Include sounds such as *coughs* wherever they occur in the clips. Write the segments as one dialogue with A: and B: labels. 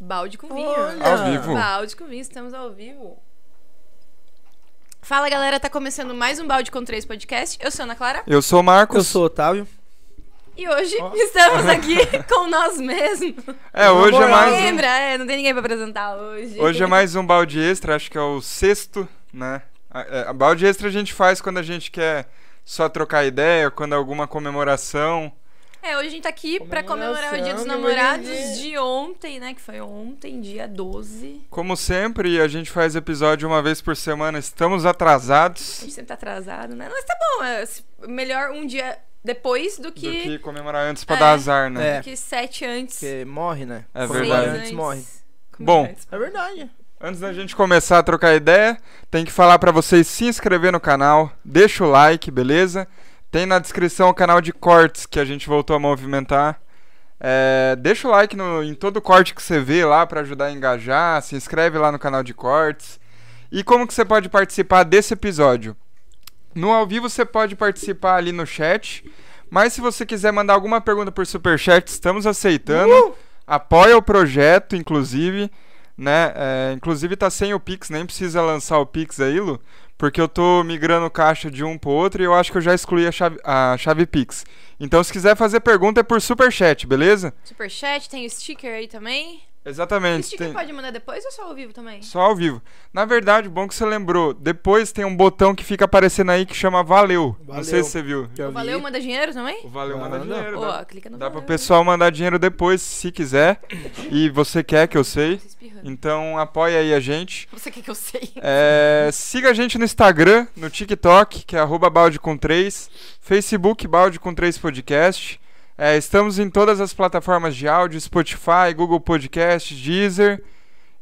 A: Balde com vinho.
B: Olha!
C: Ao vivo.
A: Balde com vinho, estamos ao vivo. Fala galera, tá começando mais um Balde com Três podcast. Eu sou a Ana Clara
C: Eu sou o Marcos.
B: Eu sou o Otávio.
A: e hoje
C: Ó. *laughs*
A: estamos aqui com nós mesmos.
C: É, hoje é mais
A: Lembra? É, não tem ninguém pra apresentar hoje.
C: um, hoje é mais um balde extra, acho que é o sexto, né? A, é, a balde extra a gente faz quando a gente quer só trocar ideia, quando é alguma comemoração.
A: É, hoje a gente tá aqui pra comemorar o Dia dos
B: Comemoração, que
A: Namorados
B: bonito.
A: de ontem, né? Que foi ontem, dia 12.
C: Como sempre, a gente faz episódio uma vez por semana, estamos
A: A
C: atrasados
A: gente sempre tá atrasado, né? Mas tá bom, é se- melhor um dia depois do
C: do
A: que,
C: que comemorar antes pra
A: É.
C: dar azar, né?
B: É.
A: do que sete antes.
B: Porque morre, né?
C: É
A: Seis
C: verdade.
A: antes.
B: Antes morre.
A: Como
C: Bom,
A: antes.
B: É verdade.
C: Antes da gente começar a trocar ideia, tem que falar pra vocês se inscrever no canal, deixa o like, beleza? Tem na descrição o canal de cortes que a gente voltou a movimentar. É, deixa o like no- em todo corte que você vê lá pra ajudar a engajar, se inscreve lá no canal de cortes. E como que você pode participar desse episódio? No ao vivo você pode participar ali no chat, mas se você quiser mandar alguma pergunta por superchat, estamos aceitando. Apoia o projeto, inclusive né? É, inclusive tá sem o Pix, nem precisa lançar o Pix aí, Lu, porque eu tô migrando caixa de um pro outro e eu acho que eu já excluí a chave, a chave Pix. Então se quiser fazer pergunta é por superchat, beleza?
A: Superchat, tem o sticker aí também. O
C: Exatamente.
A: sticker
C: tem-
A: pode mandar depois ou é só ao vivo também?
C: Só ao vivo. Na verdade, bom que você lembrou. Depois tem um botão que fica aparecendo aí que chama Valeu. Não
B: Valeu.
C: sei se você viu.
B: Eu
A: O Valeu manda dinheiro também?
C: O Valeu manda
B: Manda.
C: dinheiro.
A: Ó,
C: Dá,
A: clica no
C: dá pro
A: valeu.
C: pessoal mandar dinheiro depois, se quiser. E você quer, que eu sei.
A: Tô espirrando.
C: Então apoia aí a gente.
A: Você quer que eu sei?
C: É, siga a gente no Instagram, no TikTok, que é arroba balde com 3, Facebook balde com 3 podcast. É, estamos em todas as plataformas de áudio, Spotify, Google Podcast, Deezer.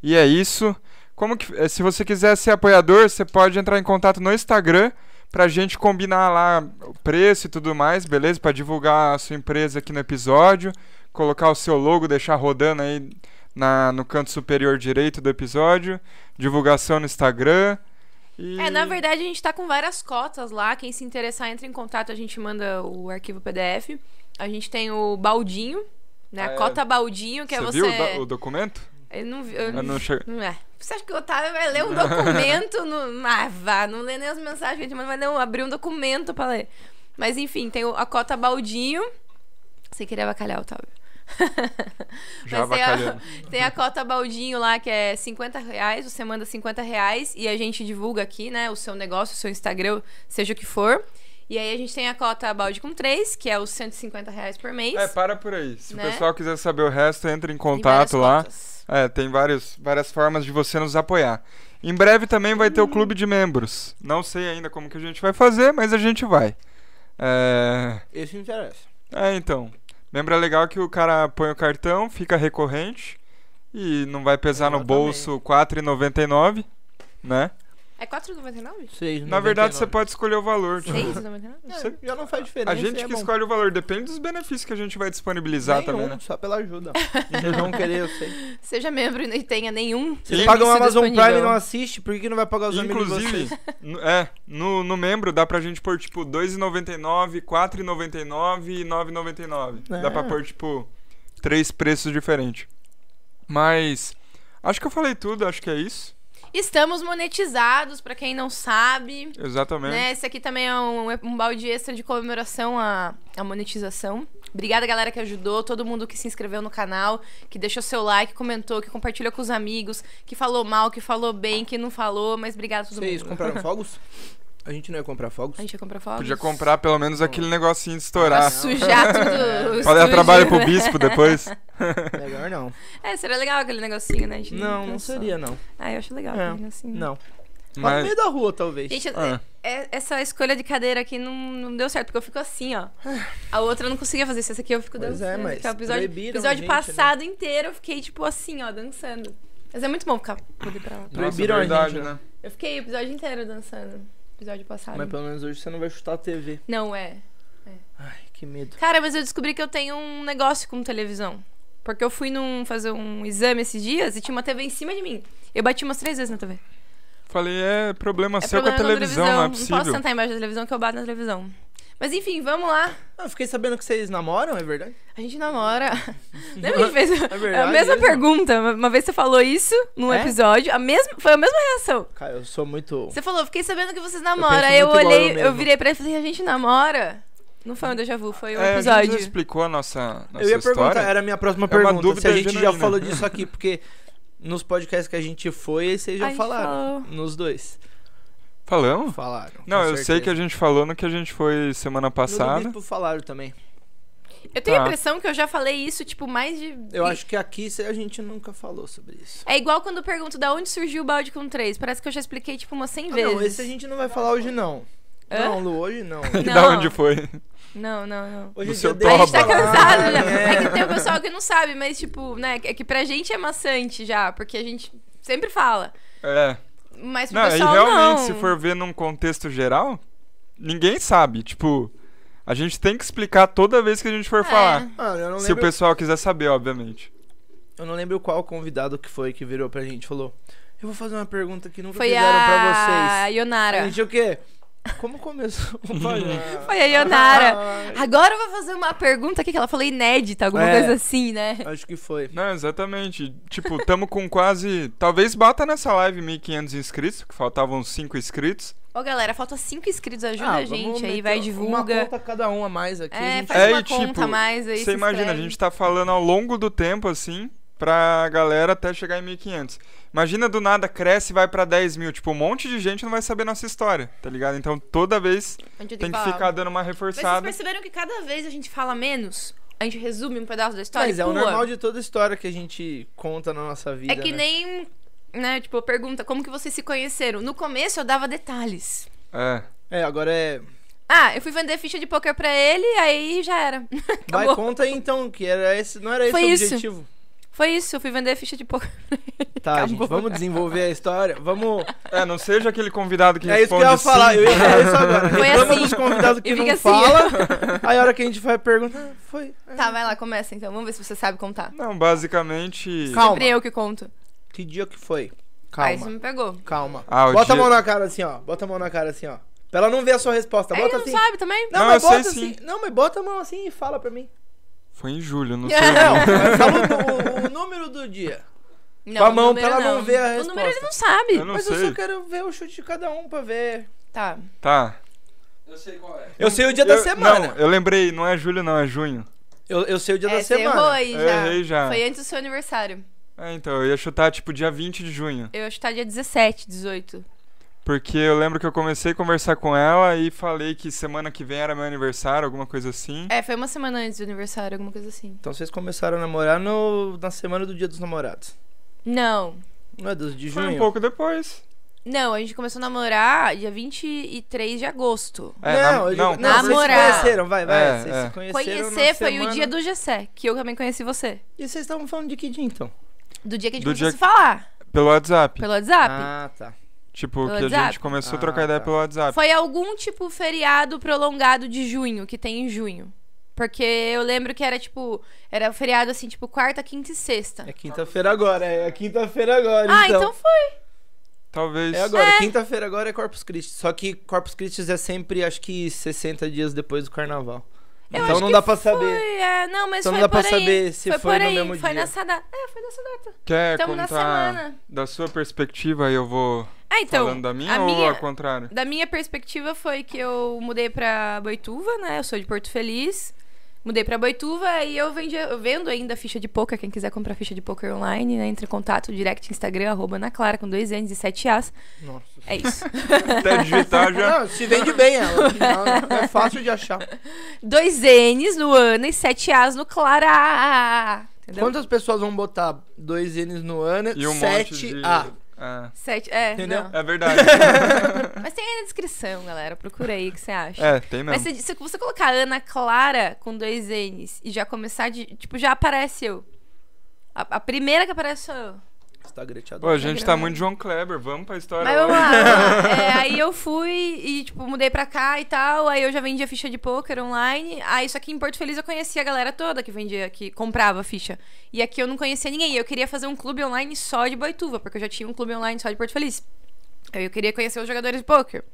C: E é isso. Como que, eh, se você quiser ser apoiador, você pode entrar em contato no Instagram pra gente combinar lá o preço e tudo mais, beleza? Pra divulgar a sua empresa aqui no episódio, colocar o seu logo, deixar rodando aí na, no canto superior direito do episódio divulgação no Instagram. E...
A: É, na verdade a gente tá com várias cotas lá. Quem se interessar, entra em contato, a gente manda o arquivo PDF. A gente tem o baldinho, né?
C: Ah,
A: A
C: é.
A: cota baldinho, que é você.
C: viu o do- o documento?
A: Eu não vi. Eu...
C: Eu não che-
A: Não é. Você acha que o Otávio vai
C: *laughs*
A: ler um documento? no... Ah, vá, não lê nem as mensagens que a gente manda, vai ler um- abrir um documento pra ler. Mas enfim, tem o- a cota baldinho. Sem querer avacalhar, Otávio. *laughs*
C: Já
A: tem a,
C: avacalhando.
A: tem a cota baldinho lá que é 50 reais, você manda 50 reais e a gente divulga aqui, né, o seu negócio, o seu Instagram, seja o que for. E aí a gente tem a cota balde com 3, que é os 150 reais por mês.
C: É, para por aí. Se
A: Né?
C: o pessoal quiser saber o resto, entre em
A: Tem várias
C: contato lá.
A: cotas.
C: É, tem vários, várias formas de você nos apoiar. Em breve também vai
A: Hum.
C: ter o clube de membros. Não sei ainda como que a gente vai fazer, mas a gente vai. É,
B: Esse me interessa.
C: é então. Lembra legal que o cara põe o cartão, fica recorrente e não vai pesar no
B: Exatamente.
C: bolso R$ 4,99, né?
A: É 4,99?
B: Seis,
C: Na verdade, você pode escolher o valor. tipo,
A: 6,99?
C: você-
B: Já não faz diferença.
C: A gente
B: é
C: que
B: bom.
C: escolhe o valor, depende dos benefícios que a gente vai disponibilizar
B: Nenhum,
C: também, né?
B: um, Só
A: *laughs*
B: pela ajuda. Eles vão querer, eu sei.
A: Seja membro e não tenha nenhum.
C: Vocês
B: Vocês
C: Sim.
B: pagam o
A: Isso
B: Amazon
A: disponível.
B: Prime e não assiste, por que, que não vai pagar os amigos de
C: Inclusive,
B: vocês?
C: *laughs* no- é, no, no membro dá pra gente pôr tipo 2,99, 4,99 e 9,99. Dá
B: É.
C: pra pôr tipo três preços diferentes. Mas acho que eu falei tudo, acho que é isso.
A: Estamos monetizados, pra quem não sabe.
C: Exatamente.
A: Né? Esse aqui também é um, um balde extra de comemoração à, à monetização. Obrigada, galera, que ajudou, todo mundo que se inscreveu no canal, que deixou seu like, comentou, que compartilhou com os amigos, que falou mal, que falou bem, que não falou, mas obrigado a todo
B: Vocês
A: mundo. *laughs*
B: compraram fogos? A gente não ia comprar fogos?
A: A gente ia comprar fogos.
C: Podia comprar pelo menos aquele negocinho de
A: Pra
C: estourar.
A: sujar tudo. o
C: Pra dar
A: estúdio,
C: trabalho
A: né?
C: pro
B: *laughs*
C: bispo depois.
B: Melhor não.
A: É, seria legal aquele negocinho, né? A gente
B: Não, não
A: pensou.
B: seria, não.
A: Ah, eu acho legal
B: É,
A: aquele negocinho.
B: Não. Lá no
C: Mas,
B: meio da rua, talvez.
A: Gente,
C: Ah.
A: é- essa escolha de cadeira aqui não, não deu certo, porque eu fico assim, ó. A outra eu não conseguia fazer isso, essa aqui eu fico
B: Pois
A: dançando.
B: é, mas
A: Então, o episódio,
B: proibiram
A: episódio
B: a gente, né?
A: passado inteiro eu fiquei, tipo, assim, ó, dançando. Mas é muito bom ficar poder pra lá.
B: proibiram a
C: nossa, é verdade,
B: gente, né?
C: né?
A: Eu fiquei o episódio inteiro dançando. Episódio passado.
B: Mas pelo menos hoje você não vai chutar a TV.
A: Não é.
B: Ai, que medo.
A: Cara, mas eu descobri que eu tenho um negócio com televisão. Porque eu fui num, fazer um exame esses dias e tinha uma TV em cima de mim. Eu bati umas três vezes na TV.
C: Falei, é problema
A: É
C: seu com a
A: problema na
C: televisão, não é
A: Não
C: possível.
A: posso sentar embaixo da televisão que eu bato na televisão. Mas enfim, vamos lá.
B: Ah, eu fiquei sabendo que vocês namoram, é verdade?
A: A gente
B: *laughs*
A: namora. Lembra que a gente fez É a
B: verdade
A: mesma
B: mesmo?
A: pergunta? Uma- Uma vez você falou isso num
B: É?
A: episódio, a mesma, foi a mesma reação.
B: Cara, eu sou muito.
A: Você falou, fiquei sabendo que vocês namoram. Aí
B: penso
A: eu
B: muito igual eu
A: olhei, eu,
B: mesmo.
A: virei pra ele e falei, a gente namora? Não foi um déjà vu, foi um
C: É, a gente já
A: episódio.
C: explicou a nossa, nossa
B: Eu ia
C: história.
B: perguntar, era a minha próxima
C: É uma
B: pergunta. se
C: dúvida
B: a gente já
C: genuína.
B: falou disso aqui, porque nos podcasts que a gente foi, vocês
A: A
B: já
A: gente
B: falaram. Nos dois. é-
C: Falamos?
B: Falaram.
C: Hum. Não, eu sei que a gente falou no que a gente foi semana
B: passado.
C: passada.
B: falaram também.
A: Eu tenho a
C: Tá.
A: impressão que eu já falei isso, tipo, mais de.
B: Eu acho que aqui cê- a gente nunca falou sobre isso.
A: É igual quando eu pergunto da onde surgiu o balde com três. Parece que eu já expliquei, tipo, umas 100
B: Ah,
A: vezes.
B: não, esse a gente não vai falar hoje, não.
A: Hã?
B: Não, Lu, hoje
C: *laughs*
B: não.
C: *laughs* E da
A: Não.
C: onde foi?
A: Não, não, não.
B: Hoje
C: No
B: é
C: seu
B: dia
A: A
C: toba.
B: deles
A: gente tá
B: falarem,
A: cansado já. É que
B: né?
A: tem o pessoal que não sabe, mas, tipo, né? É que pra gente é maçante já, porque a gente sempre fala.
C: É.
A: Mas pro
C: Não, e
A: pessoal
C: realmente,
A: não.
C: se for ver num contexto geral, ninguém sabe. Tipo, a gente tem que explicar toda vez que a gente for
A: É.
C: falar.
B: Mano, eu não,
C: Se o
B: lembro,
C: pessoal quiser saber, obviamente.
B: eu não lembro qual convidado que foi que virou pra gente e falou: Eu vou fazer uma pergunta que nunca
A: Foi
B: fizeram
A: a
B: pra vocês.
A: Ionara.
B: A gente o quê? Como começou o palhaço?
A: *laughs* Foi a Ionara.
B: Ai,
A: Agora eu vou fazer uma pergunta aqui que ela falou inédita, alguma
B: É.
A: coisa assim, né?
B: Acho que foi.
C: Não, exatamente. Tipo, tamo com quase. Talvez bata nessa live 1.500 inscritos, que faltavam 5 inscritos.
A: Ô, galera, falta cinco inscritos, ajuda a
B: Ah, vamos
A: gente aí,
B: meter
A: vai,
B: Uma
A: divulga.
B: conta cada um a mais aqui. a
A: É,
B: gente-
A: faz
C: É,
A: uma
C: e,
A: conta
C: tipo,
A: a mais aí.
C: Você
A: se
C: imagina, a
A: inscreve.
C: gente tá falando ao longo do tempo, assim, pra galera até chegar em 1.500. Imagina do nada, cresce e vai pra 10 mil. Tipo, um monte de gente não vai saber nossa história, tá ligado? Então toda vez
A: A gente
C: tem que
A: falar.
C: ficar dando uma
A: Mas Vocês
C: reforçada.
A: perceberam que cada vez a gente fala menos? A gente resume um pedaço da história?
B: Mas é o
A: pula.
B: normal de toda história que a gente conta na nossa vida.
A: É que
B: né?
A: nem, né, tipo, pergunta como que vocês se conheceram. No começo eu dava detalhes.
C: É.
B: É, agora é.
A: Ah, eu fui vender ficha de poker pra ele, aí já era. *laughs*
B: Vai,
A: Acabou.
B: conta aí então, que era esse, não era esse
A: Foi
B: o
A: isso.
B: objetivo.
A: Foi isso, eu fui vender ficha de *laughs* poker.
B: Tá,
A: Acabou.
B: gente, vamos desenvolver a história.
C: *laughs*
B: Vamos.
C: É, não seja aquele convidado que
B: é isso que eu
C: responde
B: ia
C: sim.
B: falar. Eu ia falar isso agora.
A: Foi
B: Reclama
A: assim.
B: dos convidados que
A: E
B: não
A: fica assim.
B: fala. Aí a hora que a gente vai perguntar, foi. é.
A: Tá, vai lá, começa então. Vamos ver se você sabe contar.
C: Não, basicamente.
B: Calma.
A: Sempre eu que conto.
B: Que dia que foi?
A: Aí você
B: Calma.
A: me pegou.
B: Calma.
C: Ah, o
B: bota a
C: dia-
B: mão na cara assim, ó. Bota a mão na cara assim, ó. Pra ela não ver a sua resposta.
A: Aí ele
B: Bota
A: não
B: assim.
A: sabe também?
B: Não,
C: Não,
B: mas
C: eu sei
B: bota assim. Não, mas bota a mão assim e fala pra mim.
C: Foi em julho, não sei.
A: Não.
C: o dia.
B: Mas fala o, o- o número do dia.
A: Não,
B: Com a mão,
A: o número
B: pra ela não ver a
A: O número
B: resposta.
A: ele não sabe.
C: Eu não
B: mas eu
C: sei.
B: só quero ver o chute de cada um pra ver.
A: Tá.
C: Tá.
B: Eu sei o dia da
C: Eu-
B: semana.
C: Não, eu lembrei, não é julho, não, é junho.
B: Eu, eu sei o dia
A: é,
B: da
A: você errou
B: semana.
A: aí
C: Eu
A: já.
C: errei já.
A: Foi antes do seu aniversário.
C: É, então, eu ia chutar tipo dia 20 de junho.
A: Eu acho que tá dia 17, 18.
C: Porque eu lembro que eu comecei a conversar com ela e falei que semana que vem era meu aniversário, alguma coisa assim.
A: É, foi uma semana antes do aniversário, alguma coisa assim.
B: Então vocês começaram a namorar no, na semana do dia dos namorados.
A: Não.
B: Não é dos de
C: Foi
B: junho?
C: um pouco depois.
A: Não, a gente começou a namorar dia 23 de agosto.
C: É,
B: não,
C: na-
B: eu
C: não,
B: digo- não,
A: Namorar.
B: vocês se conheceram, vai, vai.
C: É,
B: vocês
C: é.
B: se conheceram
A: Conhecer
B: na
A: foi o
B: semana-
A: dia do Gessé, que eu também conheci você.
B: E vocês estavam falando de que dia, então?
A: Do dia que a gente
C: Do
A: começou
C: dia
A: a se falar,
C: pelo WhatsApp.
A: pelo WhatsApp.
B: Ah, tá.
C: Tipo,
A: Pelo
C: que a
A: WhatsApp?
C: gente começou a
B: Ah,
C: trocar ideia
B: tá.
C: pelo WhatsApp.
A: Foi algum tipo feriado prolongado de junho, que tem em junho. Porque eu lembro que era tipo. Era feriado assim, tipo quarta, quinta e sexta.
B: É quinta-feira agora, é, é quinta-feira agora,
A: ah,
B: então.
A: então foi.
C: Talvez.
B: É agora, quinta-feira agora é Corpus Christi. Só que Corpus Christi é sempre, acho que 60 dias depois do carnaval.
A: Eu
B: então
A: acho
B: não
A: que
B: dá pra saber.
A: Foi, é, não, mas foi
B: Então não dá
A: por
B: pra
A: aí.
B: saber se
A: foi,
B: foi
A: por
B: no
A: aí,
B: mesmo
A: foi
B: dia.
A: nessa data. É, foi nessa data.
C: Quer
A: Tamo na
C: contar
A: semana.
C: da sua perspectiva e eu vou
A: Ah, então.
C: falando da minha
A: a
C: ou
A: minha-
C: ao contrário?
A: *laughs* Da minha perspectiva foi que eu mudei pra Boituva, né? Eu sou de Porto Feliz. Mudei pra Boituva e eu, vendi, eu vendo ainda ficha de poker. Quem quiser comprar ficha de poker online, né? Entre em contato, direct, Instagram, arroba Ana Clara, com dois N's e sete As.
B: Nossa.
A: É isso.
C: Até digitar Tá, já.
B: Tá, Não, se vende bem ela.
C: *laughs*
B: Ela É fácil de achar.
A: dois N's no Ana e sete As no Clara. Entendeu?
B: Quantas pessoas vão botar dois N's no ano?
C: E um monte de.
B: 7A.
C: É.
A: Sete, é,
B: Entendeu?
A: não.
C: É
A: *laughs*
C: verdade.
A: Mas tem aí na descrição, galera. Procura aí o que você acha.
C: é, tem
A: Mas
C: mesmo.
A: se, se você colocar Ana Clara com dois N's e já começar de. Tipo, já aparece eu. A, a primeira que aparece sou eu.
B: Instagram te
C: Pô,
B: adora.
C: a gente tá muito João Kleber, vamos pra história.
A: Mas vamos lá, vamos lá. É, aí eu fui e, tipo, mudei pra cá e tal. Aí eu já vendia ficha de pôquer online. Aí só que em Porto Feliz eu conhecia a galera toda que vendia, que comprava ficha. E aqui eu não conhecia ninguém. E eu queria fazer um clube online só de Boituva, porque eu já tinha um clube online só de Porto Feliz. Aí eu queria conhecer os jogadores de pôquer.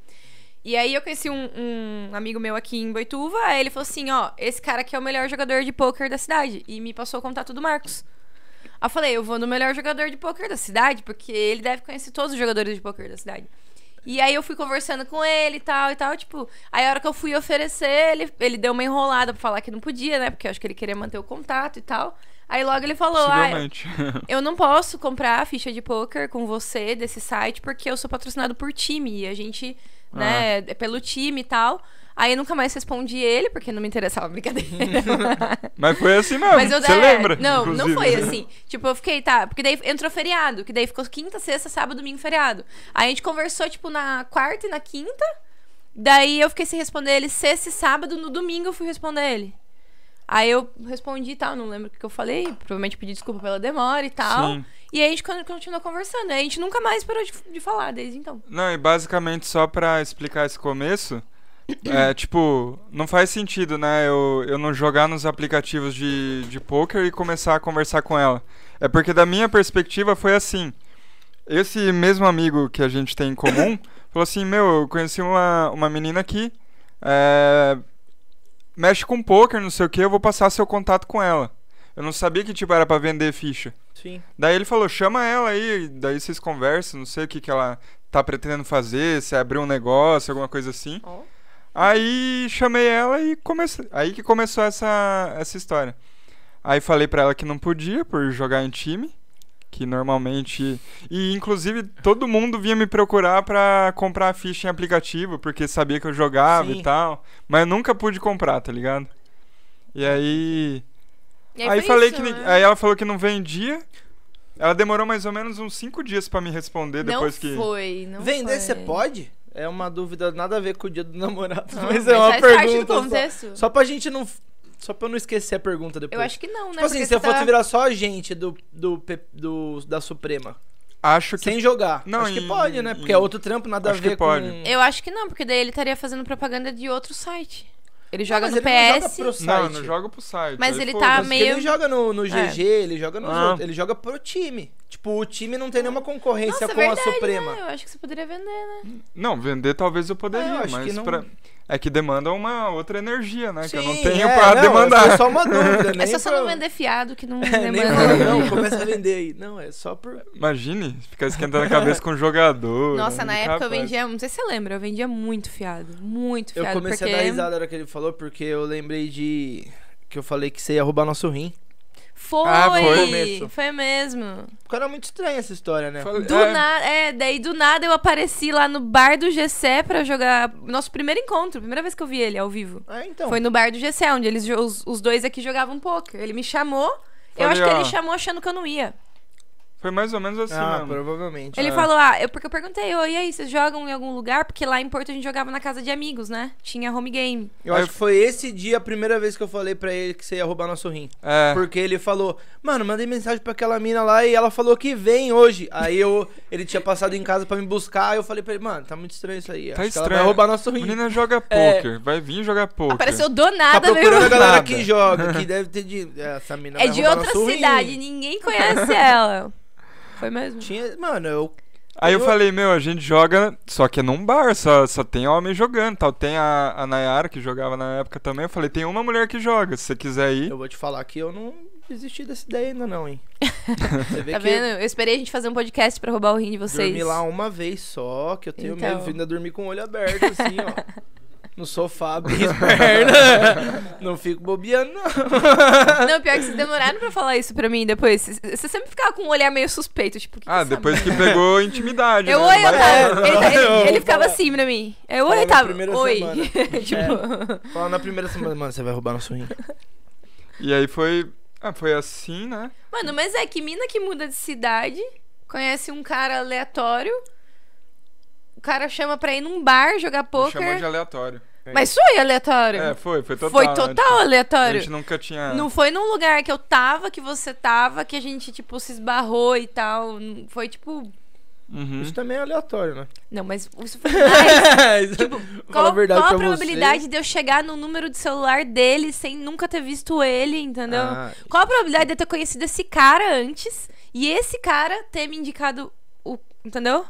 A: E aí eu conheci um, um amigo meu aqui em Boituva, aí ele falou assim, ó, esse cara aqui é o melhor jogador de pôquer da cidade. E me passou o contato do Marcos. Aí eu falei, eu vou no melhor jogador de pôquer da cidade, porque ele deve conhecer todos os jogadores de pôquer da cidade. E aí eu fui conversando com ele e tal e tal, tipo, aí a hora que eu fui oferecer, ele, ele deu uma enrolada pra falar que não podia, né? Porque eu acho que ele queria manter o contato e tal. Aí logo ele falou, ah,
C: Possivelmente. *laughs*
A: eu não posso comprar a ficha de poker com você desse site porque eu sou patrocinado por time e a gente, né, é pelo time e tal. Aí eu nunca mais respondi ele porque não me interessava, brincadeira.
C: Mas foi assim mesmo.
A: Mas eu
C: Você
A: é,
C: lembra?
A: Não,
C: inclusive.
A: não foi assim. Tipo, eu fiquei, tá, porque daí entrou feriado, que daí ficou quinta, sexta, sábado, domingo, feriado. Aí a gente conversou, tipo, na quarta e na quinta. Daí eu fiquei sem responder ele sexta e sábado, no domingo eu fui responder ele. Aí eu respondi e tal, não lembro o que que eu falei, provavelmente pedi desculpa pela demora e tal.
C: Sim.
A: E aí a gente con- continuou conversando, aí a gente nunca mais parou de, de falar desde então.
C: Não, e basicamente só pra explicar esse começo, é tipo, não faz sentido, né? Eu, eu não jogar nos aplicativos de, de poker e começar a conversar com ela. É porque da minha perspectiva foi assim. Esse mesmo amigo que a gente tem em comum falou assim, meu, eu conheci uma, uma menina aqui, é, mexe com poker, não sei o que, eu vou passar seu contato com ela. Eu não sabia que tipo era pra vender ficha.
B: Sim.
C: Daí ele falou, chama ela aí, daí vocês conversam, não sei o que, que ela tá pretendendo fazer, se abrir um negócio, alguma coisa assim. Aí chamei ela e comecei. Aí que começou essa, essa história. Aí falei pra ela que não podia por jogar em time. Que normalmente. E inclusive todo mundo vinha me procurar pra comprar a ficha em aplicativo, porque sabia que eu jogava
B: Sim.
C: e tal. Mas eu nunca pude comprar, tá ligado? E aí.
A: E
C: Aí,
A: foi
C: falei
A: isso,
C: que
A: né?
C: nin- aí ela falou que não vendia. Ela demorou mais ou menos uns 5 dias pra me responder
A: não
C: depois que
A: foi, não
B: Vender você
A: foi.
B: pode? É uma dúvida nada a ver com o dia do namorado,
A: Não,
B: mas é uma
A: faz
B: pergunta.
A: parte do
B: só.
A: contexto.
B: Só pra gente não. Só pra eu não esquecer a pergunta depois.
A: Eu acho que não, né?
B: Tipo assim,
A: Porque
B: se eu
A: tá-
B: fosse virar só agente do, do, P- do- da Suprema,
C: acho que
B: sem jogar.
C: Não,
B: acho que
C: em-
B: pode, né? Porque
C: em-
B: é outro trampo, nada
C: acho
B: a
C: que
B: ver
C: pode.
B: com. um-
A: Eu acho que não, porque daí ele estaria fazendo propaganda de outro site. Ele joga
B: Ah, mas
A: no
B: ele não joga
A: PS.
B: pro
C: não, eu
B: site.
C: não jogo pro site.
A: Mas
C: aí
A: ele
C: foda-se.
A: tá
B: Porque
A: meio- É.
B: Ele joga no, no GG, ele joga nos
C: Ah.
B: outros, ele joga pro time. Tipo, o time não tem nenhuma concorrência
A: Nossa,
B: com
A: verdade,
B: a Suprema.
A: Né? Eu acho que você poderia vender, né?
C: Não, vender talvez
B: Ah,
C: eu
B: eu
C: poderia,
B: acho que
C: mas
B: não-
C: pra- é que demanda uma outra energia, né? que eu não
B: Sim,
C: tenho
B: é,
C: pra
B: não,
C: demandar.
B: É só uma
A: *laughs*
B: dúvida, né?
A: é só você não vender né, fiado que não
B: *laughs* É, nem
A: demanda.
B: pra- não, começa a vender aí. Não, é só por.
C: Imagine ficar esquentando a
A: *laughs*
C: cabeça com um jogador.
A: Nossa,
C: um
A: na época eu
C: capaz.
A: vendia, não sei se você lembra, eu vendia muito fiado. Muito
B: Eu
A: fiado.
B: comecei
A: porque...
B: a dar risada na hora que ele falou, porque eu lembrei de. Que eu falei que você ia roubar nosso rim.
A: Foi,
C: Ah, foi.
A: foi.
B: Começo.
A: mesmo.
B: Porque era muito estranha essa história, né?
C: Falei-
A: Do
C: é,
A: nada, é, daí do nada eu apareci lá no bar do GC pra jogar nosso primeiro encontro, primeira vez que eu vi ele ao vivo.
B: Ah, então.
A: Foi no bar do GC, onde eles, jo- os, os dois aqui jogavam poker. Ele me chamou, eu
C: Falei,
A: acho que
C: ó.
A: ele chamou achando que eu não ia.
C: Foi mais ou menos assim
B: ah,
C: mesmo.
B: provavelmente.
A: Ele
C: É.
A: falou, ah, eu, porque eu perguntei, ô, e aí, vocês jogam em algum lugar? Porque lá em Porto a gente jogava na casa de amigos, né? Tinha home game.
B: Eu
C: Aí
B: acho que foi esse dia a primeira vez que eu falei pra ele que você ia roubar nosso rim.
C: É.
B: Porque ele falou, mano, mandei mensagem pra aquela mina lá e ela falou que vem hoje. Aí eu, ele tinha passado em casa pra me buscar, aí eu falei pra ele, mano, tá muito estranho isso aí.
C: Tá
B: acho que ela
C: estranho.
B: vai roubar nosso rim.
C: Menina joga poker, vai vir jogar poker.
A: É. Apareceu do
B: Tá
A: nada,
B: procurando a
A: meu.
B: galera
C: Nada.
B: que joga,
C: *laughs*
B: que deve ter de. Essa mina
A: É
B: vai
A: de
B: roubar
A: outra
B: nosso rim.
A: cidade, né? ninguém conhece ela. Foi mesmo?
B: Tinha, mano, eu.
C: Aí eu
B: Eu-
C: falei, meu, a gente joga, só que é num bar, só, só tem homem jogando e tal. Tem a, a Nayara que jogava na época também. Eu falei, tem uma mulher que joga, se você quiser ir.
B: Eu vou te falar que eu não desisti dessa ideia ainda,
A: *laughs*
B: não, hein? Você vê
A: Tá
B: que eu
A: vendo? Eu esperei a gente fazer um podcast pra roubar o rim de vocês.
B: dormi lá um- uma vez só, que eu tenho
A: Então.
B: medo de ainda dormir com o olho aberto, assim, ó.
A: *laughs*
B: No sofá, abrir as pernas. Não fico bobeando, não.
A: *laughs* Não, pior que vocês demoraram pra falar isso pra mim depois. Vocês- Você sempre ficava com um olhar meio suspeito, tipo, o que que
C: Ah,
A: essa
C: depois que pegou intimidade.
A: Eu
B: *laughs*
C: né?
A: oi,
C: Mas-
A: Otávio.
B: É,
A: Ele, ele-
B: eu vou *laughs*
C: *laughs*
A: ele ficava
B: falar.
A: assim pra mim. É
B: Fala
A: oi,
B: na
A: Otávio.
B: primeira
A: Oi.
B: semana.
A: *laughs* tipo,
B: Fala na primeira semana, mano, você vai roubar nosso rim.
C: E aí foi. Ah, foi assim, né?
A: mano, mas é que mina que muda de cidade, conhece um cara aleatório, o cara chama pra ir num bar jogar
C: Me Chamou
A: poker.
C: de aleatório.
A: Mas foi aleatório.
C: É, foi, foi total.
A: foi
C: né?
A: total
C: Tipo, a
A: aleatório.
C: gente nunca tinha.
A: Não foi num lugar que eu tava, que você tava, que a gente, tipo, se esbarrou e tal. Não- Foi tipo.
C: Uhum.
B: Isso também é aleatório, né?
A: Não, mas isso
C: *laughs*
A: foi demais.
B: *laughs* tipo,
A: Qual, qual a probabilidade de eu chegar no número de celular dele sem nunca ter visto ele, entendeu?
B: Ah.
A: Qual a probabilidade de eu ter conhecido esse cara antes e esse cara ter me indicado o. Entendeu?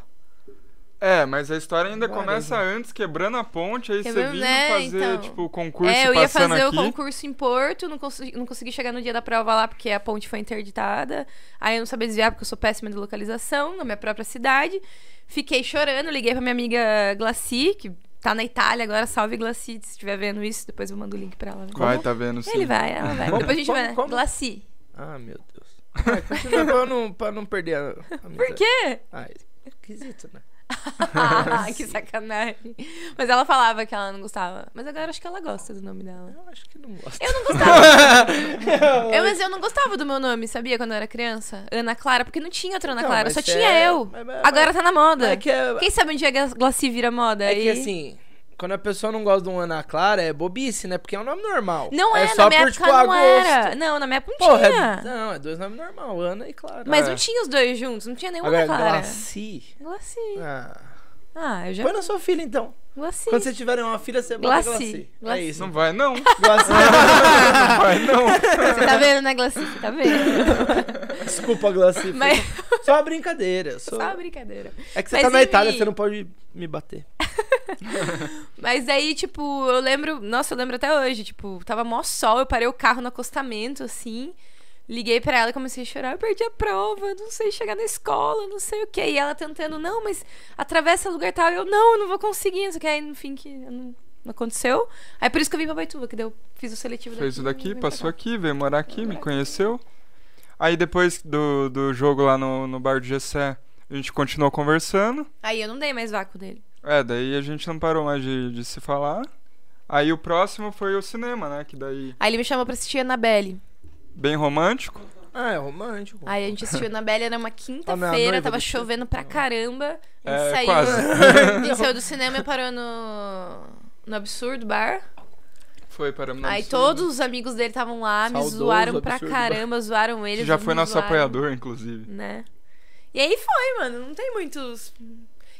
C: É, mas a história ainda
B: Guarda,
C: começa antes, quebrando a ponte, aí você
A: né? Quebrando,
C: vinha
A: né,
C: fazer,
A: então.
C: tipo, o concurso
A: é, eu ia
C: passando
A: fazer o
C: aqui.
A: concurso em Porto, não consegui, não consegui chegar no dia da prova lá porque a ponte foi interditada. Aí eu não sabia desviar porque eu sou péssima de localização na minha própria cidade. Fiquei chorando, liguei pra minha amiga Glaci, que tá na Itália agora, salve Glaci, se estiver vendo isso, depois eu mando o link pra ela. né?
C: Vai, tá vendo sim.
A: Ele vai, ela vai.
B: Como,
A: depois a gente
B: como,
A: vai.
B: como?
A: Glaci.
B: Ah, meu Deus. Vai, continua pra, eu não, pra não perder a, a minha-
A: Por quê?
B: Ah, é esquisito, né? *laughs*
A: Ah, que sacanagem. Mas ela falava que ela não gostava. Mas agora acho que ela gosta do nome dela.
B: Eu acho que não gosto.
A: Eu não
B: *laughs*
A: gostava. eu, mas eu não gostava do meu nome, sabia? Quando eu era criança. Ana Clara, porque não tinha outra Ana
B: Não,
A: Clara,
B: mas
A: só
B: é-
A: tinha eu.
B: mas- mas-
A: Agora tá na moda.
B: É que, é,
A: Quem sabe um dia a Glaci vira moda?
B: é que
A: e-
B: assim, quando a pessoa não gosta de um Ana Clara, é bobice, né? Porque é um nome normal.
A: Não é,
B: só
A: na minha
B: por,
A: época
B: tipo,
A: não
B: agosto.
A: era. Não, na minha época não
B: Porra, é,
A: tinha.
B: não, é dois nomes normal, Ana e Clara.
A: Mas
C: É.
A: não tinha os dois juntos, não tinha nenhuma
B: Agora,
A: Ana Clara.
B: Glaci.
A: Glaci.
B: Ah.
A: Ah, eu já.
B: Põe na sua filha, então.
A: Glaci.
B: Quando vocês tiverem uma filha, você bota
A: Glaci.
B: Glaci. É
A: Glaci.
B: isso.
C: Não vai não,
B: Glaci.
C: não vai
A: *laughs*
C: não.
A: Você tá vendo, né, Glaci? Você tá
B: *laughs*
A: vendo?
B: Desculpa, Glaci.
A: Mas.
B: Só uma brincadeira. eu sou-
A: Só uma brincadeira.
B: É que você
A: Mas
B: tá na
A: enfim.
B: Itália, você não pode me bater.
A: Mas daí, tipo, eu lembro. Nossa, eu lembro até hoje. Tipo, tava mó sol, eu parei o carro no acostamento, assim. Liguei pra ela e comecei a chorar. Eu perdi a prova, não sei chegar na escola, não sei o quê. E ela tentando, não, mas atravessa lugar tal. Eu, não, eu não vou conseguir. Não sei o que. Aí, no fim, que não, não aconteceu. Aí, por isso que eu vim pra Baituba, que daí eu fiz o seletivo
C: Fez isso
A: e
C: daqui,
A: vim pra
C: passou
A: cá.
C: aqui, veio morar aqui, me conheceu. Aí depois do, do jogo lá no, no bar do Gessé, a gente continuou conversando.
A: Aí, eu não dei mais vácuo dele.
C: É, daí a gente não parou mais de, de se falar. Aí o próximo foi o cinema, né? Que daí,
A: Aí, ele me chamou pra assistir Annabelle.
C: bem romântico.
B: Ah, é romântico.
A: Aí, a gente assistiu Annabelle, era
C: Ah,
A: uma quinta-feira,
B: noiva
A: tava
B: do céu.
A: chovendo pra caramba. A gente
C: É,
A: saiu.
C: quase.
A: A gente saiu do cinema *laughs* e parou no, no Absurdo Bar.
C: Foi para
A: Aí todos os amigos dele estavam lá, me
B: Saudoso
A: zoaram pra
B: Absurdo
A: caramba, zoaram ele.
C: Que já foi
A: me
C: nosso
A: zoaram,
C: apoiador, inclusive.
A: Né? E aí foi, mano, não tem muitos.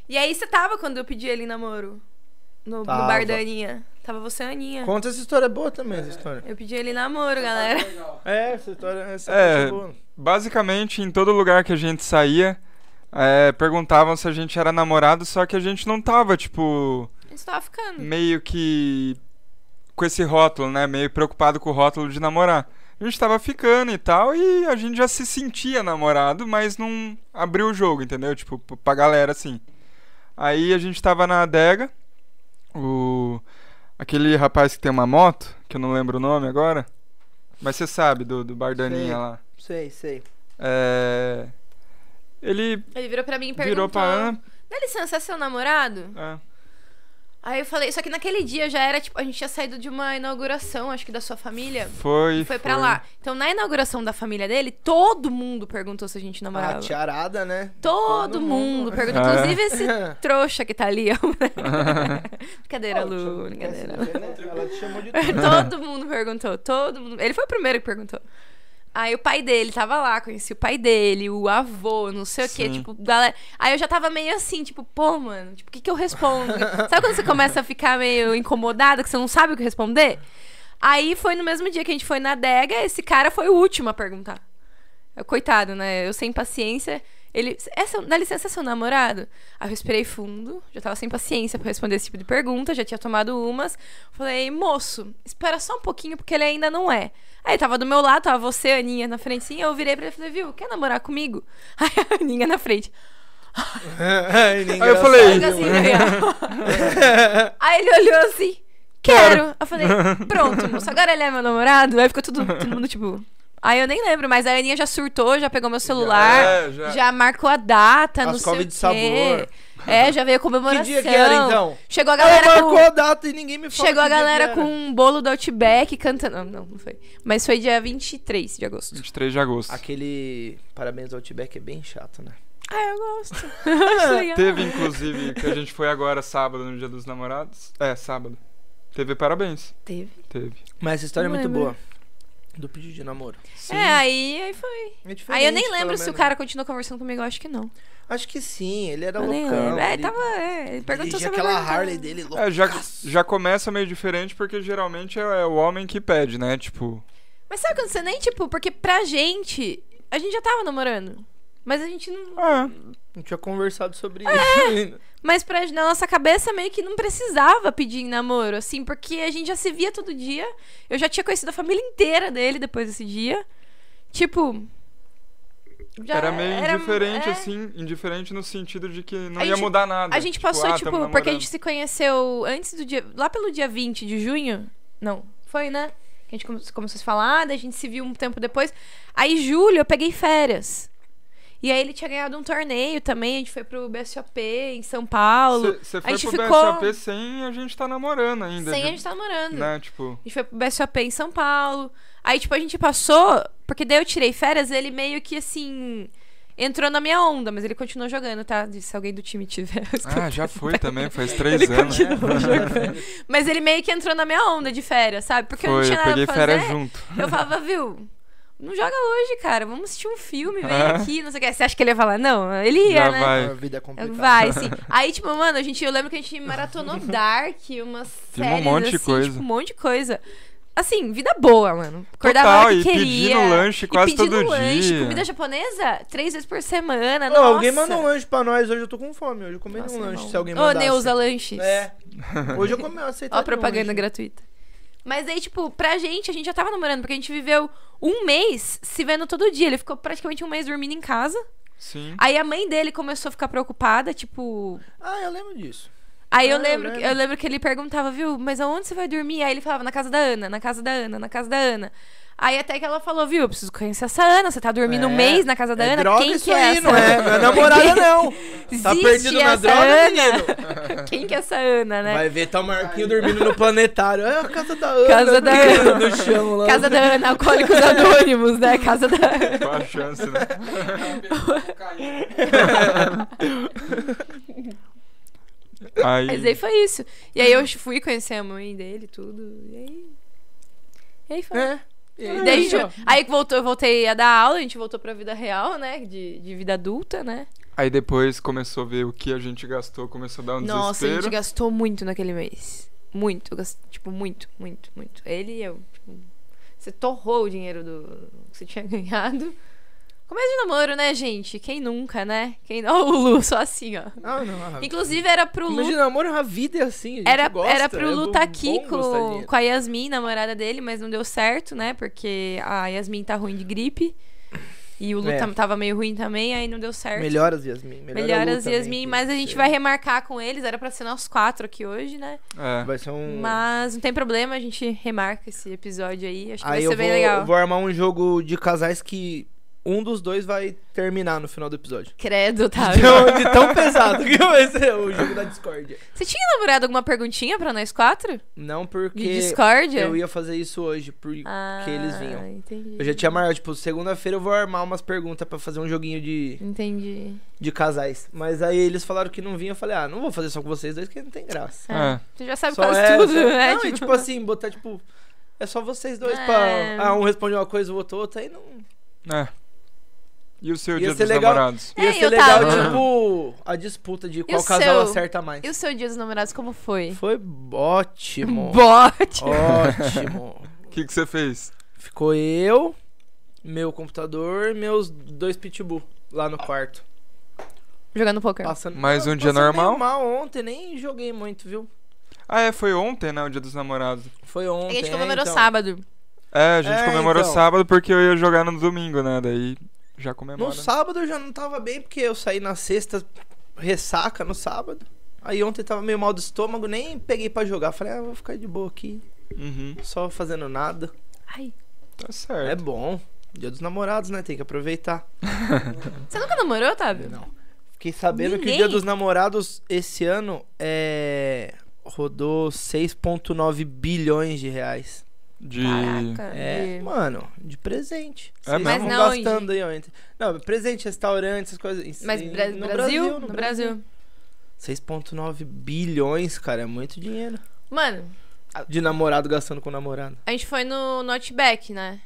A: E aí você tava quando eu pedi ele em namoro? No, no
B: Tava.
A: bar da Aninha. Tava você, Aninha.
B: Conta essa história é boa também, essa história.
A: Eu pedi ele em namoro, galera.
B: É, essa história essa
C: É.
B: parte é boa.
C: Basicamente, em todo lugar que a gente saía, é, perguntavam se a gente era namorado, só que a gente não tava, tipo,
A: A gente tava ficando.
C: meio que com esse rótulo, né? Meio preocupado com o rótulo de namorar. A gente tava ficando e tal, e a gente já se sentia namorado, mas não abriu o jogo, entendeu? Tipo, p- pra galera assim. Aí a gente tava na adega, o. Aquele rapaz que tem uma moto, que eu não lembro o nome agora, mas você sabe, do, do Bardaninha
B: Sei.
C: lá.
B: Sei, sei.
C: É. Ele
A: Ele virou pra mim e perguntou.
C: virou pra Ana.
A: Dá licença, é seu namorado?
C: é.
A: Aí eu falei, só que naquele dia já era, tipo, a gente tinha saído de uma inauguração, acho que da sua família.
C: Foi.
A: E foi pra lá. Então, na inauguração da família dele, todo mundo perguntou se a gente namorava.
B: A tiarada, né?
A: Ah, todo mundo, Ah. perguntou.
C: É.
A: Inclusive *laughs* esse trouxa que tá ali. ó. *laughs* brincadeira, Lu, brincadeira. *laughs*
B: né? Ela te chamou de
A: é todo mundo perguntou, todo mundo. Ele foi o primeiro que perguntou. Aí o pai dele tava lá, conheci o pai dele, o avô, não sei o quê,
C: Sim.
A: tipo, galera. Aí eu já tava meio assim, tipo, pô, mano, tipo, o que que eu respondo? sabe quando você começa a ficar meio incomodada, que você não sabe o que responder? Aí foi no mesmo dia que a gente foi na adega, esse cara foi o último a perguntar. Eu, Coitado, né? Eu sem paciência. Ele. "É seu- dá licença, é seu namorado? Aí eu respirei fundo, já tava sem paciência pra responder esse tipo de pergunta, já tinha tomado umas. Falei, moço, espera só um pouquinho, porque ele ainda não é. Aí ele tava do meu lado, tava você, Aninha, na frente, sim. Eu virei pra ele e falei, viu, quer namorar comigo? *laughs* Aí a Aninha na frente.
C: Aí eu falei-
A: Aí, assim,
B: "Hum."
A: ele, ó. Aí ele olhou assim, quero. Eu falei, pronto, moço, agora ele é meu namorado. Aí ficou tudo, todo mundo tipo. Aí eu nem lembro, mas a Aninha já surtou, já pegou meu celular,
C: É,
A: já,
C: já.
A: marcou a data, não sei
B: Ascove
A: o quê.
B: de sabor.
A: É, já veio comemoração.
B: *laughs* Que dia que era, então?
A: Chegou a
B: Ela
A: galera
B: marcou a
A: com...
B: data e ninguém me falou.
A: Chegou a
B: que dia
A: galera
B: que
A: com
B: era.
A: um bolo do Outback cantando. Não, não, não foi. Mas foi dia 23 de agosto.
C: 23 de agosto.
B: Aquele parabéns ao Outback é bem chato, né?
A: Ah, eu gosto. *laughs* Acho legal.
C: É, Teve, inclusive, que a gente foi agora sábado, no dia dos namorados. É, sábado. Teve parabéns.
A: Teve.
C: Teve.
B: Mas essa história
A: Não
B: é muito
A: lembro.
B: boa. Do pedido de namoro.
C: Sim.
A: É, aí, aí foi.
B: É
A: Aí eu
B: diferente,
A: nem
B: pelo
A: lembro se o
B: menos.
A: cara continuou conversando comigo, eu acho que não.
B: Acho que sim, ele era
A: eu nem
B: Tá loucão.
A: lembro. É,
B: ele-
A: ele tava. É, ele perguntou
B: dirigia
A: sobre
B: aquela Harley dele louca.
C: É, já, já começa meio diferente porque geralmente é, é o homem que pede, né? Tipo,
A: Mas sabe quando você nem, tipo, porque pra gente, a gente já tava namorando. Mas a gente não.
C: Ah,
B: Não tinha conversado sobre
A: É.
B: isso ainda.
A: Mas pra, na nossa cabeça meio que não precisava pedir em namoro, assim, porque a gente já se via todo dia. Eu já tinha conhecido a família inteira dele depois desse dia. Tipo. já
C: era meio
A: era-
C: indiferente,
A: é.
C: assim, indiferente no sentido de que não
A: A
C: ia
A: gente-
C: mudar nada.
A: A gente passou,
C: ah,
A: tipo,
C: tamo
A: porque a
C: namorando.
A: gente se conheceu antes do dia. Lá pelo dia 20 de junho. Não, foi, né? Que a gente come- começou a se falar, daí a gente se viu um tempo depois. Aí, julho, eu peguei férias. E aí ele tinha ganhado um torneio também, a gente foi pro BSOP em São Paulo.
C: Cê- cê
A: a
C: foi
A: gente
C: pro
A: ficou-
C: BSAP sem a gente tá namorando ainda.
A: sem
C: de-
A: a gente tá namorando.
C: Né,
A: *laughs*
C: tipo...
A: A gente foi pro BSOP em São Paulo. Aí, tipo, a gente passou, porque daí eu tirei férias, ele meio que assim. Entrou na minha onda, mas ele continuou jogando, tá? Se alguém do time tiver.
C: Ah, já foi também, faz três
A: Ele
C: anos. *laughs*
A: continuou jogando. Mas ele meio que entrou na minha onda de férias, sabe? Porque eu não
C: É, Foi,
A: tinha
C: eu
A: nada
C: peguei
A: pra fazer.
C: férias junto.
A: Eu falava, viu, não joga hoje, cara. Vamos assistir um filme, vem
C: Ah.
A: aqui, não sei o que. Você acha que ele ia falar? Não, ele ia,
C: Já
A: né?
C: vai.
B: A vida é complicada.
A: Vai, sim. Aí, tipo, mano, a gente, eu lembro que a gente maratonou Dark, umas
C: Vimos um
A: séries,
C: monte de
A: assim,
C: coisa.
A: tipo, um monte de coisa. Assim, vida boa, mano. Acordava a
C: Total,
A: hora que
C: e
A: queria.
C: pedindo lanche
A: e
C: quase
A: pedindo
C: todo
A: lanche,
C: dia.
A: comida japonesa três vezes por semana.
B: Não,
A: nossa.
B: alguém manda um lanche pra nós. Hoje eu tô com fome. Hoje eu comi
A: Nossa,
B: um lanche,
A: irmão.
B: se alguém
A: Ô,
B: mandasse.
A: Neuza Lanches. *laughs*
B: É. Hoje eu comi, eu um aceito.
A: Ó, a propaganda gratuita. Mas aí, tipo, pra gente, a gente já tava namorando, porque a gente viveu um mês se vendo todo dia. Ele ficou praticamente um mês dormindo em casa. *laughs*
C: Sim.
A: Aí a mãe dele começou a ficar preocupada, tipo.
B: Ah, eu lembro disso.
A: Aí eu
B: Ah, eu
A: lembro, que- eu
B: lembro.
A: lembro que ele perguntava, viu, mas aonde você vai dormir? Aí ele falava, na casa da Ana, na casa da Ana, na casa da Ana. Aí até que ela falou, viu, eu preciso conhecer essa Ana, você tá dormindo um
B: É,
A: mês na casa da
B: é
A: Ana?
B: droga
A: Quem
B: isso
A: que é
B: aí,
A: essa?
B: não é? Não é
A: *laughs*
B: namorada, não. Tá
A: Existe
B: perdido na
A: essa
B: droga,
A: Ana?
B: menino?
A: Quem que é essa Ana, né?
B: Vai ver, tá o Marquinho dormindo no planetário. É a casa da Ana.
A: Casa da
B: brincando
A: Ana.
B: No chão lá.
A: Casa da Ana, Alcoólicos Anônimos, né? Casa da Ana.
C: Qual a chance, né? Aí,
A: Mas aí foi isso. E aí eu fui conhecer a mãe dele, tudo. E aí. E aí foi.
B: É. E
A: E
B: aí,
A: daí a gente-
B: ó.
A: aí que voltou, eu voltei a dar aula, a gente voltou pra vida real, né? De, de vida adulta, né?
C: aí depois começou a ver o que a gente gastou, começou a dar um
A: Nossa, a gente
C: desespero.
A: gastou muito naquele mês. Muito. eu gas- Tipo, muito, muito, muito. Ele e eu. tipo, você torrou o dinheiro do que você tinha *laughs* ganhado. Começo de namoro, né, gente? Quem nunca, né? Quem... Ó, o Lu, só assim, ó.
B: Ah, não. a-
A: Inclusive, era pro Lu
B: Mas de namoro, a vida é assim. a gente
A: Era,
B: gosta,
A: era pro
B: é
A: Lu
B: bom-
A: tá aqui
B: bom gostar
A: com,
B: de-
A: com a Yasmin, namorada dele, mas não deu certo, né? Porque a Yasmin tá ruim de gripe. E o Lu
B: É.
A: tam- tava meio ruim também, aí não deu certo.
B: Melhoras, Yasmin. Melhora
A: Melhoras,
B: Lu também,
A: Yasmin,
B: que é.
A: mas a gente
B: você-
A: vai remarcar com eles. Era pra ser nós quatro aqui hoje, né?
C: É.
B: Vai ser um.
A: Mas não tem problema, a gente remarca esse episódio aí. Acho que vai
B: Aí eu
A: ser
B: vou,
A: bem legal.
B: eu vou armar um jogo de casais que um dos dois vai terminar no final do episódio.
A: Credo, tá?
B: *laughs* Então, de tão pesado que vai ser o jogo da Discord.
A: *laughs* Você tinha namorado alguma perguntinha pra nós quatro?
B: Não
A: De
B: porque
A: Discord?
B: eu ia fazer isso hoje, porque
A: Ah,
B: eles vinham.
A: Entendi.
B: Eu já tinha marcado, tipo, segunda-feira eu vou armar umas perguntas pra fazer um joguinho de,
A: Entendi.
B: de casais. Mas aí eles falaram que não vinha, eu falei, ah, não vou fazer só com vocês dois, que não tem graça.
C: É.
A: Você já sabe
B: Só
A: quase
B: é-
A: tudo,
B: só-
A: né?
B: Não, e tipo assim, botar, tipo, é só vocês dois
A: É.
B: pra... Ah, um responde uma coisa, o outro outra, aí não...
C: É. E o seu
B: Ia
C: dia
B: ser
C: dos
B: legal.
C: namorados?
A: É,
B: Ia
A: e o
B: ser legal,
A: Otávio?
B: tipo, a disputa de qual
A: o
B: casal
A: seu?
B: acerta mais.
A: E o seu dia dos namorados, como foi?
B: Foi ótimo.
A: *laughs* Bote!
B: ótimo.
C: O que que você fez?
B: Ficou eu, meu computador e meus dois pitbull lá no quarto.
A: Jogando poker.
B: Passando,
C: Mais um
B: eu
C: dia
B: passei meio
C: normal?
B: mal ontem, nem joguei muito, viu?
C: Ah, é, foi ontem, né? O dia dos namorados.
B: Foi
A: É a
C: um
B: ontem.
A: gente comemorou
B: então.
A: sábado.
C: É, a gente
B: É,
C: comemorou
B: então.
C: sábado porque eu ia jogar no domingo, né? Daí já
B: No
C: comemora.
B: sábado eu já não tava bem, porque eu saí na sexta, ressaca no sábado. Aí ontem tava meio mal do estômago, nem peguei pra jogar. Falei, ah, vou ficar de boa aqui,
C: Uhum,
B: só fazendo nada.
A: Ai.
C: tá
B: É
C: certo.
B: bom. Dia dos namorados, né? Tem que aproveitar.
A: Você nunca namorou,
C: É.
A: Otávio?
B: Não. Fiquei sabendo que o
A: Ninguém?
B: Dia dos Namorados esse ano é. rodou 6,9 bilhões de reais.
C: De...
A: Caraca.
B: É,
A: de-
B: mano, de presente.
C: É
B: Vocês
C: mesmo?
B: estavam
A: Mas na onde?
B: gastando aí ontem. Não, presente, restaurante, essas coisas. Isso
A: Mas
B: aí,
A: Bra- Brasil?
B: no
A: No Brasil.
B: 6,9 bilhões, cara, é muito dinheiro.
A: Mano,
B: De namorado gastando com namorado.
A: a gente foi no Notback, né?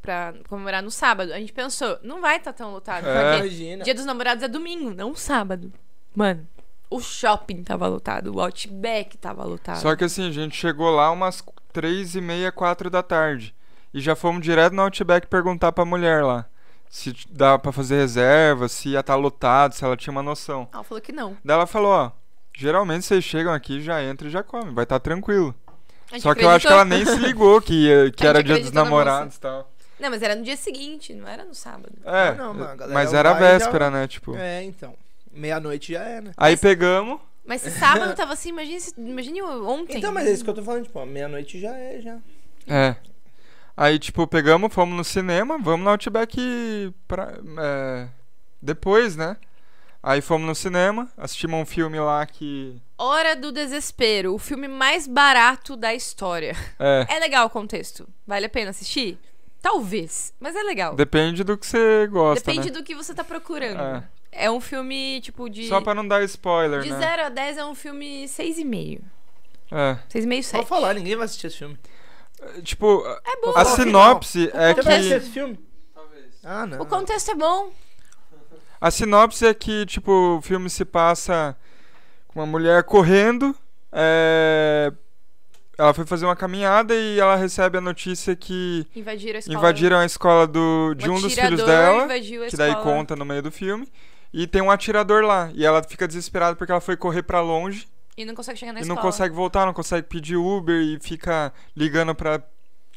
A: Pra comemorar no sábado. A gente pensou, não vai estar tão lotado.
C: É.
A: Porque
B: Imagina.
A: dia dos namorados é domingo, não sábado. Mano, o shopping tava lotado, o Outback tava lotado.
C: Só que assim, a gente chegou lá umas três e meia, quatro da tarde. E já fomos direto no Outback perguntar pra mulher lá. se t- dá pra fazer reserva, se ia estar lotado, se ela tinha uma noção.
A: Ela falou que não.
C: Daí ela falou, ó, geralmente vocês chegam aqui, já entra e já come, vai estar tranquilo.
A: A gente
C: Só que eu acho
A: acreditou.
C: que ela
A: *laughs*
C: nem se ligou que, ia- que
A: A
C: era
A: gente
C: dia dos
A: acreditou na
C: namorados e tal.
A: Não, mas era no dia seguinte, não era no sábado.
C: É,
B: Ah, não, mas a galera
C: mas era
B: vai já-
C: véspera, né, tipo...
B: É, então. Meia-noite já é, né?
C: Aí pegamos,
A: Mas se sábado tava assim, imagine, se- imagine ontem.
B: Então, mas é isso que eu tô falando, tipo, ó, meia-noite já é, já.
C: é... Aí, tipo, pegamos, fomos no cinema, vamos no Outback pra, é, depois, né? Aí fomos no cinema, assistimos um filme lá que...
A: Hora do Desespero, o filme mais barato da
C: *laughs*
A: história.
C: É,
A: É legal o contexto? Vale a pena assistir? Talvez, mas é legal.
C: depende do que você gosta,
A: Depende
C: né?
A: do que você tá procurando. É, um filme, tipo, de.
C: Só pra não dar spoiler,
A: de
C: né?
A: 0 a 10 é um filme 6,5.
C: É.
A: 6,5,
B: Só
A: 7.
B: falar, ninguém vai assistir esse filme.
C: Tipo,
A: É bom.
C: a
B: Não,
C: sinopse é
B: Você vai assistir
C: que.
B: esse filme? Ah, não.
A: O contexto é bom.
C: A sinopse é que, tipo, o filme se passa com uma mulher correndo. é, Ela foi fazer uma caminhada e ela recebe a notícia que
A: Invadiram a escola.
C: invadiram a escola do...
A: Um
C: de um dos filhos
A: atirador
C: dela.
A: invadiu a
C: Que daí
A: escola.
C: conta no meio do filme. E tem um atirador lá. E ela fica desesperada porque ela foi correr pra longe.
A: E não consegue chegar na
C: e
A: escola.
C: não consegue voltar, não consegue pedir Uber e fica ligando pra,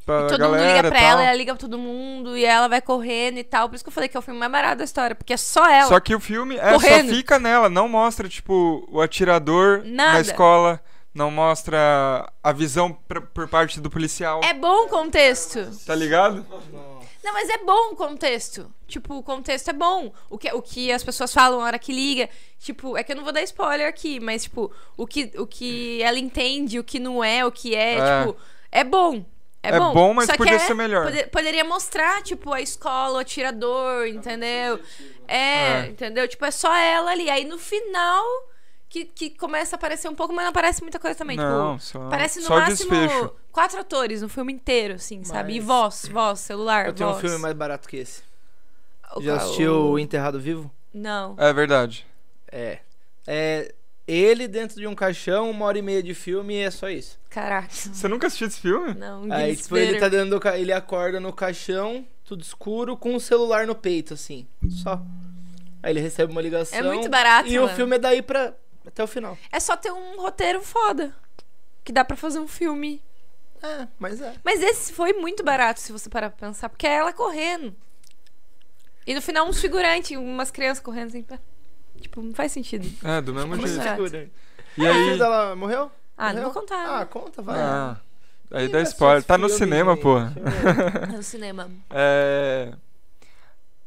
C: pra
A: Todo
C: galera
A: mundo liga pra
C: e tal.
A: ela, ela liga pra todo mundo e ela vai correndo e tal. Por isso que eu falei que é o filme mais barato da história, porque é só ela.
C: Só que o filme é, só
A: Correndo.
C: fica nela, não mostra, tipo, o atirador na
A: Nada.
C: escola, não mostra a visão pra- por parte do policial.
A: É bom o contexto.
C: Tá ligado?
A: Não, mas é bom o contexto. Tipo, o contexto é bom. O que, o que as pessoas falam na hora que liga. Tipo, é que eu não vou dar spoiler aqui, mas, tipo, o que, o que ela entende, o que não é, o que é,
C: É.
A: tipo, é bom. É,
C: É
A: bom,
C: bom, mas
A: Só que
C: podia
A: é-
C: ser melhor.
A: pode- poderia mostrar, tipo, a escola, o atirador, entendeu? É,
C: É.
A: entendeu? Tipo, é só ela ali. Aí no final que, que começa a aparecer um pouco, mas não aparece muita coisa também.
C: Não,
A: tipo,
C: só,
A: Parece no
C: só
A: máximo
C: desfecho.
A: quatro atores no filme inteiro, assim, sabe? E
B: Mas-
A: voz, voz, celular,
B: Eu tenho um
A: voz.
B: filme mais barato que esse.
A: O
B: Já
A: qual?
B: assistiu o Enterrado Vivo?
A: Não.
C: É verdade.
B: É. É. Ele dentro de um caixão, uma hora e meia de filme e é só isso.
A: Caraca.
C: Você nunca assistiu esse filme?
A: Não, um
B: Aí, tipo,
A: desespero.
B: ele tá dentro do ca... Ele acorda no caixão, tudo escuro, com um celular no peito, assim. Só. Aí ele recebe uma ligação.
A: É muito barato,
B: E o
A: mano.
B: filme é daí pra. até o final.
A: É só ter um roteiro foda. Que dá pra fazer um filme. Ah,
B: É, mas é.
A: Mas esse foi muito barato, se você parar pra pensar. Porque é ela correndo. E no final, uns figurantes, umas crianças correndo assim. pá. Tipo, não faz sentido.
C: É, do mesmo
A: Como assim?
C: jeito.
A: será?
C: E
B: O filho
C: aí.
B: dela tá morreu?
A: Ah, não
B: Morreu?
A: vou contar.
B: Ah, conta, vai.
C: Ah, aí
B: Quem
C: dá
B: vai assistir
C: spoiler.
B: esse
C: Tá no
B: filme,
C: cinema,
B: gente?
C: porra.
A: É No cinema.
C: É.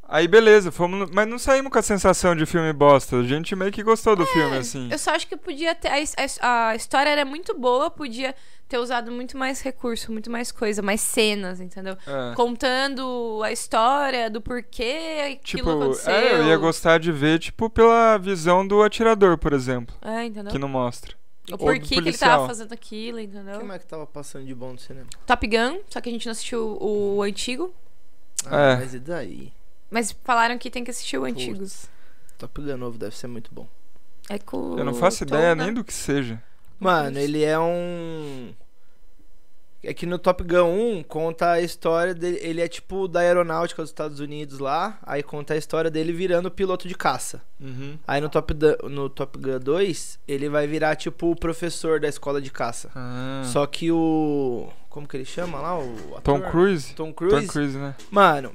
C: Aí beleza, fomos. no- Mas não saímos com a sensação de filme bosta. A gente meio que gostou
B: É,
C: do filme, assim.
A: Eu só acho que podia ter. A, his- a his- a história era muito boa, podia ter usado muito mais recurso, muito mais coisa, mais cenas, entendeu?
C: É.
A: Contando a história do porquê aquilo
C: Tipo,
A: aconteceu.
C: é, eu ia gostar de ver, tipo, pela visão do atirador, por exemplo,
A: É, entendeu?
C: que não mostra.
A: O
C: ou do
A: porquê que ele
C: policial.
A: tava fazendo aquilo,
B: O que
A: entendeu?
B: mais que tava passando de bom no cinema?
A: Top Gun, só que a gente não assistiu o, o antigo.
B: Ah,
C: É.
B: Mas e daí?
A: Mas falaram que tem que assistir o antigo.
B: Top Gun novo deve ser muito bom.
A: É com
C: Eu não
A: o
C: faço
B: então
A: Tom,
C: ideia
A: né?
C: nem do que seja.
B: Mano, ele é um. É que no Top Gun 1 conta a história dele. Ele é tipo da aeronáutica dos Estados Unidos lá. Aí conta a história dele virando piloto de caça. Aí no Top, Da- no Top Gun 2, ele vai virar tipo o professor da escola de caça.
C: Ah.
B: Só que o. Como que ele chama lá? O ator?
C: Tom Cruise?
B: Tom Cruise.
C: Tom Cruise, né?
B: Mano,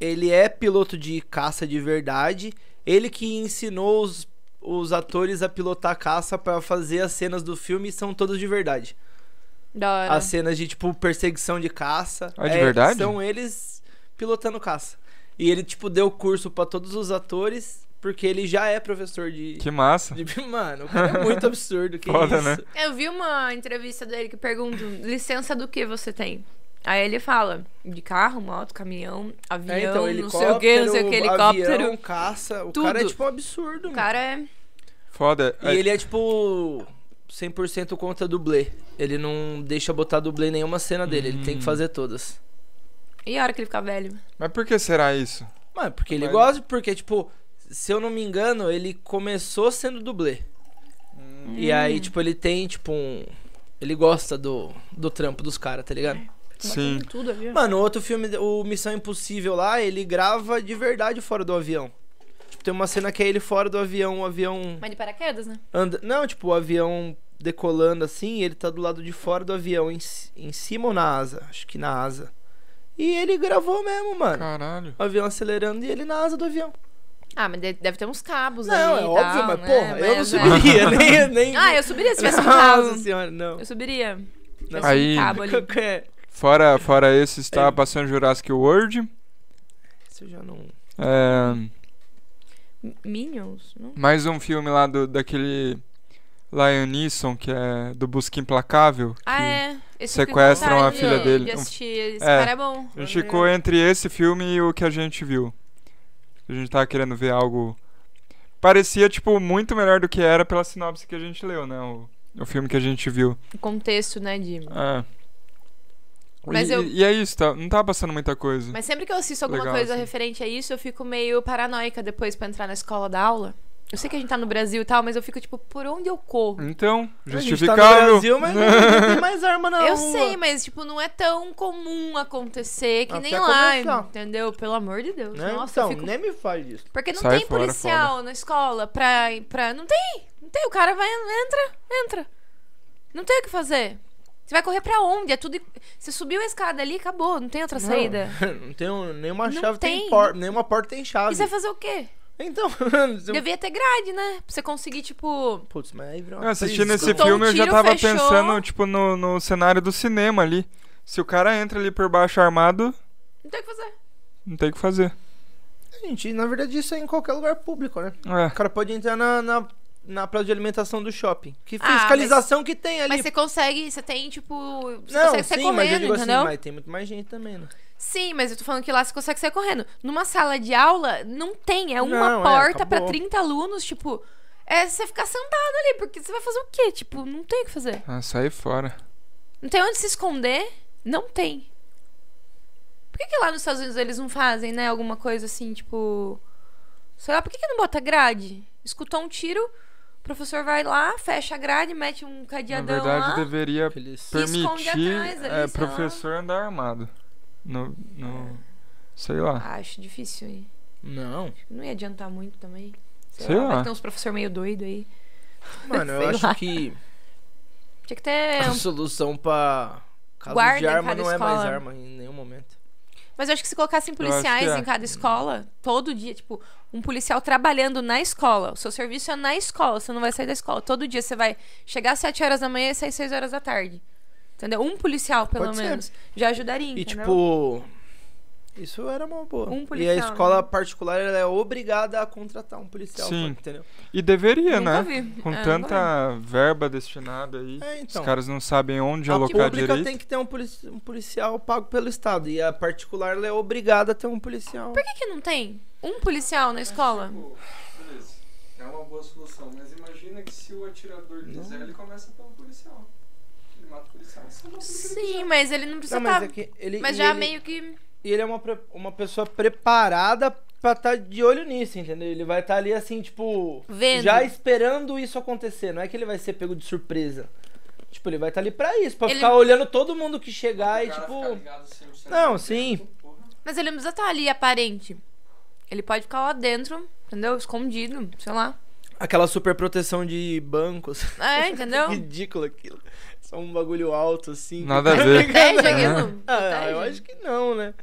B: ele é piloto de caça de verdade. Ele que ensinou os, os atores a pilotar caça pra fazer as cenas do filme são todas de verdade.
A: Da hora.
B: As cenas de, tipo, perseguição de caça.
C: Ah, de verdade?
B: São eles pilotando caça. E ele, tipo, deu curso pra todos os atores, porque ele já é professor de.
C: Que
B: *laughs*
C: massa.
B: de- Mano, o cara é muito absurdo. Que
C: Foda,
B: isso?
C: né?
A: Eu vi uma entrevista dele que perguntam: licença do que você tem? Aí ele fala, de carro, moto, caminhão, avião,
B: É, então,
A: não sei o que, não sei o que, helicóptero.
B: Avião, caça. O cara é,
A: tudo.
B: tipo, um absurdo,
A: O
B: mano.
A: cara é.
C: Foda.
B: E
C: Aí-
B: ele é tipo 100% contra dublê. Ele não deixa botar dublê em nenhuma cena dele, ele
C: Hum.
B: tem que fazer todas.
A: E a hora que ele ficar velho?
C: Mas por que será isso?
B: Mano, porque ele
C: Mas-
B: gosta, porque tipo, se eu não me engano, ele começou sendo dublê. Hum.
C: Hum.
B: E aí, tipo, ele tem tipo um ele gosta do, do trampo dos caras, tá ligado?
C: Sim.
A: Batendo tudo, avião.
B: Mano, o outro filme, o Missão Impossível lá, ele grava de verdade fora do avião. Tipo, tem uma cena que é ele fora do avião, o avião
A: Mas de paraquedas, né?
B: anda. Não, tipo, o avião decolando assim, ele tá do lado de fora do avião, em, ci- em cima ou na asa? Acho que na asa. E ele gravou mesmo, mano.
C: Caralho.
B: O avião acelerando e ele na asa do avião.
A: Ah, mas de- deve ter uns cabos
B: Não,
A: ali.
B: é
A: e
B: óbvio,
A: tal,
B: mas
A: né?
B: porra, eu não
A: Mas,
B: *laughs* subiria, nem. nem...
A: É... Ah, eu subiria se tivesse um
B: Nossa
A: cabo.
B: senhora, não.
A: Eu subiria. Tivesse
C: Aí.
A: um cabo ali.
B: É,
C: Fora, fora esse, está
B: É.
C: passando Jurassic World.
B: Isso eu já
C: *laughs*
B: não.
C: É,
A: M- Minions? Não?
C: mais um filme lá do, daquele Lion Neeson, que é do Busca Implacável.
A: Ah,
C: que
A: é. Esse eu fiquei com
C: sequestram a
A: vontade
C: filha
A: de-
C: dele.
A: De assistir. Esse
C: É.
A: cara é bom.
C: A gente ficou entre esse filme e o que a gente viu. A gente tava querendo ver algo. Parecia, tipo, muito melhor do que era pela sinopse que a gente leu, né? O, o filme que a gente viu.
A: O contexto, né, de...
C: É.
A: Mas
C: e,
A: eu-
C: e é isso, tá, não tava passando muita coisa.
A: Mas sempre que eu assisto alguma
C: Legal,
A: coisa
C: assim.
A: referente a isso, eu fico meio paranoica depois pra entrar na escola da aula. Eu sei que a gente tá no Brasil e tal, mas eu fico tipo, por onde eu corro?
C: Então,
B: A gente tá no
C: justificável.
B: Brasil, mas não tem mais arma na
A: *laughs* eu
B: rua.
A: sei, mas tipo, não é tão comum acontecer que
B: Ah,
A: nem
B: porque
A: lá,
B: aconteceu.
A: entendeu? Pelo amor de Deus.
B: Né?
A: Nossa,
B: então,
A: eu fico
B: nem me fale disso.
A: Porque não
C: Sai
A: tem
C: fora, é
A: policial na escola pra, pra. Não tem! Não tem. O cara vai. Entra, entra. Não tem o que fazer. Você vai correr pra onde? É tudo. Você subiu a escada ali, acabou. Não tem outra saída.
B: Não *laughs* tem um- nenhuma
A: Não
B: chave, tem,
A: tem. é
B: porta. Nenhuma porta tem chave.
A: E você vai fazer o quê?
B: Então, *laughs* se eu-
A: Devia ter grade, né? Pra você conseguir, tipo.
B: putz, mas aí virou
C: Eu
B: uma
C: Ah, assistindo
B: prisão.
C: esse
A: Escutou
C: filme,
A: um
C: eu já
A: tiro,
C: tava
A: fechou.
C: pensando, tipo, no, no cenário do cinema ali. Se o cara entra ali por baixo armado,
A: Não tem o que fazer.
C: não tem o que fazer.
B: Gente, na verdade isso é em qualquer lugar público, né?
C: É.
B: O cara pode entrar na, na, na praça de alimentação do shopping. Que
A: Ah,
B: fiscalização que tem ali.
A: Mas você consegue. Você tem, tipo. Você
B: não,
A: consegue sair
B: sim,
A: correndo,
B: mas eu digo
A: entendeu?
B: assim, mas tem muito mais gente também, né?
A: Sim, mas eu tô falando que lá você consegue sair correndo. Numa sala de aula, não tem. É uma
B: Não, é,
A: porta pra
B: acabou.
A: 30 alunos, tipo. É você ficar sentado ali, porque você vai fazer o quê? Tipo, não tem o que fazer.
C: Ah, sai fora.
A: Não tem onde se esconder? Não tem. Por que, que lá nos Estados Unidos eles não fazem, né? Alguma coisa assim, tipo. Sei lá, por que, que não bota grade? Escutou um tiro, o professor vai lá, fecha a grade, mete um cadeadão
C: Na verdade,
A: lá.
C: deveria
B: Aqueles...
A: esconde
C: permitir
A: atrás ali,
C: é,
A: sei lá.
C: professor andar armado. No, no- sei lá.
A: Ah, acho difícil aí.
B: Não.
A: *laughs* Não ia adiantar muito também. Sei,
C: Sei
A: lá, vai
C: lá.
A: que tem uns professor meio doido aí.
B: Mano, eu
A: Sei
B: acho
A: lá. *laughs*
B: que
A: Tinha que
C: *laughs*
A: ter.
B: a
A: um-
B: solução pra caso
A: Guarda
B: de
A: em
B: arma
A: cada
B: não é mais
A: escola.
B: arma em nenhum momento.
A: Mas eu acho que se colocassem
C: Eu acho que
A: policiais
C: é.
A: em cada escola, todo dia, tipo, um policial trabalhando na escola. O seu serviço é na escola, você não vai sair da escola. Todo dia você vai chegar às 7 horas da manhã e sair às 6 horas da tarde. Entendeu? Um policial, pelo
B: Pode ser.
A: menos. Já ajudaria,
B: E
A: entendeu?
B: tipo... Isso era uma boa.
A: Um
B: e a
A: policial,
B: escola
A: né?
B: particular ela é obrigada a contratar um policial,
C: Sim.
B: entendeu?
C: E deveria,
A: Nunca
C: né?
A: vi.
C: Com
A: É, nunca
C: tanta verba destinada aí,
B: É, então.
C: os caras não sabem onde
B: a
C: alocar
B: pública
C: direito.
B: tem que ter um, polici- um policial pago pelo Estado. E a particular ela é obrigada a ter um policial.
A: vi. Por que, que não tem um policial na escola?
D: Beleza. É uma boa solução, mas imagina que se o atirador quiser, ele começa pelo policial. Ele mata o policial. Isso é uma
A: Sim, mas ele não precisa
B: Não,
A: estar.
B: mas,
A: tá Mas,
B: é que ele, e
A: já
B: ele,
A: meio que.
B: e ele é uma, pre- uma pessoa preparada pra estar de olho nisso, entendeu? Ele vai estar ali assim, tipo.
A: Vendo.
B: Já esperando isso acontecer. Não é que ele vai ser pego de surpresa. Tipo, ele vai estar ali pra isso, pra
A: Ele-
B: ficar olhando todo mundo que chegar
D: Aí,
B: e, tipo.
D: ligado 100%
B: Não,
D: do
B: sim.
D: tempo, porra.
A: Mas ele não precisa estar ali aparente. Ele pode ficar lá dentro, entendeu? Escondido, sei lá.
B: Aquela super proteção de bancos. *laughs*
A: É, entendeu?
B: Ridículo aquilo. Só um bagulho alto, assim. *laughs*
C: Nada a ver.
A: Estratégia, aquilo.
B: Ah, eu
A: Estratégia.
B: acho que não, né? Ah,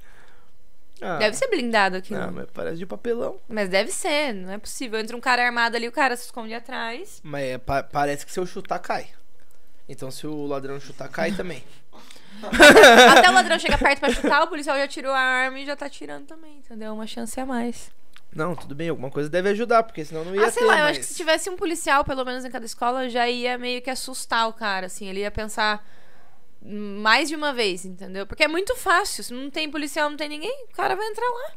A: Tá, Deve ser blindado aqui.
B: Ah, mas parece de papelão.
A: Mas deve ser, não é possível. Entra um cara armado ali, o cara se esconde
B: *laughs*
A: atrás.
B: Mas é, pa- parece que se eu chutar, cai. Então se o ladrão
A: *laughs*
B: chutar, cai também.
A: Até o ladrão chega perto pra chutar, o policial já tirou a arma e já tá tirando também, entendeu? Uma chance a mais.
B: Não, tudo bem, alguma coisa deve ajudar, porque senão não ia
A: ah, sei
B: ter,
A: lá, eu
B: mas-
A: acho que se tivesse um policial, pelo menos em cada escola, já ia meio que assustar o cara, assim. Ele ia pensar mais de uma vez, entendeu? Porque é muito fácil. Se não tem policial, não tem ninguém, o cara vai entrar lá.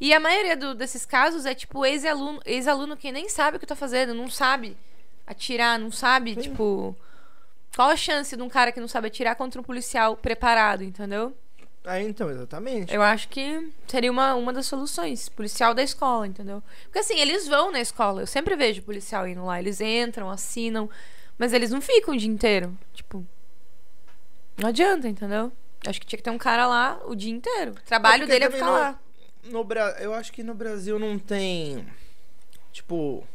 A: E a maioria do- desses casos é, tipo, ex-aluno ex-aluno que nem sabe o que tá fazendo, não sabe atirar, não sabe, tipo... Qual a chance de um cara que não sabe atirar contra um policial preparado, entendeu?
B: Ah, então, exatamente.
A: Eu acho que seria uma, uma das soluções. Policial da escola, entendeu? Porque assim, eles vão na escola. Eu sempre vejo policial indo lá. Eles entram, assinam. Mas eles não ficam o dia inteiro. Tipo. Não adianta, entendeu? Acho que tinha que ter um cara lá o dia inteiro. O trabalho
B: É porque
A: dele é
B: também
A: ficar
B: não-
A: lá.
B: No Bra... Eu acho que no Brasil não tem. Tipo.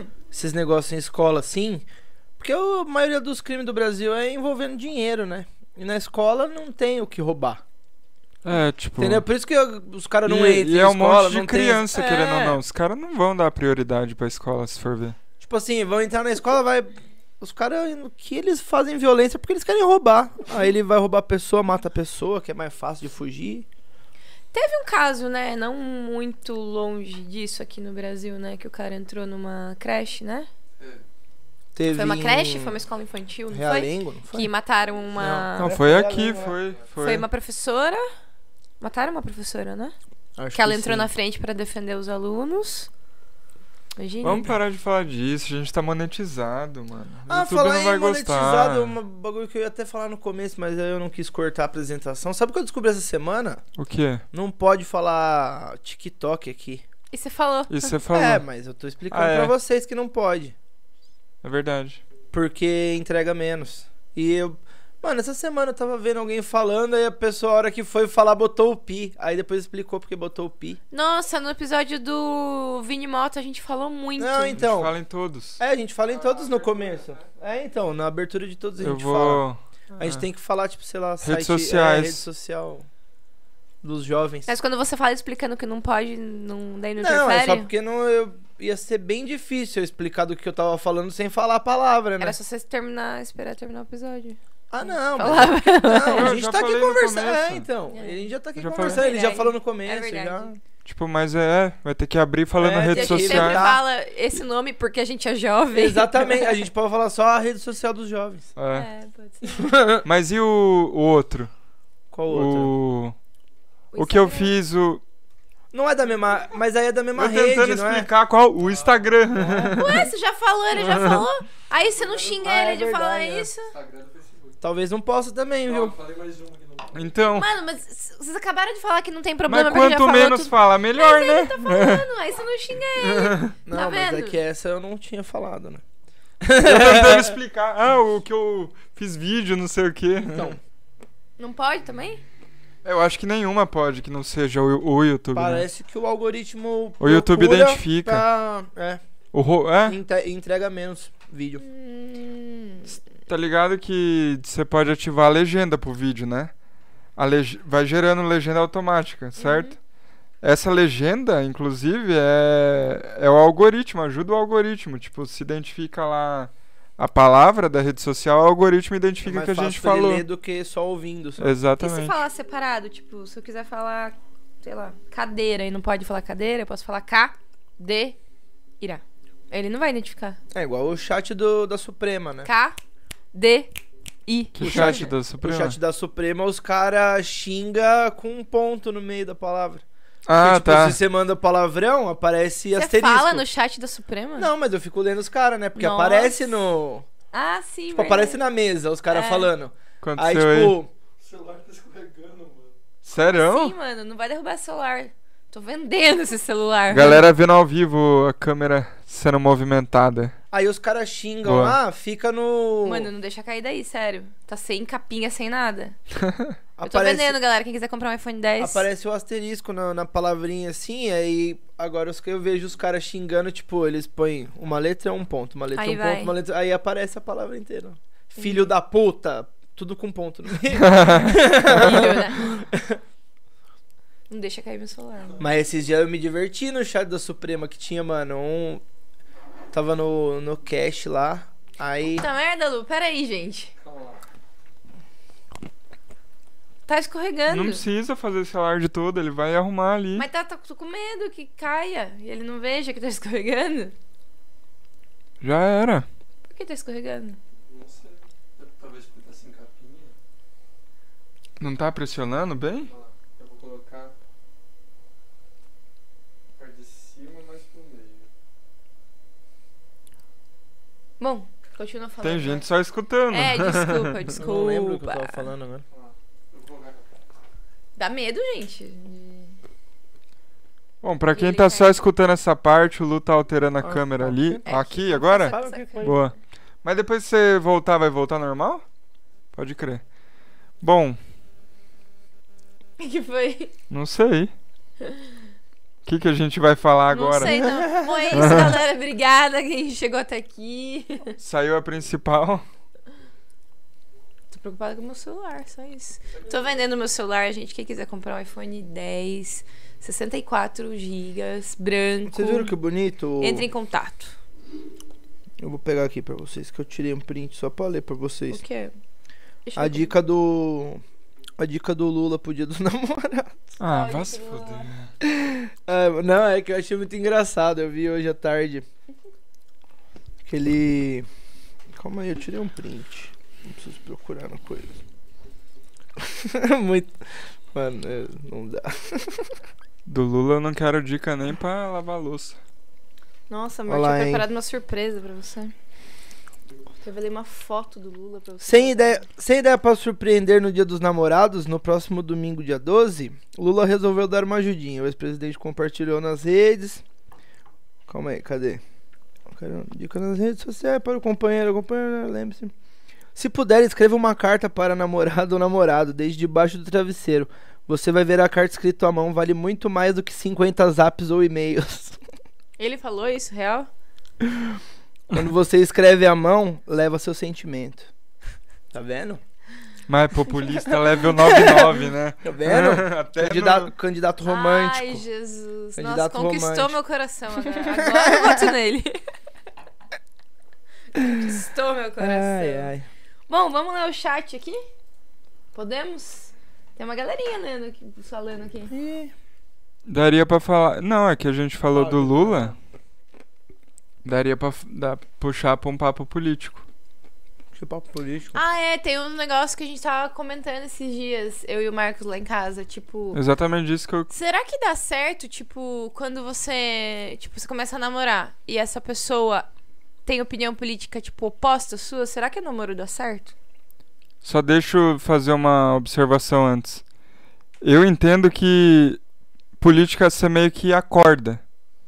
B: *coughs* esses negócios em escola assim. Porque a maioria dos crimes do Brasil é envolvendo dinheiro, né? E na escola não tem o que roubar.
C: É, tipo.
B: Entendeu? Por isso que eu- os caras não
C: e,
B: entram
C: e
B: em
C: é um
B: escola,
C: monte de
B: não tem-
C: criança,
B: É.
C: querendo ou não. Os caras não vão dar prioridade pra escola, se for ver.
B: Tipo assim, vão entrar na escola, vai. Os caras, no que eles fazem violência é porque eles querem roubar. Aí ele vai roubar a pessoa, mata a pessoa, que é mais fácil de fugir.
A: Teve um caso, né? Não muito longe disso aqui no Brasil, né? Que o cara entrou numa creche, né?
B: Teve
A: Foi uma
B: em
A: creche? Foi uma escola infantil? Não foi?
B: Realengo, não foi?
A: Que mataram uma.
C: Não,
B: Não,
C: foi
B: foi
C: aqui,
B: além, né?
C: foi.
A: foi.
C: Foi,
A: uma professora. Mataram uma professora, né?
B: Acho
A: que ela entrou
B: sim.
A: na frente pra defender os alunos. Imagina.
C: Vamos parar de falar disso, a gente tá monetizado, mano. O
B: Ah,
C: YouTube
B: falar
C: não vai
B: em
C: gostar.
B: monetizado, um bagulho que eu ia até falar no começo, mas aí eu não quis cortar a apresentação. Sabe o que eu descobri essa semana?
C: O quê?
B: Não pode falar TikTok aqui.
A: E você falou.
C: Isso você falou.
B: É,
C: É,
B: mas eu tô explicando
C: Ah, é.
B: pra vocês que não pode.
C: verdade.
B: Porque entrega menos. E eu. Mano, essa semana eu tava vendo alguém falando, aí a pessoa, a hora que foi falar, botou o pi. Aí depois explicou porque botou o pi.
A: Nossa, no episódio do Vini Moto a gente falou muito.
B: Não,
C: A gente
B: então.
C: Fala em todos.
B: É, a gente fala em todos no começo. É, então, na abertura de todos a
C: Eu
B: gente fala.
C: vou.
B: A gente
C: Ah.
B: tem que falar, tipo, sei lá, site, é,
C: sociais.
B: rede social dos jovens.
A: Mas quando você fala explicando que não pode, não, daí não,
B: Não, é
A: interfere?
B: só porque não, eu, ia ser bem difícil eu explicar do que eu tava falando sem falar a palavra, né?
A: Era só você terminar, esperar terminar o episódio.
B: Ah, não, mas-
A: Falava.
B: não,
C: Eu
B: a gente
C: já
B: tá aqui
C: falei no
B: conversando.
C: começo.
B: É, então.
A: É.
B: Ele já tá aqui
C: Já falei.
B: conversando, ele já
A: Verdade. É
B: falou no começo. já.
A: verdade.
C: Tipo, mas é, vai ter que abrir falando
A: *laughs*
B: É,
A: E a
C: redes
A: gente sempre
C: sociais.
B: tá.
A: fala esse nome porque a gente é jovem.
B: Exatamente, a gente pode falar só a rede social dos jovens.
C: É.
A: *laughs*
B: *laughs*
A: É, pode ser.
C: Mas e o, o outro?
B: Qual outra?
C: O, o que eu fiz, o.
B: Não é da mesma. Mas aí é da mesma
C: eu
B: rede,
C: tentando
B: não é?
C: explicar qual. O Instagram.
A: Ué, você já falou, ele já
B: *laughs*
A: falou. Aí você não xinga
B: Ah, é
A: ele de falar
B: verdade, é.
A: isso.
D: Instagram do Facebook.
B: Talvez não possa também,
D: Não,
B: viu?
D: eu falei mais um aqui no
B: é
C: *laughs* Então.
A: Mano, mas c- vocês acabaram de falar que não tem problema,
C: Mas
A: porque já
C: quanto
A: falou
C: menos
A: tudo.
C: fala, melhor,
A: Mas
C: né? *laughs*
A: ele tá falando, aí você não xinga ele.
B: Não,
A: Tá
B: mas é
A: vendo?
B: que essa eu não tinha falado, né?
C: Eu tentando explicar. Ah, o que eu fiz vídeo, não sei o quê.
B: Então,
A: Não pode também?
C: Eu acho que nenhuma pode que não seja o, o YouTube. né?
B: parece que o algoritmo.
C: O YouTube
B: procura
C: identifica.
B: pra- é,
C: O ro- é,
B: inte- entrega menos vídeo.
A: Hum,
C: tá ligado que você pode ativar a legenda pro vídeo, né? A leg- Vai gerando legenda automática, certo? Essa legenda, inclusive, é... é o algoritmo, ajuda o algoritmo. Tipo, se identifica lá a palavra da rede social, o algoritmo identifica o
B: É mais
C: que a
B: fácil
C: gente
B: pra ele
C: falou.
B: ler do que só ouvindo. só.
A: e se
C: Exatamente.
A: falar separado? Tipo, se eu quiser falar, sei lá, cadeira e não pode falar cadeira, eu posso falar K, D, irá. Ele não vai identificar.
B: É igual o chat do, da Suprema, né?
A: K, D, I.
C: Que
B: O
C: chat,
B: chat-
C: da
B: O
C: Suprema?
B: chat da Suprema, os caras xinga com um ponto no meio da palavra.
C: Ah,
B: Porque, tipo,
C: tá.
B: Se você manda palavrão, aparece
A: Você
B: asterisco.
A: fala no chat da Suprema?
B: Não, mas eu fico lendo os caras, né? Porque
A: Nossa.
B: aparece no.
A: Ah, sim.
B: Tipo, aparece na mesa os caras
A: É.
B: falando.
C: Aconteceu
B: Aí,
C: aí.
B: tipo.
D: O celular tá escorregando, mano.
C: Sério?
A: Sim, mano, não vai derrubar celular. Tô vendendo esse celular.
C: Galera vendo ao vivo a câmera sendo movimentada.
B: Aí os caras xingam
C: Boa.
B: lá, fica no.
A: Mano, não deixa cair daí, sério. Tá sem capinha, sem nada. Eu tô
B: aparece,
A: vendendo, galera. Quem quiser comprar um iPhone 10.
B: Aparece o asterisco na, na palavrinha assim, aí agora os que eu vejo os caras xingando, tipo, eles põem uma letra é um ponto, uma letra é
A: Aí
B: um
A: vai.
B: ponto, uma letra. Aí aparece a palavra inteira. Filho da puta, tudo com ponto no meio.
C: *laughs*
A: Filho, né? *laughs* Não deixa cair meu celular. mano.
B: Mas esses dias eu me diverti no chat da Suprema que tinha, mano, um. Tava no, no cash lá. Aí.
A: Puta merda, Lu. Pera aí, gente.
D: Calma lá.
A: Tá escorregando.
C: Não precisa fazer esse alarde todo, ele vai arrumar ali.
A: Mas tá, tá- tô com medo que caia e ele não veja que tá *laughs* escorregando.
C: Já era.
A: Por que tá escorregando?
D: Não sei. Talvez porque tá sem capinha.
C: Não tá pressionando bem?
D: Olha lá. Eu vou colocar a parte de cima mais pro meio.
A: Bom, continua falando.
C: Tem gente só escutando.
A: É, desculpa,
B: eu
A: desculpa.
B: não lembro o que eu tava falando agora.
D: Olha lá. Eu vou colocar
A: Dá medo, gente. de-
C: *laughs* Bom, pra quem
A: Ele
C: tá
A: cai.
C: só escutando essa parte, o Lu tá alterando a
B: Ah,
C: câmera
B: tá.
C: ali.
A: É,
C: Aqui,
A: que-
C: agora?
B: Sabe o que
A: *laughs*
B: foi?
C: Boa. Mas depois que você voltar, vai voltar normal? Pode crer. Bom,
A: que foi?
C: Não sei. O que, que a gente vai falar agora?
A: Não sei,
C: *laughs*
A: não. Bom, é isso, galera. Obrigada quem chegou até aqui.
C: Saiu a principal.
A: Tô preocupada com o meu celular, só isso. Tô vendendo meu celular, gente. Quem quiser comprar um iPhone 10, 64 GB, branco,
B: Vocês viram que bonito?
A: entre em contato.
B: Eu vou pegar aqui pra vocês, que eu tirei um print só pra ler pra
A: O
B: vocês.
A: quê? Deixa eu
B: A
A: ver.
B: dica do. A dica do Lula pro dia dos *laughs* namorados.
C: Ah,
A: Ai,
C: vai se
A: que
C: foder.
B: Ah, não, é que eu achei muito engraçado. Eu vi hoje à tarde. Que ele. Calma aí, eu tirei um print. Não preciso procurar na coisa. *laughs* muito. Mano, é, não dá.
C: Do Lula eu não quero dica nem pra lavar a louça.
A: Nossa, amor,
B: Olá,
A: tinha
B: hein?
A: preparado uma surpresa pra você. Revelei uma foto do Lula pra você.
B: Sem ideia, sem ideia para surpreender no Dia dos Namorados, no próximo domingo, dia 12, Lula resolveu dar uma ajudinha. O ex-presidente compartilhou nas redes. Calma aí, cadê? Eu quero Dica nas redes sociais para o companheiro, companheiro, né? lembre-se. Se puder, escreva uma carta para namorado ou namorado, desde debaixo do travesseiro. Você vai ver a carta escrita à mão, vale muito mais do que 50 zaps ou e-mails. *laughs*
A: Ele falou isso, real?
B: Quando você escreve à mão, leva seu sentimento. Tá vendo?
C: Mas populista é level 99, né?
B: Tá *laughs* vendo?
C: *laughs* Até
B: Candidato,
C: no-
B: candidato romântico.
A: Ai, Jesus. Nossa,
B: Candidato
A: conquistou
B: romântico.
A: meu coração. Agora, agora eu
B: *laughs*
A: boto nele. *laughs* conquistou meu coração.
B: ai, ai.
A: Bom, vamos ler o chat aqui? Podemos? Tem uma galerinha lendo aqui, falando aqui.
B: Ih,
C: Daria pra falar. Não, é que a gente falou do
B: Fala,
C: Lula. Daria pra f- dar- puxar pra um papo político.
B: que papo político.
A: Ah, é, tem um negócio que a gente tava comentando esses dias, eu e o Marcos lá em casa, tipo.
C: Exatamente isso que eu.
A: Será que dá certo, tipo, quando você, tipo, você começa a namorar e essa pessoa tem opinião política, tipo, oposta à sua? Será que o namoro dá certo?
C: Só deixa eu fazer uma observação antes. Eu entendo que política você meio que acorda.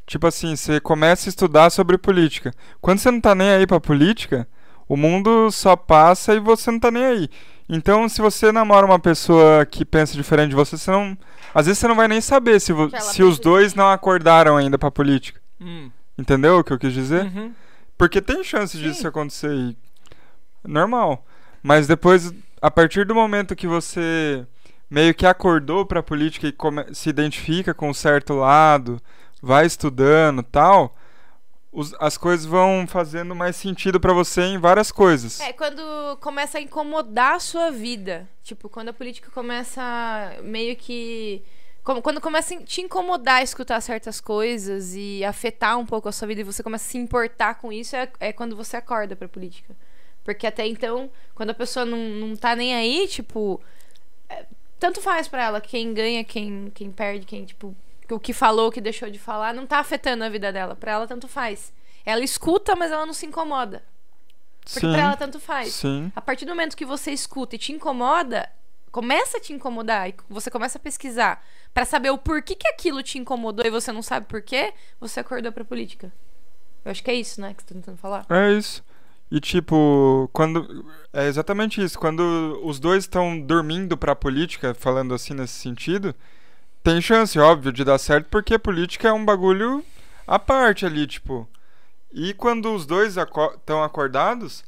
C: Tipo assim, você começa a estudar sobre política. Quando você não tá nem aí pra política, o mundo só passa e você não tá nem aí. Então, se você namora uma pessoa que pensa diferente de você, você não. Às vezes você não vai nem saber se, vo-
A: Que ela
C: se os
A: pensa
C: dois não acordaram ainda pra política.
B: Hum.
C: Entendeu o que eu quis dizer?
B: Uhum.
C: Porque tem chance disso acontecer e normal. Mas depois, a partir do momento que você meio que acordou pra política e come- se identifica com um certo lado, vai estudando tal, os- as coisas vão fazendo mais sentido pra você em várias coisas.
A: É, quando começa a incomodar a sua vida. Tipo, quando a política começa meio que. como- Quando começa a te incomodar a escutar certas coisas e afetar um pouco a sua vida e você começa a se importar com isso, é, é quando você acorda pra política. Porque até então, quando a pessoa não, não tá nem aí, tipo. é, tanto faz pra ela quem ganha, quem, quem perde, quem, tipo. O que falou, o que deixou de falar, não tá afetando a vida dela. Pra ela, tanto faz. Ela escuta, mas ela não se incomoda. Porque pra ela tá tanto faz.
C: sim.
A: A partir do momento que você escuta e te incomoda, começa a te incomodar e você começa a pesquisar pra saber o porquê que aquilo te incomodou e você não sabe porquê, você acordou pra política. Eu acho que é isso, né, que você tá tentando falar.
C: É isso. E tipo, quando. É exatamente isso. Quando os dois estão dormindo pra política, falando assim nesse sentido, tem chance, óbvio, de dar certo, porque política é um bagulho à parte ali, tipo. E quando os dois estão acordados,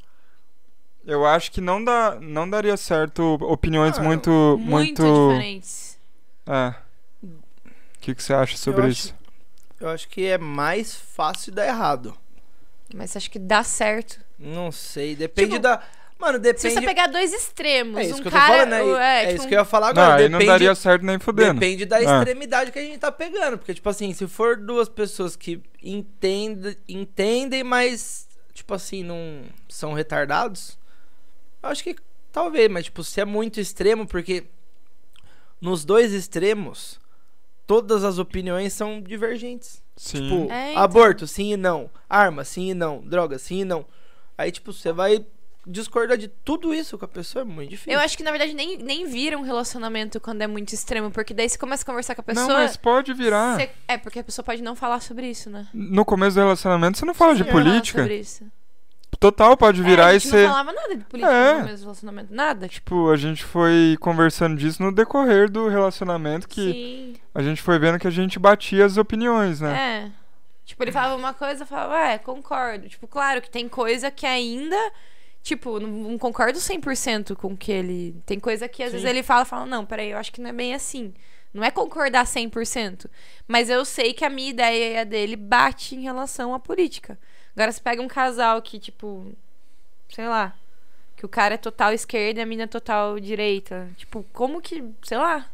C: eu acho que não, dá, não daria certo opiniões
B: Ah,
C: muito.
A: Muito,
C: Muito.
A: diferentes.
C: É. O que, que você acha sobre
B: acho-
C: isso?
B: Eu acho que é mais fácil dar errado.
A: Mas acho que dá certo.
B: Não sei, depende
A: Tipo,
B: da. Mano, depende.
A: Se você pegar dois extremos,
B: É isso
A: um
B: que eu tô
A: cara.
B: falando, né?
A: o-
B: É,
A: tipo,
B: isso que eu ia falar
C: não,
B: agora.
C: aí
B: depende,
C: não daria certo nem fudendo.
B: depende da
C: É.
B: extremidade que a gente tá pegando. Porque, tipo assim, se for duas pessoas que entendem, entendem mas, tipo assim, não são retardados, eu acho que talvez, mas, tipo, se é muito extremo, porque nos dois extremos, todas as opiniões são divergentes.
C: Sim.
B: Tipo,
A: É, então.
B: aborto, sim e não. Arma, sim e não. Droga, sim e não. Aí, tipo, você vai discordar de tudo isso com a pessoa, é muito difícil.
A: eu acho que, na verdade, nem, nem vira um relacionamento quando é muito extremo, porque daí você começa a conversar com a pessoa.
C: não, mas pode virar.
A: você- É, porque a pessoa pode não falar sobre isso, né?
C: No começo do relacionamento, você não fala de
A: Não falar
C: política.
A: sobre isso.
C: total pode virar
A: é, a
C: e
A: gente
C: ser.
A: não falava nada de política
C: É.
A: no mesmo relacionamento. Nada. Tipo,
C: Tipo, a gente foi conversando disso no decorrer do relacionamento que
A: Sim.
C: a gente foi vendo que a gente batia as opiniões,
A: É.
C: né?
A: Tipo, ele falava uma coisa, eu falava, é, concordo. Tipo, claro que tem coisa que ainda. Tipo, não, não concordo 100% com o que ele. Tem coisa que às vezes ele fala, fala, não, peraí, eu acho que não é bem assim. Não é concordar 100%. Mas eu sei que a minha ideia e a dele bate em relação à política. Agora, se pega um casal que, tipo. Sei lá. Que o cara é total esquerda e a mina é total direita. Tipo, como que. Sei lá.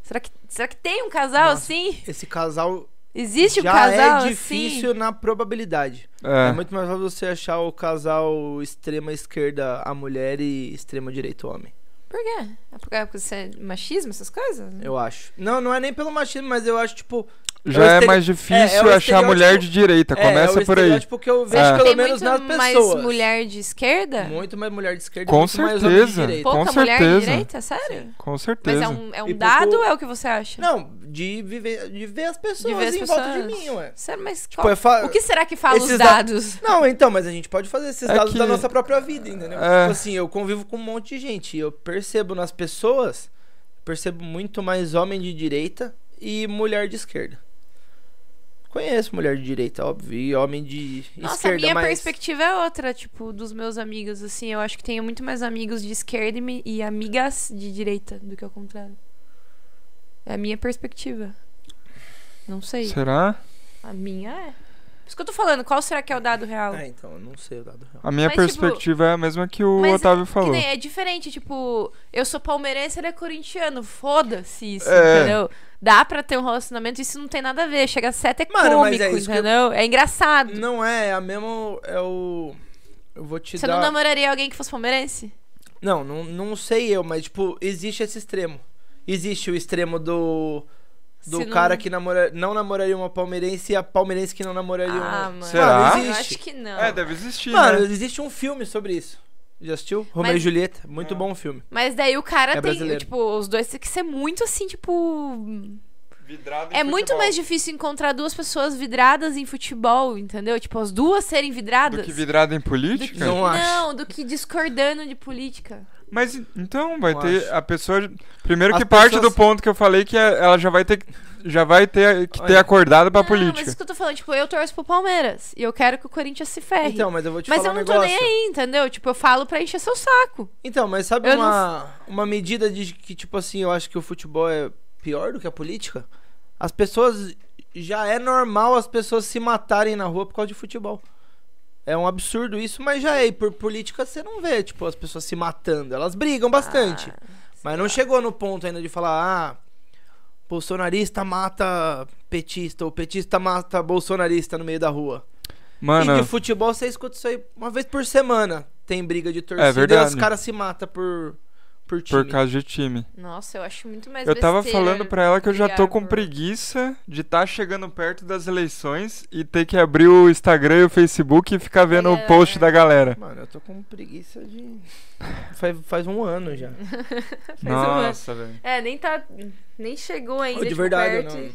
A: Será que, será que tem um casal
B: Nossa.
A: assim?
B: Esse casal
A: Existe
B: já
A: um casal assim?
B: é difícil na probabilidade. É.
C: É.
B: muito mais fácil você achar o casal extrema esquerda a mulher e extrema direita o
A: assim?
B: homem,
A: Por quê? É por causa que é machismo, essas coisas?
B: eu acho. Não, não é nem pelo machismo, mas eu acho, tipo,
C: Já
B: É o
C: é,
B: estere-
C: mais
B: é, é
C: difícil
B: o
C: achar mulher
B: estereótipo-
C: de direita.
B: é,
C: Tá,
B: é
C: Começa
B: o
C: por aí.
B: estereótipo que eu vejo
C: É.
B: pelo
A: Tem
B: menos
A: menos
B: nas
A: muito mais
B: pessoas.
A: mulher de esquerda?
B: Muito mais mulher de esquerda e
C: Com
B: muito mais homem de
C: certeza.
B: direita.
A: Pouca
C: com
A: mulher
C: certeza.
A: de direita? Sério?
C: Com
A: Mas
C: certeza.
A: é um, é
B: E
A: um
B: pouco-
A: dado ou é o que você acha?
B: Não, de viver, de ver as pessoas
A: ver as
B: em volta de
A: pessoas.
B: mim, ué.
A: Sério, mas
B: Tipo,
A: qual-
B: é fa-
A: o que será que fala os
B: esses da-
A: dados?
B: Não, então, mas a gente pode fazer esses
C: É
B: dados
C: que-
B: da nossa própria vida, entendeu?
C: É.
B: Tipo assim, eu convivo com um monte de gente e eu percebo nas pessoas, percebo muito mais homem de direita e mulher de esquerda. Conheço mulher de direita, óbvio, e homem de
A: Nossa, a
B: esquerda,
A: minha
B: mas...
A: perspectiva é outra, tipo, dos meus amigos, assim. Eu acho que tenho muito mais amigos de esquerda e, me- e amigas de direita do que ao contrário. É a minha perspectiva. Não sei.
C: Será?
A: A minha é. Por isso que eu tô falando, qual será que é o dado real?
B: Ah, então, eu não sei o dado real.
C: A minha
A: Mas, tipo,
C: perspectiva é a mesma que o
A: mas
C: Otávio
A: Que
C: falou.
A: nem, é diferente, tipo, eu sou palmeirense, ele é corintiano. Foda-se isso,
C: É.
A: entendeu? Dá pra ter um relacionamento, isso não tem nada a ver. Chega a ser até
B: Mano, mas
A: cômico,
B: é isso que eu-
A: entendeu? É engraçado.
B: Não é, é a mesma... É o... Eu vou te
A: Você
B: dar...
A: não namoraria alguém que fosse palmeirense?
B: Não, não, não sei eu, mas, tipo, existe esse extremo. Existe o extremo do. Do
A: Se não-
B: cara que namora, não namoraria uma palmeirense e a palmeirense que É, não namoraria uma.
A: Ah, mano.
C: Será?
A: Eu
B: existe.
A: acho que não.
C: É, deve existir,
B: Mano,
C: né?
B: existe um filme sobre isso. Já assistiu? Romeu e
A: Mas- É.
B: Julieta. Muito bom filme.
A: Mas daí o cara
B: É
A: tem,
B: brasileiro.
A: tipo, os dois tem que ser muito assim, tipo, É muito mais difícil encontrar duas pessoas vidradas em futebol, entendeu? Tipo, as duas serem vidradas.
C: do que vidrado em política.
B: Não é. acho.
A: Não, do que discordando de política.
C: Mas en- então vai
B: Não
C: ter
B: acho.
C: a pessoa primeiro
B: As
C: que parte
B: pessoas-
C: do ponto que eu falei que é- ela já vai ter já vai ter que ter
B: Olha.
C: acordado pra
A: não, mas
C: política.
A: isso que eu tô falando, tipo, eu torço pro Palmeiras e eu quero que o Corinthians se ferre.
B: Então, mas eu vou te
A: É mas
B: falar
A: eu não
B: um
A: tô
B: negócio.
A: nem aí, entendeu? Tipo, eu falo pra encher seu saco.
B: Então, mas sabe
A: Eu não
B: uma, uma medida de que, tipo assim, eu acho que o futebol é pior do que a política? As pessoas. Já é normal as pessoas se matarem na rua por causa de futebol. É um absurdo isso, mas já é. E por política você não vê, tipo, as pessoas se matando. Elas brigam
A: Ah,
B: bastante. mas não chegou no ponto ainda de falar, ah, bolsonarista mata petista, ou petista mata bolsonarista no meio da rua. E
C: Mano,
B: de futebol você escuta isso aí uma vez por semana. Tem briga de torcida
C: É verdade.
B: e os caras se matam por, por time.
C: por causa de time.
A: Nossa, eu acho muito mais
C: Eu tava
A: besteira
C: falando
A: *laughs*
C: pra ela que eu já
A: brigar
C: tô com
A: por-
C: preguiça de tá chegando perto das eleições e ter que abrir o Instagram e o Facebook e ficar vendo
A: É.
C: o post da galera.
B: Mano, eu tô com preguiça de. Faz, faz um ano já.
A: um
C: Nossa, velho.
A: É, nem tá. Nem chegou ainda.
B: Ô, de
A: tipo,
B: verdade,
A: perto.
B: não.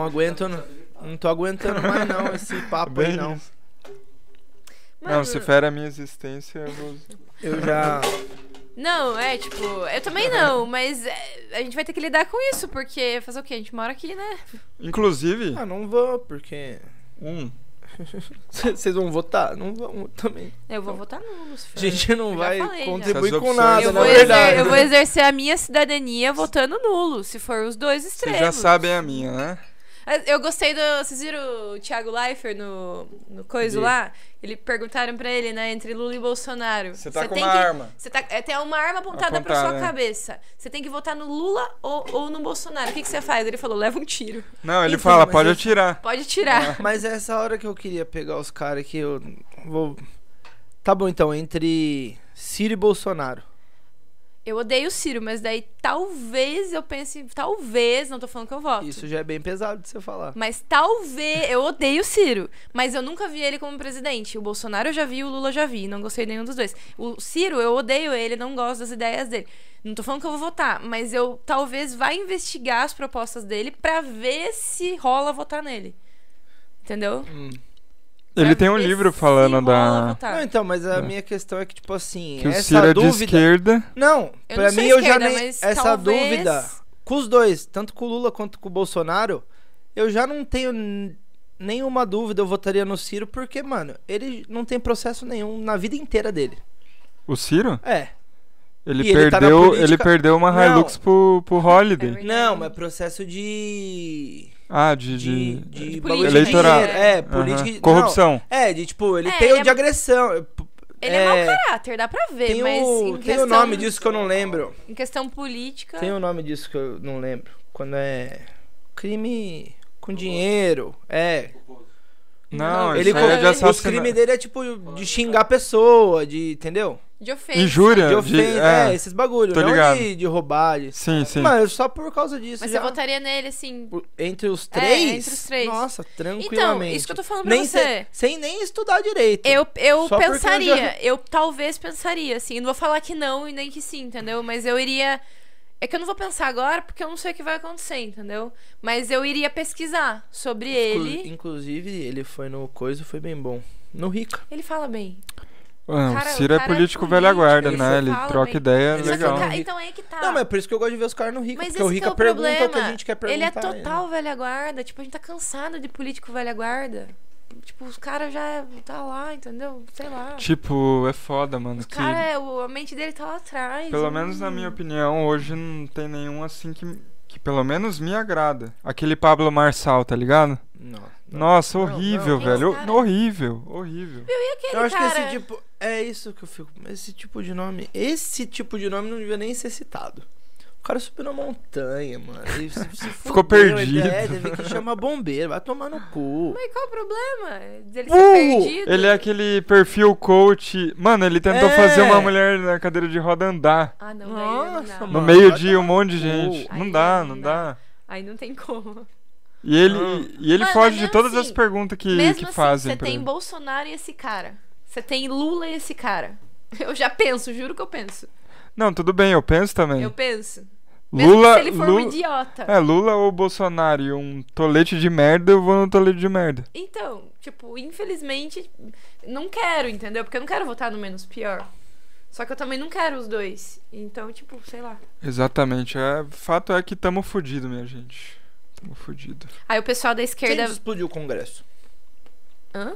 B: Não aguento, não. Não tô aguentando mais não
C: *laughs*
B: esse papo aí,
C: Bem
B: não.
C: isso.
A: Mano,
C: Não, se fere a minha existência, eu vou.
B: Eu já.
A: Não, é tipo, eu também não, mas é, a gente vai ter que lidar com isso, porque fazer o quê? A gente mora aqui, né?
C: Inclusive,
B: Ah, não vou, porque. *laughs*
C: um.
B: Vocês vão votar? Não vão também.
A: Eu vou votar nulo, se for.
B: Então. A gente não
A: Hum, já
B: vai
A: falei, já.
B: contribuir
C: Essas
B: com
C: opções
B: nada,
A: eu,
B: na
A: vou
C: é
A: exer-
B: verdade.
A: eu vou exercer a minha cidadania votando nulo, se for os dois
C: Vocês
A: extremos.
C: já sabem a minha, né?
A: Mas Eu gostei do. Vocês viram o Thiago Leifert no, no Coiso
B: Vi.
A: lá? Ele perguntaram pra ele, né? Entre Lula e Bolsonaro.
C: Você tá com
A: tem
C: uma
A: que-
C: arma.
A: Você tá, é, tem uma arma apontada pra
C: Apontada,
A: sua
C: é.
A: cabeça. Você tem que votar no Lula ou, ou no Bolsonaro. O que, que você faz? Ele falou: leva um tiro.
C: Não, ele
B: Então,
C: fala,
B: mas
C: pode
B: eu-
C: atirar.
A: Pode
C: Ah.
A: tirar.
B: Mas é essa hora que eu queria pegar os caras que eu vou. Tá bom então, entre Ciro e Bolsonaro.
A: Eu odeio o Ciro, mas daí talvez eu pense. Talvez, não tô falando que eu voto.
B: Isso já é bem pesado de você falar.
A: Mas talvez. Eu odeio o Ciro. Mas eu nunca vi ele como presidente. O Bolsonaro eu já vi, o Lula eu já vi. Não gostei de nenhum dos dois. O Ciro, eu odeio ele, não gosto das ideias dele. Não tô falando que eu vou votar, mas eu talvez vá investigar as propostas dele pra ver se rola votar nele. Entendeu?
C: Ele tem um
A: É, Esse é
C: livro falando
A: rola,
C: da.
A: votar.
B: Não, então, mas a
C: É.
B: minha questão é que, tipo assim,
C: Que o
B: essa
C: Ciro é de
B: dúvida.
C: esquerda.
B: Não,
A: Eu
B: pra
A: não sou
B: mim eu já
A: esquerda,
B: nem.
A: mas
B: Essa
A: talvez-
B: dúvida, com os dois, tanto com o Lula quanto com o Bolsonaro, eu já não tenho n- nenhuma dúvida, eu votaria no Ciro, porque, mano, ele não tem processo nenhum na vida inteira dele.
C: O Ciro?
B: É.
C: Ele
B: E ele tá na
C: perdeu,
B: política-
C: ele perdeu uma
B: Não.
C: Hilux pro, pro
A: É
C: Holiday.
A: verdade.
B: Não, mas processo de.
C: ah,
B: De.
C: de. de...
B: De,
A: De
B: bagulho
A: política.
C: Eleitoral.
B: dinheiro, É,
C: Aham.
B: política. de-
C: Corrupção.
B: não, É, de tipo, ele
A: É,
B: tem
A: ele
B: o de
A: é-
B: agressão.
A: Ele é, mau caráter, dá pra ver,
B: Tem,
A: mas
B: o,
A: em,
B: tem
A: questão, Tá.
B: o nome disso que eu não lembro.
A: em questão política.
B: Tem o nome disso que eu não lembro. Quando é. Crime com dinheiro. É.
C: Não,
B: Ele
C: isso aí é de
A: colocou-
B: os
C: assassinato.
B: crimes dele é tipo de xingar a pessoa, de. Entendeu?
A: De ofensa.
C: Injúria.
B: De
C: de-
B: ofensa, é,
C: é.
B: esses bagulhos.
C: Tô
B: Não
C: ligado.
B: de, de roubar. De...
C: Sim, sim.
B: Mano, só por causa disso.
A: Mas
B: já...
A: você votaria nele, assim.
B: Por- Entre os
A: É,
B: três?
A: entre os três.
B: Nossa,
A: Então,
B: tranquilamente.
A: isso que eu tô falando pra
B: nem
A: você.
B: se- sem nem estudar direito.
A: Eu, eu
B: Só porque eu
A: pensaria, eu,
B: já-
A: talvez pensaria, assim. Não vou falar que não e nem que sim, entendeu? Mas eu iria. É que eu não vou pensar agora porque eu não sei o que vai acontecer, entendeu? Mas eu iria pesquisar sobre
B: Inclu-
A: ele.
B: Inclusive, ele foi no Coisa foi bem bom. No Rica.
A: Ele fala bem.
C: Ah,
A: cara-
C: o
A: o
C: Ciro é
A: cara é
C: político
A: político,
C: velha guarda,
B: ele
A: só
C: né? Ele
A: fala,
C: troca
A: velho.
C: ideal,
B: Ele
A: Só que
C: legal.
A: o ca- então é que tá.
B: Não, mas por isso que eu gosto de ver os caras no Rica.
A: Mas
B: porque o
A: esse que
B: Rica
A: é o
B: pergunta
A: problema.
B: o que a gente quer perguntar.
A: ele é
B: né?
A: total velha guarda. Tipo, a gente tá cansado de político velha guarda. Tipo, os caras já tá lá, entendeu? Sei lá.
C: Tipo, é foda, mano.
A: Os
C: Que,
A: caras, é, o- a mente dele tá lá atrás.
C: pelo
A: eu
C: menos na
A: não-
C: minha opinião, hoje não tem nenhum assim que, que pelo menos me agrada. Aquele Pablo Marçal, tá ligado?
B: Não, não.
C: Nossa,
B: Não,
C: horrível,
A: não.
C: velho.
A: Esse cara-
C: Horrível, horrível.
A: Eu ia aquele
B: Eu acho
A: cara.
B: que esse tipo. É isso que eu fico. Esse tipo de nome. Esse tipo de nome não devia nem ser citado. O cara subiu na montanha, mano. Ele se, se
C: *laughs* Ficou
B: fudeu,
C: perdido.
B: É, teve que chamar bombeiro. Vai tomar no cu.
A: Mas qual o problema? Dele ser
B: Uh!
A: tá perdido?
C: Ele é aquele perfil coach. Mano, ele tentou
B: É.
C: fazer uma mulher na cadeira de roda andar.
A: Ah, não, daí
B: Nossa,
A: não,
C: No
A: dá.
B: mano.
C: meio
B: vai
C: de um
B: tomar no
C: monte de
B: cu.
C: gente.
A: Aí
C: Não dá,
A: não
C: não
A: dá.
C: dá.
A: Aí não tem como.
C: E ele,
B: Ah.
C: e ele
A: Mano,
C: foge de
A: mesmo
C: todas as
A: assim-
C: perguntas *laughs* que,
A: Mesmo
C: que
A: assim,
C: fazem
A: você
C: pra
A: tem
C: ele.
A: Bolsonaro e esse cara. Você tem Lula e esse cara. *laughs* Eu já penso, juro que eu penso.
C: Não, tudo bem, eu penso também.
A: Eu penso. Mesmo
C: É. Lula,
A: se ele for um
C: Lula,
A: idiota.
C: É, Lula ou Bolsonaro e um tolete de merda, eu vou no tolete de merda.
A: Então, tipo, infelizmente, não quero, entendeu? Porque eu não quero votar no menos pior. Só que eu também não quero os dois. Então, tipo, sei lá.
C: Exatamente. É, fato é que tamo fudido, minha gente. Tamo fudido.
A: Aí o pessoal da
B: Quem
A: esquerda.
B: explodiu o Congresso? *laughs*
A: Hã?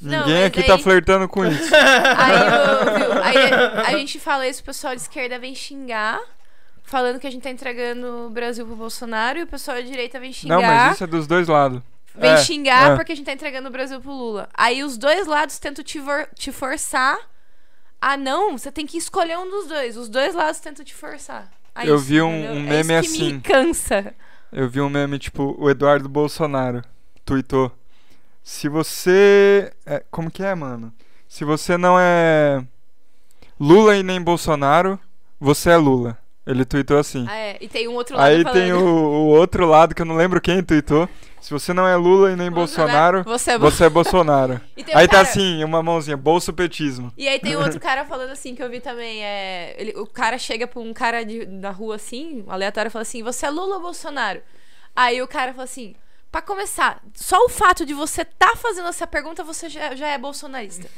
A: Não,
C: Ninguém
A: mas
C: aqui tá
A: aí-
C: flertando com isso.
A: Aí, eu- viu? Aí a gente fala isso, o pessoal de esquerda vem xingar, falando que a gente tá entregando o Brasil pro Bolsonaro, e o pessoal da direita vem xingar.
C: Não, mas isso é dos dois lados.
A: Vem
C: É,
A: xingar
C: é.
A: porque a gente tá entregando o Brasil pro Lula. Aí os dois lados tentam te, vor- te forçar. Ah, não, você tem que escolher um dos dois. Os dois lados tentam te forçar. Ah,
C: Eu
A: isso,
C: vi um-
A: entendeu?
C: um
A: é
C: meme
A: isso que
C: assim.
A: Me cansa.
C: Eu vi um meme, tipo, o Eduardo Bolsonaro tweetou. Se você. é, como que é, mano? Se você não é Lula e nem Bolsonaro, você é Lula. Ele tweetou assim.
A: Ah, é. E tem um outro lado
C: Aí
A: falando. *laughs*
C: tem o, o outro lado que eu não lembro quem tweetou. Se você não é Lula e nem Bolsonaro,
A: Você é
C: você é Bolsonaro.
A: E *laughs* tem um
C: Aí tá
A: cara-
C: assim, uma mãozinha, bolso petismo.
A: E aí tem outro cara falando assim que eu vi também. É, ele- o cara chega pra um cara de, na rua assim, um aleatório, e fala assim: Você é Lula ou Bolsonaro? Aí o cara fala assim: Pra começar, só o fato de você tá fazendo essa pergunta, você já, já é bolsonarista.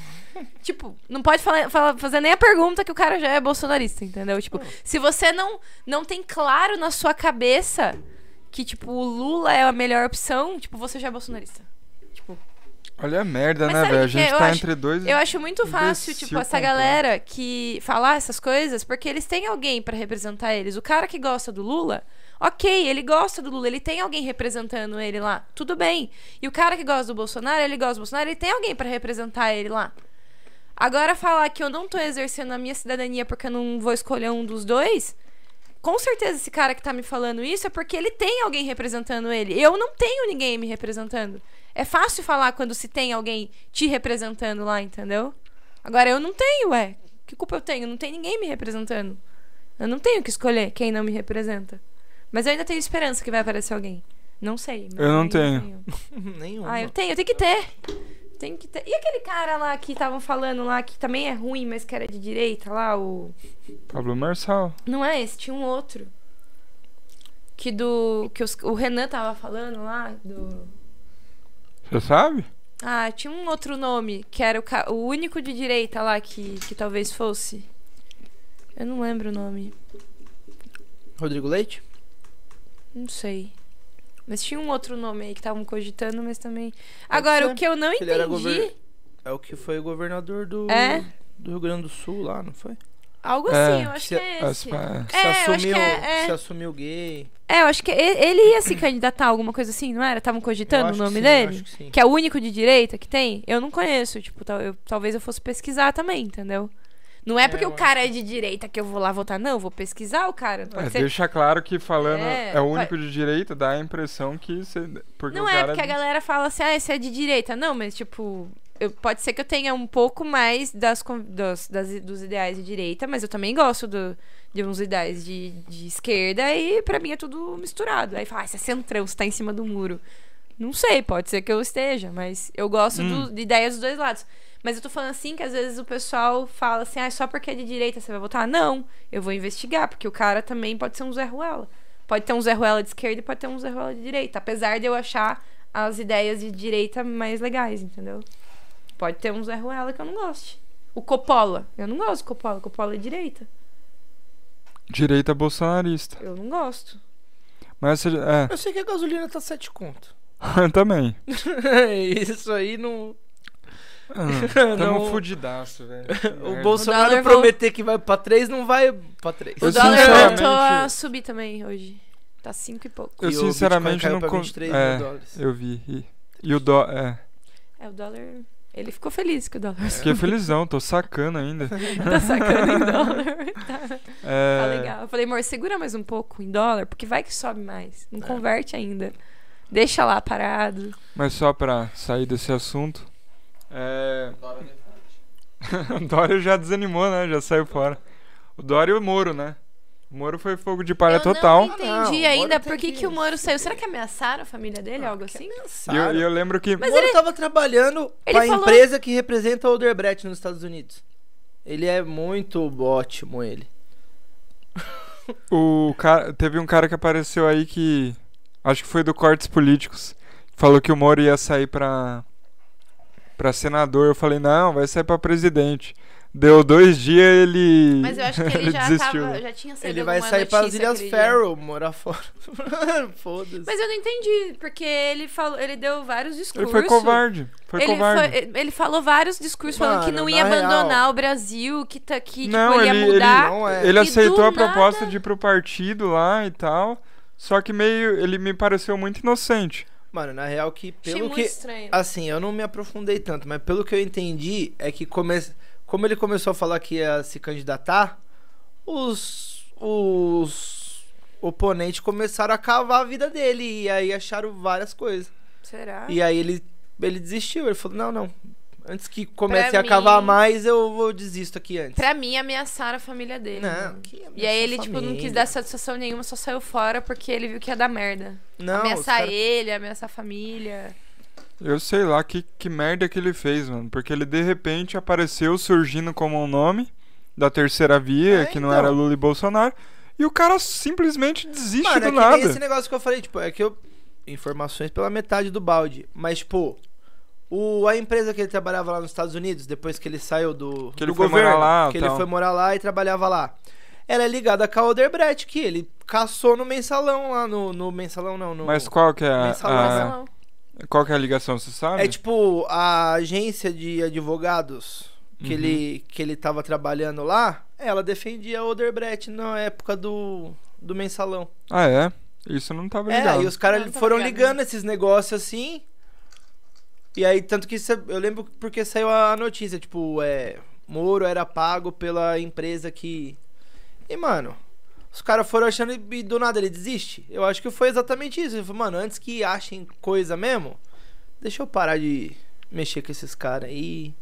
A: tipo, não pode falar, falar- fazer nem a pergunta que o cara já é bolsonarista, entendeu? Tipo, se você não, não tem claro na sua cabeça que, tipo, o Lula é a melhor opção, tipo, você já é bolsonarista. Tipo,
C: Olha a merda,
A: Mas
C: né,
A: sabe
C: velho? A
A: o que é?
C: gente
A: eu
C: tá
A: acho?
C: entre dois.
A: eu acho muito fácil,
C: Imbecil
A: tipo, essa
C: completo.
A: galera que falar essas coisas, porque eles têm alguém pra representar eles. O cara que gosta do Lula, ok, ele gosta do Lula, ele tem alguém representando ele lá, tudo bem. E o cara que gosta do Bolsonaro, ele gosta do Bolsonaro, ele tem alguém pra representar ele lá. Agora, falar que eu não tô exercendo a minha cidadania porque eu não vou escolher um dos dois. Com certeza esse cara que tá me falando isso é porque ele tem alguém representando ele. Eu não tenho ninguém me representando. É fácil falar quando se tem alguém te representando lá, entendeu? Agora eu não tenho, ué. Que culpa eu tenho? Não tem ninguém me representando. Eu não tenho que escolher quem não me representa. Mas eu ainda tenho esperança que vai aparecer alguém. não sei. mas
C: Eu não
A: ainda
C: tenho.
B: Nenhuma.
A: ah, eu tenho, eu tenho que ter. Tem que ter. E aquele cara lá que estavam falando lá, que também é ruim, mas que era de direita lá, o.
C: Pablo Marçal.
A: Não é esse, tinha um outro. Que do. Que os- o Renan tava falando lá, do.
C: Você sabe?
A: Ah, tinha um outro nome, que era o, ca- o único de direita lá que, que talvez fosse. Eu não lembro o nome.
B: Rodrigo Leite?
A: Não sei. Mas tinha um outro nome aí que estavam cogitando, mas também. Agora,
B: ser.
A: o que eu não
B: Ele era
A: entendi.
B: gover- É o que foi governador do,
A: É?
B: do Rio Grande do Sul lá, não foi?
A: Algo
C: É,
A: assim, eu acho
B: se-
A: que é esse.
C: Aspa-
B: Que
A: É, eu
B: se
A: acho que
B: assumiu,
A: é, é.
B: se assumiu gay.
A: É, eu acho que e- ele ia se candidatar a alguma coisa assim, não era? Estavam
B: Eu
A: cogitando o
B: acho que
A: nome
B: sim, eu
A: dele?
B: acho que sim.
A: que é o único de direita que tem, eu não conheço. Tipo, tal- eu- talvez eu fosse pesquisar também, entendeu? Não é
B: É,
A: porque
B: eu
A: o
B: acho
A: cara é de direita que eu vou lá votar, não. Eu vou pesquisar o cara. Pode
C: É,
A: ser.
C: deixa claro que falando é,
A: É,
C: o
A: vai-
C: único de direita, dá a impressão que você. Porque
A: Não
C: o
A: é,
C: cara
A: porque a galera fala assim, ah, esse é de direita. Não, mas tipo, eu- pode ser que eu tenha um pouco mais das, con- dos, das- dos ideais de direita, mas eu também gosto do- de uns ideais de, de esquerda e pra mim é tudo misturado. Aí fala, ah, esse é centrão, você tá em cima do muro. Não sei, pode ser que eu esteja, mas eu gosto
C: Hum.
A: do- de ideias dos dois lados. Mas eu tô falando assim que às vezes o pessoal fala assim, ah, só porque é de direita você vai votar? Não, eu vou investigar, porque o cara também pode ser um Zé Ruela. Pode ter um Zé Ruela de esquerda e pode ter um Zé Ruela de direita. Apesar de eu achar as ideias de direita mais legais, entendeu? Pode ter um Zé Ruela que eu não goste. O Coppola. Eu não gosto do Coppola. Coppola é direita.
C: Direita bolsonarista.
A: Eu não gosto.
C: Mas você. É, *laughs*
B: Eu sei que a gasolina tá 7 conto.
C: também.
B: *laughs* Isso aí não. *laughs*
C: Ah, Tamo
B: Não.
C: fudidaço, velho. É.
B: *laughs*
C: Que
B: O
C: merda.
B: Bolsonaro
A: dólar vol-
B: prometer que vai pra 3, não vai pra 3.
A: O
C: Eu
A: dólar
C: sinceramente-
A: voltou a subir também hoje. Tá cinco e pouco.
C: Eu sinceramente não con-
B: consigo. 23
C: é.
B: mil dólares.
C: Eu vi. E, e o dó. É.
A: É, o dólar... Ele ficou feliz que o dólar *laughs*
B: *laughs*
C: Fiquei felizão, tô sacando ainda.
A: tá sacando em dólar. *laughs* Tá,
C: É,
A: tá legal. Eu falei, amor, segura mais um pouco em dólar, porque vai que sobe mais.
C: É.
A: Não converte ainda. Deixa lá parado.
C: Mas só pra sair desse assunto. É. *laughs*
D: Dora Defante.
C: O Dória já desanimou, né? Já saiu fora. O Dória e o Moro, né? O Moro foi fogo de palha
A: eu
C: total.
A: não
B: Ah, não,
A: entendi
B: o
A: ainda
B: Moro tem
A: por que,
B: que-
A: que o Moro saiu. Será que ameaçaram a família dele, algo assim?
C: E eu, e eu lembro que.
A: Mas
B: Mas Moro
A: ele-
B: tava trabalhando
A: ele
B: pra
A: falou-
B: empresa que representa a Odebrecht nos Estados Unidos. Ele é muito ótimo, ele.
C: O cara, teve um cara que apareceu aí que acho que foi do Cortes Políticos, falou que o Moro ia sair pra para senador. Eu falei: "Não, vai sair pra presidente". Deu dois dias ele
A: Mas eu acho que
C: *laughs*
A: ele, já
C: desistiu.
A: tava, já tinha saído
B: ele vai
A: alguma
B: sair para as
A: notícia
B: Ilhas
A: aquele dia.
B: Faroe, morar fora. *laughs* Foda-se.
A: Mas eu não entendi, porque ele falou, ele deu vários
C: Ele
A: discursos.
C: foi covarde. Foi
A: ele,
C: covarde.
A: foi- eh, ele falou vários discursos falando que
B: Mano,
A: não
B: na
A: ia
B: real.
A: abandonar o Brasil, que, tá, que
C: Não,
A: tipo, ele
C: ele-
A: ia
C: ele
A: mudar.
B: não é.
C: Ele
A: E do
C: aceitou a proposta
A: nada-
C: de ir pro partido lá e tal. Só que meio ele me pareceu muito inocente.
B: Mano, na real que
A: Achei
B: pelo
A: muito
B: que
A: estranho.
B: assim, eu não me aprofundei tanto, mas pelo que eu entendi é que come... como ele começou a falar que ia se candidatar, os os oponentes começaram a cavar a vida dele e aí acharam várias coisas.
A: Será?
B: E aí ele ele desistiu, ele falou: "Não, não. Antes que comece
A: Pra
B: a cavar
A: mim-
B: mais, eu vou desisto aqui antes."
A: Pra mim, ameaçaram a família dele.
B: Não.
A: mano.
B: que
A: E aí ele,
B: ameaça a
A: tipo, não
B: família.
A: quis dar satisfação nenhuma, só saiu fora porque ele viu que ia dar merda.
B: Não, os
A: ameaçar
B: cara-
A: ele, ameaçar a família.
C: Eu sei lá que, que merda que ele fez, mano. Porque ele de repente apareceu surgindo como um nome da terceira via,
B: É,
C: que não
B: então.
C: era Lula e Bolsonaro. E o cara simplesmente desiste
B: Mano,
C: do
B: é que
C: nada.
B: nem esse negócio que eu falei, tipo, é que eu. Informações pela metade do balde. Mas, tipo, o, a empresa que ele trabalhava lá nos Estados Unidos, depois que ele saiu do.
C: Que
B: do
C: ele foi
B: governo,
C: morar lá,
B: Que
C: tal.
B: ele foi morar lá e trabalhava lá. Era ligada com a Odebrecht, que ele caçou no mensalão lá, no, no mensalão não, no.
C: Mas qual que é a,
B: Mensalão,
C: a-
A: Mas não.
C: qual que é a ligação, você sabe?
B: É tipo, a agência de advogados que,
C: Uhum.
B: ele, que ele tava trabalhando lá, ela defendia a Odebrecht na época do, do mensalão.
C: Ah, é? Isso eu não tava
B: É,
C: ligado.
B: aí os caras
A: Não, tá
B: foram
A: ligado,
B: ligando esses negócios assim. E aí, tanto que cê- eu lembro porque saiu a notícia, tipo, é. Moro era pago pela empresa que. E, mano, os caras foram achando e do nada ele desiste. Eu acho que foi exatamente isso. Ele falou, mano, antes que achem coisa mesmo, deixa eu parar de mexer com esses caras aí.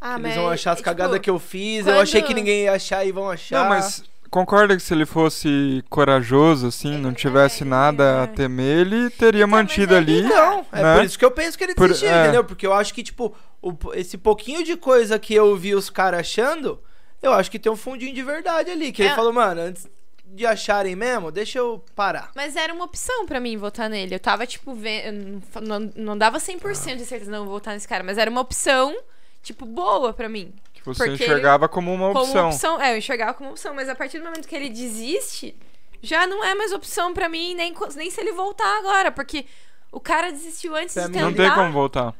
A: Ah, tipo,
B: Eles vão achar as cagadas que eu fiz. Eu
A: quando-
B: achei que ninguém ia achar e vão achar.
A: Ah.
C: Não, mas concorda que se ele fosse corajoso, assim,
A: Ele-
C: não tivesse
A: é, ele-
C: nada
A: é.
C: a temer, ele teria
A: Então, mas
C: mantido
A: ele-
C: ali.
B: Então, é
C: né?
B: por isso que eu penso que ele
C: Por-
B: desistiu,
C: é.
B: entendeu? Porque eu acho que, tipo, o- esse pouquinho de coisa que eu vi os caras achando, eu acho que tem um fundinho de verdade ali. Que
A: É.
B: ele falou, mano, antes de acharem mesmo, deixa eu parar.
A: Mas era uma opção pra mim votar nele. Eu tava, tipo, vendo. Não, não dava 100% de certeza, não, vou votar nesse cara. Mas era uma opção, tipo, boa pra mim.
D: Que você
A: Porque
D: enxergava como uma
A: Como
D: opção.
A: opção. É, eu enxergava como opção. Mas a partir do momento que ele desiste, já não é mais opção pra mim, nem, co- nem se ele voltar agora. Porque o cara desistiu antes
B: Pra
A: de
B: mim-
A: tentar.
D: Não tem como voltar.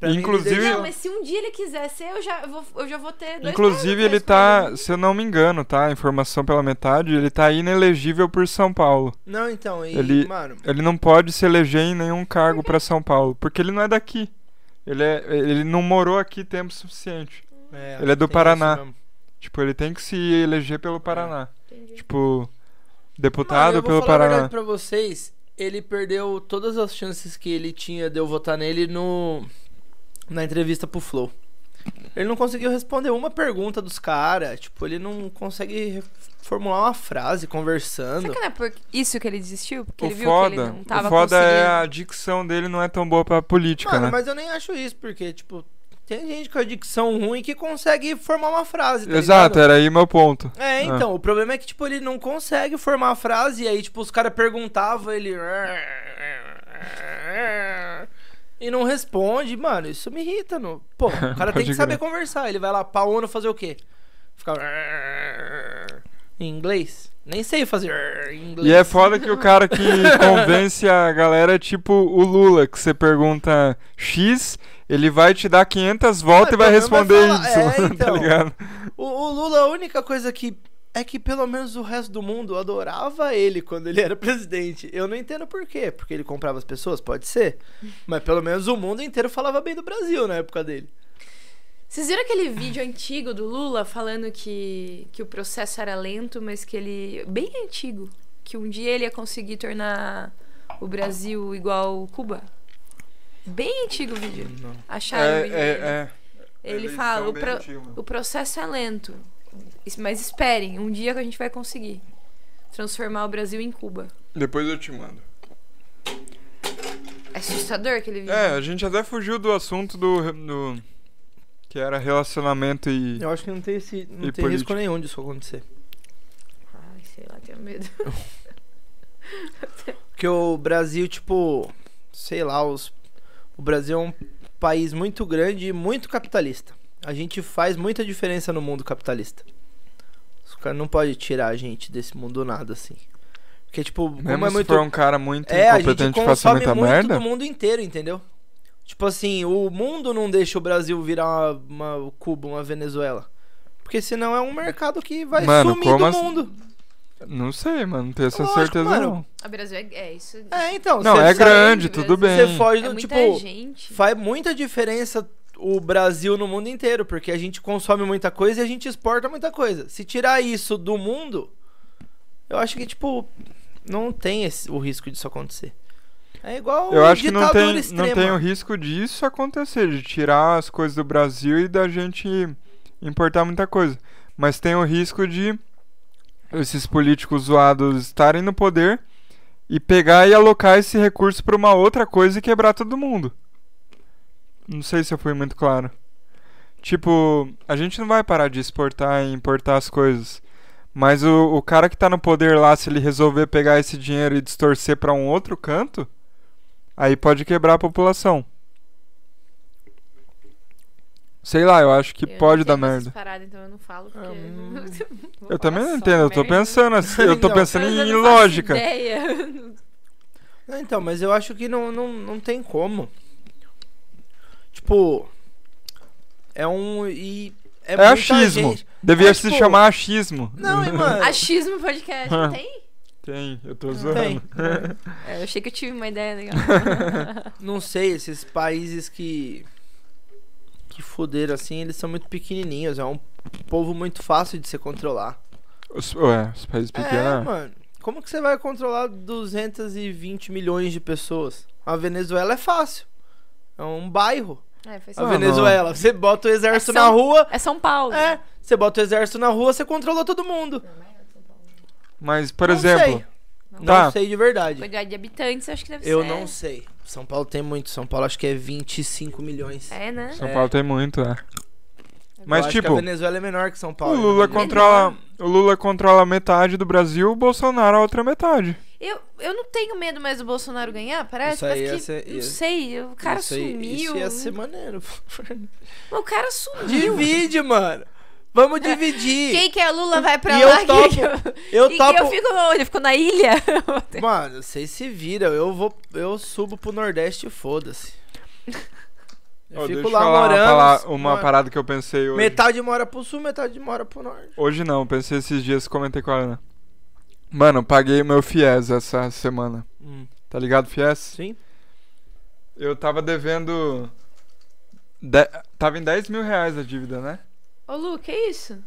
B: Pra mim, ele
D: Inclusive-
B: deixou-
A: Não, mas se um dia ele quiser ser, eu já eu vou, eu já vou ter dois
D: Inclusive,
A: prêmios
D: ele
A: pra
D: tá, se eu não me engano, tá? Informação pela metade, ele tá inelegível por São Paulo.
B: Não, então, e,
D: Ele-
B: mano,
D: Ele não pode se eleger em nenhum cargo pra São Paulo, porque ele não é daqui. Ele, é, ele não morou aqui tempo suficiente.
B: é,
D: Ele é do
B: tem
D: Paraná.
B: isso mesmo.
D: Tipo, ele tem que se eleger pelo Paraná.
A: Entendi.
D: Tipo,
B: Mano,
D: deputado
B: eu vou
D: pelo
B: falar a verdade
D: Paraná.
B: pra vocês, ele perdeu todas as chances que ele tinha de eu votar nele no na entrevista pro Flow. Ele não conseguiu responder uma pergunta dos caras, tipo, ele não consegue formular uma frase conversando.
A: Será que não é por isso que ele desistiu? Porque
D: O
A: ele viu que ele
D: foda,
A: não tava
D: o foda é
A: conseguindo.
D: a dicção dele não é tão boa pra política,
B: Mano,
D: né?
B: mas eu nem acho isso, porque, tipo, tem gente com a dicção ruim que consegue formar uma frase, tá
D: Exato,
B: ligado?
D: era aí meu ponto.
B: É, então, o problema é que, tipo, ele não consegue formar a frase, e aí, tipo, os caras perguntavam, ele... E não responde, mano, isso me irrita, no... Pô, o
D: *laughs*
B: cara tem
D: Pode
B: que saber
D: crer.
B: conversar, ele vai lá pra ONU fazer o quê? Ficar... Em inglês? Nem sei fazer em inglês.
D: E é foda que o
A: *laughs*
D: cara que
C: *laughs*
D: convence a galera é tipo o Lula, que você pergunta X, ele vai te dar 500 voltas
B: Ah,
D: e vai
B: pelo menos vai
D: responder
B: falar.
D: Y,
B: É,
D: tá
B: então.
D: ligado?
B: O, o Lula, a única coisa que. É que pelo menos o resto do mundo adorava ele quando ele era *laughs* presidente. Eu não entendo por quê. Porque ele comprava as pessoas, pode ser. Mas pelo menos o mundo inteiro falava bem do Brasil na época dele.
A: Vocês viram aquele vídeo antigo do Lula falando que, que o processo era lento, mas que ele. bem antigo. Que um dia ele ia conseguir tornar o Brasil igual Cuba? Bem antigo o vídeo. Acharam o
D: *laughs* É,
A: vídeo dele.
D: é, é.
A: Ele
D: Eles
A: fala,
D: são
A: o,
D: bem
A: pro-
D: antigos.
A: o processo é lento, es- mas esperem, um dia que a gente vai conseguir transformar o Brasil em Cuba.
D: Depois eu te mando.
A: É assustador aquele vídeo.
D: É, a gente até fugiu do assunto do. do- que era relacionamento e.
B: Eu acho que não tem, esse, não
D: E
B: tem risco
D: político.
B: nenhum disso acontecer.
A: Ai, sei lá, tenho medo.
B: Porque o Brasil, tipo. Sei lá, os, o Brasil é um país muito grande e muito capitalista. A gente faz muita diferença no mundo capitalista. Os caras não podem tirar a gente desse mundo do nada, assim. Porque, tipo, como
D: Mesmo
B: é
D: se
B: muito.
D: for um cara muito
B: É, a gente
D: incompetente e faça
B: consome
D: muita
B: muito
D: merda.
B: do mundo inteiro, entendeu? Tipo assim, o mundo não deixa o Brasil virar uma, uma Cuba, uma Venezuela. Porque senão é um mercado que vai
D: Mano,
B: sumir
D: como
B: do
D: assim?
B: mundo.
D: Não sei, mano, não tenho essa
B: Lógico,
D: certeza
B: mano.
D: não.
A: O Brasil é, é isso. É,
B: É, então.
D: Não,
B: cê
D: é
B: sai-
D: grande,
A: Brasil.
D: tudo bem.
B: Você foge do,
A: É muita
B: tipo,
A: gente.
B: faz muita diferença o Brasil no mundo inteiro, porque a gente consome muita coisa e a gente exporta muita coisa. Se tirar isso do mundo, eu acho que, tipo, não tem esse- o risco disso acontecer. É igual
D: Eu acho que não
B: ditadura
D: tem,
B: extrema.
D: não tem
B: *laughs*
D: o risco disso acontecer, de tirar as coisas do Brasil e da gente importar muita coisa. Mas tem o risco de esses políticos zoados estarem no poder e pegar e alocar esse recurso pra uma outra coisa e quebrar todo mundo. Não sei se eu fui muito claro. Tipo, a gente não vai parar de exportar e importar as coisas. Mas o, o cara que tá no poder lá, se ele resolver pegar esse dinheiro e distorcer pra um outro canto, aí pode quebrar a população. Sei lá, eu acho que
A: Eu não
D: pode dar
A: entendo
D: merda.
A: essas paradas, então eu não né? falo porque...
B: Ah, hum.
A: Vou
D: Eu
A: falar
D: também não
A: só
D: entendo, eu tô
A: merda.
D: pensando assim, eu tô
B: Então,
D: pensando
A: Mas eu
D: em
A: não faço
D: lógica.
A: ideia.
B: Não, Então, mas eu acho que não, não, não tem como. Tipo, é um. E é
D: É,
B: muita
D: achismo.
B: gente.
D: Devia
B: É,
D: se
B: tipo-
D: chamar achismo.
B: Não, e, mano.
A: Achismo podcast,
D: Ah.
A: não tem?
D: Tem, eu tô zoando.
B: Tem.
A: É, eu achei que eu tive uma ideia legal.
B: Não sei, esses países que. Que fuderam assim, eles são muito pequenininhos. É um povo muito fácil de se controlar.
D: Os, ué, os países
B: É,
D: pequenos.
B: mano. Como que você vai controlar 220 milhões de pessoas? A Venezuela é fácil. É um bairro.
A: É, faz
B: A
D: Ah,
A: sentido.
B: Venezuela. Você bota o exército
A: É
B: na
A: São-
B: rua.
A: É São Paulo.
B: É, você bota o exército na rua, você controlou todo mundo.
D: Mas, por
B: Não
D: exemplo,
B: sei.
A: Não.
B: Não
D: Tá.
B: sei de verdade.
A: Quantidade de habitantes, acho que deve
B: Eu
A: ser.
B: não sei. São Paulo tem muito. São Paulo acho que é 25 milhões.
A: É, né?
D: São
B: É.
D: Paulo tem muito, é.
A: É
D: Mas,
B: Eu acho que
D: tipo,
B: a Venezuela é menor que São
D: o
B: Paulo.
D: Lula
B: né?
D: controla. O Lula controla metade do Brasil, o Bolsonaro a outra metade.
C: Tá
A: Eu, eu não tenho medo mais do Bolsonaro ganhar, parece.
B: Isso aí
A: parece
B: ia
A: que,
B: ser-
A: não
B: ia-
A: sei, o cara
B: isso aí-
A: sumiu. né?
B: Isso ia ser maneiro. *laughs*
A: O cara sumiu.
B: Divide, mano. Vamos dividir.
A: Quem que é Lula vai pra
B: E
A: lá. *laughs*
B: eu
A: quem que
B: topo-
A: eu-
B: eu
A: e
B: topo-
A: eu fico onde? Eu fico na ilha?
B: *laughs* Mano, vocês se viram. Eu vou. Eu subo pro Nordeste e foda-se. Eu
D: Ó,
B: fico
D: deixa eu
B: lá
D: falar uma
B: morando.
D: pala- uma,
B: mora-
D: parada que eu pensei hoje.
B: Metade mora pro sul, metade mora pro norte.
D: Hoje não, pensei esses dias, comentei com a Ana. Mano, eu paguei meu FIES essa semana. Tá ligado, FIES?
B: Sim.
D: Eu tava devendo. de- Tava em 10 mil reais a dívida, né?
A: Ô, Lu, que isso?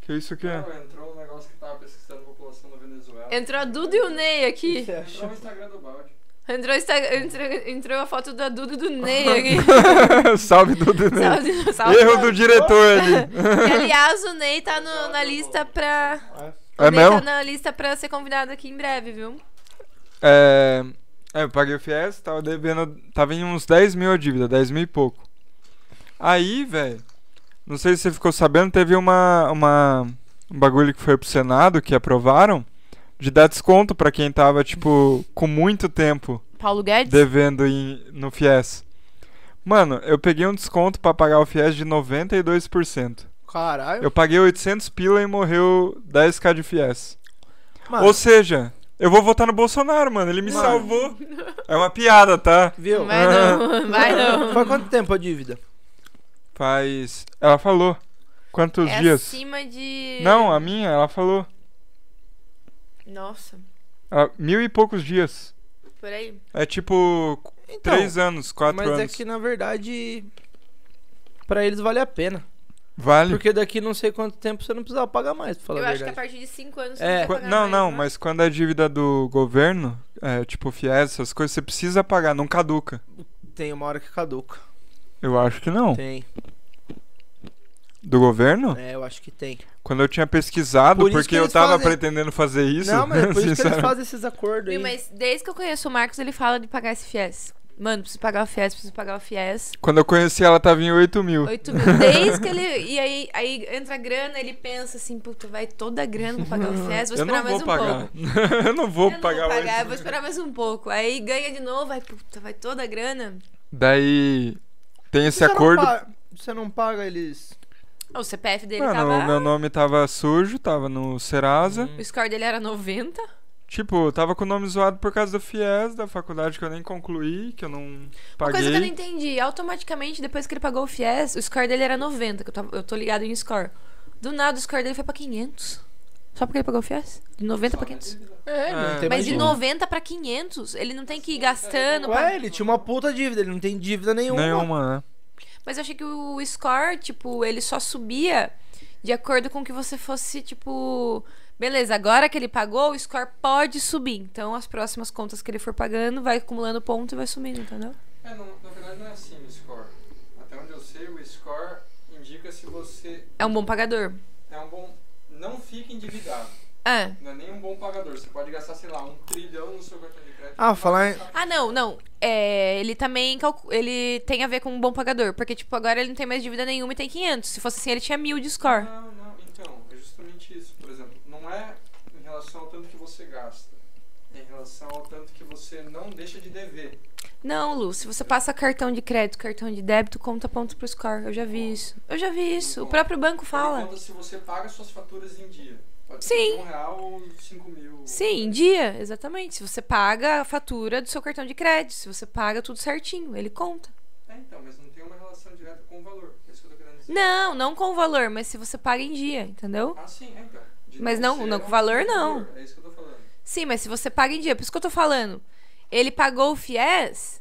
D: Que isso que é?
C: Não, entrou um negócio que tava pesquisando a população da Venezuela.
A: Entrou a Duda e o Ney aqui.
C: Entrou no Instagram do balde.
A: Entrou, o Insta- entrou, entrou a foto da Duda e do Ney aqui.
D: *laughs*
C: então.
D: Salve do do-
A: Salve,
B: Tá
A: salve.
D: Erro do diretor ali.
A: E, aliás, o Ney tá no- na lista pra.
D: É
A: o Ney tá
D: mesmo?
A: na lista pra ser convidado aqui em breve, viu?
D: É. é, eu paguei o FIES, tava devendo. Tava em uns 10 mil a dívida, 10 mil e pouco. Aí, velho. Não sei se você ficou sabendo, teve uma, uma. Um bagulho que foi pro Senado, que aprovaram, de dar desconto pra quem tava, tipo, com muito tempo
A: Paulo Guedes?
D: devendo em, no FIES. Mano, eu peguei um desconto pra pagar o FIES de 92%.
B: Caralho.
D: Eu paguei 800 pila e morreu 10k de FIES.
B: Mano,
D: Ou seja, eu vou votar no Bolsonaro, mano. Ele me
B: Mano.
D: salvou. É uma piada, tá?
B: viu?
A: Vai
B: *laughs*
A: não, vai não.
B: Faz quanto tempo a dívida?
D: Faz. Ela falou. Quantos
A: é
D: dias?
A: acima de.
D: Não, a minha, ela falou.
A: Nossa,
D: Ah, mil e poucos dias.
A: por aí.
D: É tipo. qu-
B: Então,
D: Três anos, quatro
B: mas é
D: anos.
B: que na verdade. Pra eles vale a pena.
D: Vale?
B: Porque daqui não sei quanto tempo você não precisava pagar mais, pra falar
A: Eu
B: a
A: acho que a
B: verdade.
A: partir de 5 anos
B: É.
A: você
D: Qua-
A: vai pagar
D: Não,
A: mais,
D: não,
A: né?
D: mas quando é dívida do governo, é, tipo FIES, essas coisas, você precisa pagar, não caduca.
A: é
B: Tem uma hora que caduca.
D: Eu acho que não.
B: Tem.
D: Do governo?
B: É, eu acho que tem.
D: Quando eu tinha pesquisado,
B: Por isso
D: porque
B: que
D: eu
B: eles
D: tava
B: fazem-
D: pretendendo fazer isso.
B: não, mas é por isso que eles
D: *laughs* sinceramente.
B: fazem esses acordos aí.
A: Viu, Mas desde que eu conheço o Marcos, ele fala de pagar esse FIES. Mano, preciso pagar o FIES, preciso pagar o FIES.
D: Quando eu conheci ela, tava em 8 mil.
A: 8 mil. Desde que ele. E aí, aí entra a grana, ele pensa assim, puta, vai toda a grana pra pagar o FIES, vou
D: Eu
A: esperar
D: não
A: mais
D: vou
A: um
D: pagar.
A: pouco.
D: *laughs* eu não vou
A: eu não
D: pagar
A: vou pagar, eu
D: hoje.
A: vou esperar mais um pouco. Aí ganha de novo, aí, puta, vai toda a grana.
D: Daí tem esse
B: Você não
D: acordo.
B: pa- Você não paga eles.
A: O CPF dele
D: Mano,
A: tava.
D: o meu nome tava sujo, tava no Serasa.
A: O score dele era 90.
D: Tipo, eu tava com o nome zoado por causa do FIES, da faculdade que eu nem concluí, que eu não
A: Uma coisa que eu não
D: paguei.
A: entendi, automaticamente, depois que ele pagou o FIES, o score dele era 90, que eu, tava- eu tô ligado em score. Do nada, o score dele foi pra 500. Só porque ele pagou o FIES? De 90 pra 500.
B: É, ele
D: É.
B: não tem
A: Mas
B: mais
A: de
B: dívida.
A: 90 pra 500, ele não tem que ir gastando. pra-
B: Ué, ele tinha uma puta dívida, ele não tem dívida nenhuma.
D: Nenhuma, né?
A: Mas eu achei que o score, tipo, ele só subia de acordo com que você fosse, tipo... Beleza, agora que ele pagou, o score pode subir. Então, as próximas contas que ele for pagando, vai acumulando ponto e vai subindo, entendeu?
C: É, não, na verdade não é assim o score. Até onde eu sei, o score indica se você
A: É um bom pagador.
C: é um bom. Não fica endividado.
A: Ah,
C: Não é nem um bom pagador. Você pode gastar, sei lá, um trilhão no seu cartão de crédito.
B: Ah, falar em...
A: Ah, não, não. É, ele também calcu- ele tem a ver com um bom pagador. Porque, tipo, agora ele não tem mais dívida nenhuma e tem 500. Se fosse assim, ele tinha mil de score.
C: Não, não, então, é justamente isso. Por exemplo, não é em relação ao tanto que você gasta. É em relação ao tanto que você não deixa de dever.
A: Não, Lu, se você passa cartão de crédito, cartão de débito, conta ponto pro score. Eu já vi isso. Eu já vi isso. O próprio banco
C: Ele
A: fala.
C: conta se você paga suas faturas em dia. Pode
A: Sim.
C: ser de um real ou cinco mil.
A: Sim, em dia, exatamente. Se você paga a fatura do seu cartão de crédito, se você paga tudo certinho, ele conta.
C: É, então, mas não tem uma relação direta com o valor. É isso que eu tô querendo dizer.
A: Não, não com o valor, mas se você paga em dia, entendeu?
C: Ah, sim, é, então. De
A: Mas não,
C: ser
A: não, com
C: um
A: valor,
C: valor, É isso que eu tô falando.
A: Sim, mas se você paga em dia, por isso que eu tô falando. Ele pagou o FIES,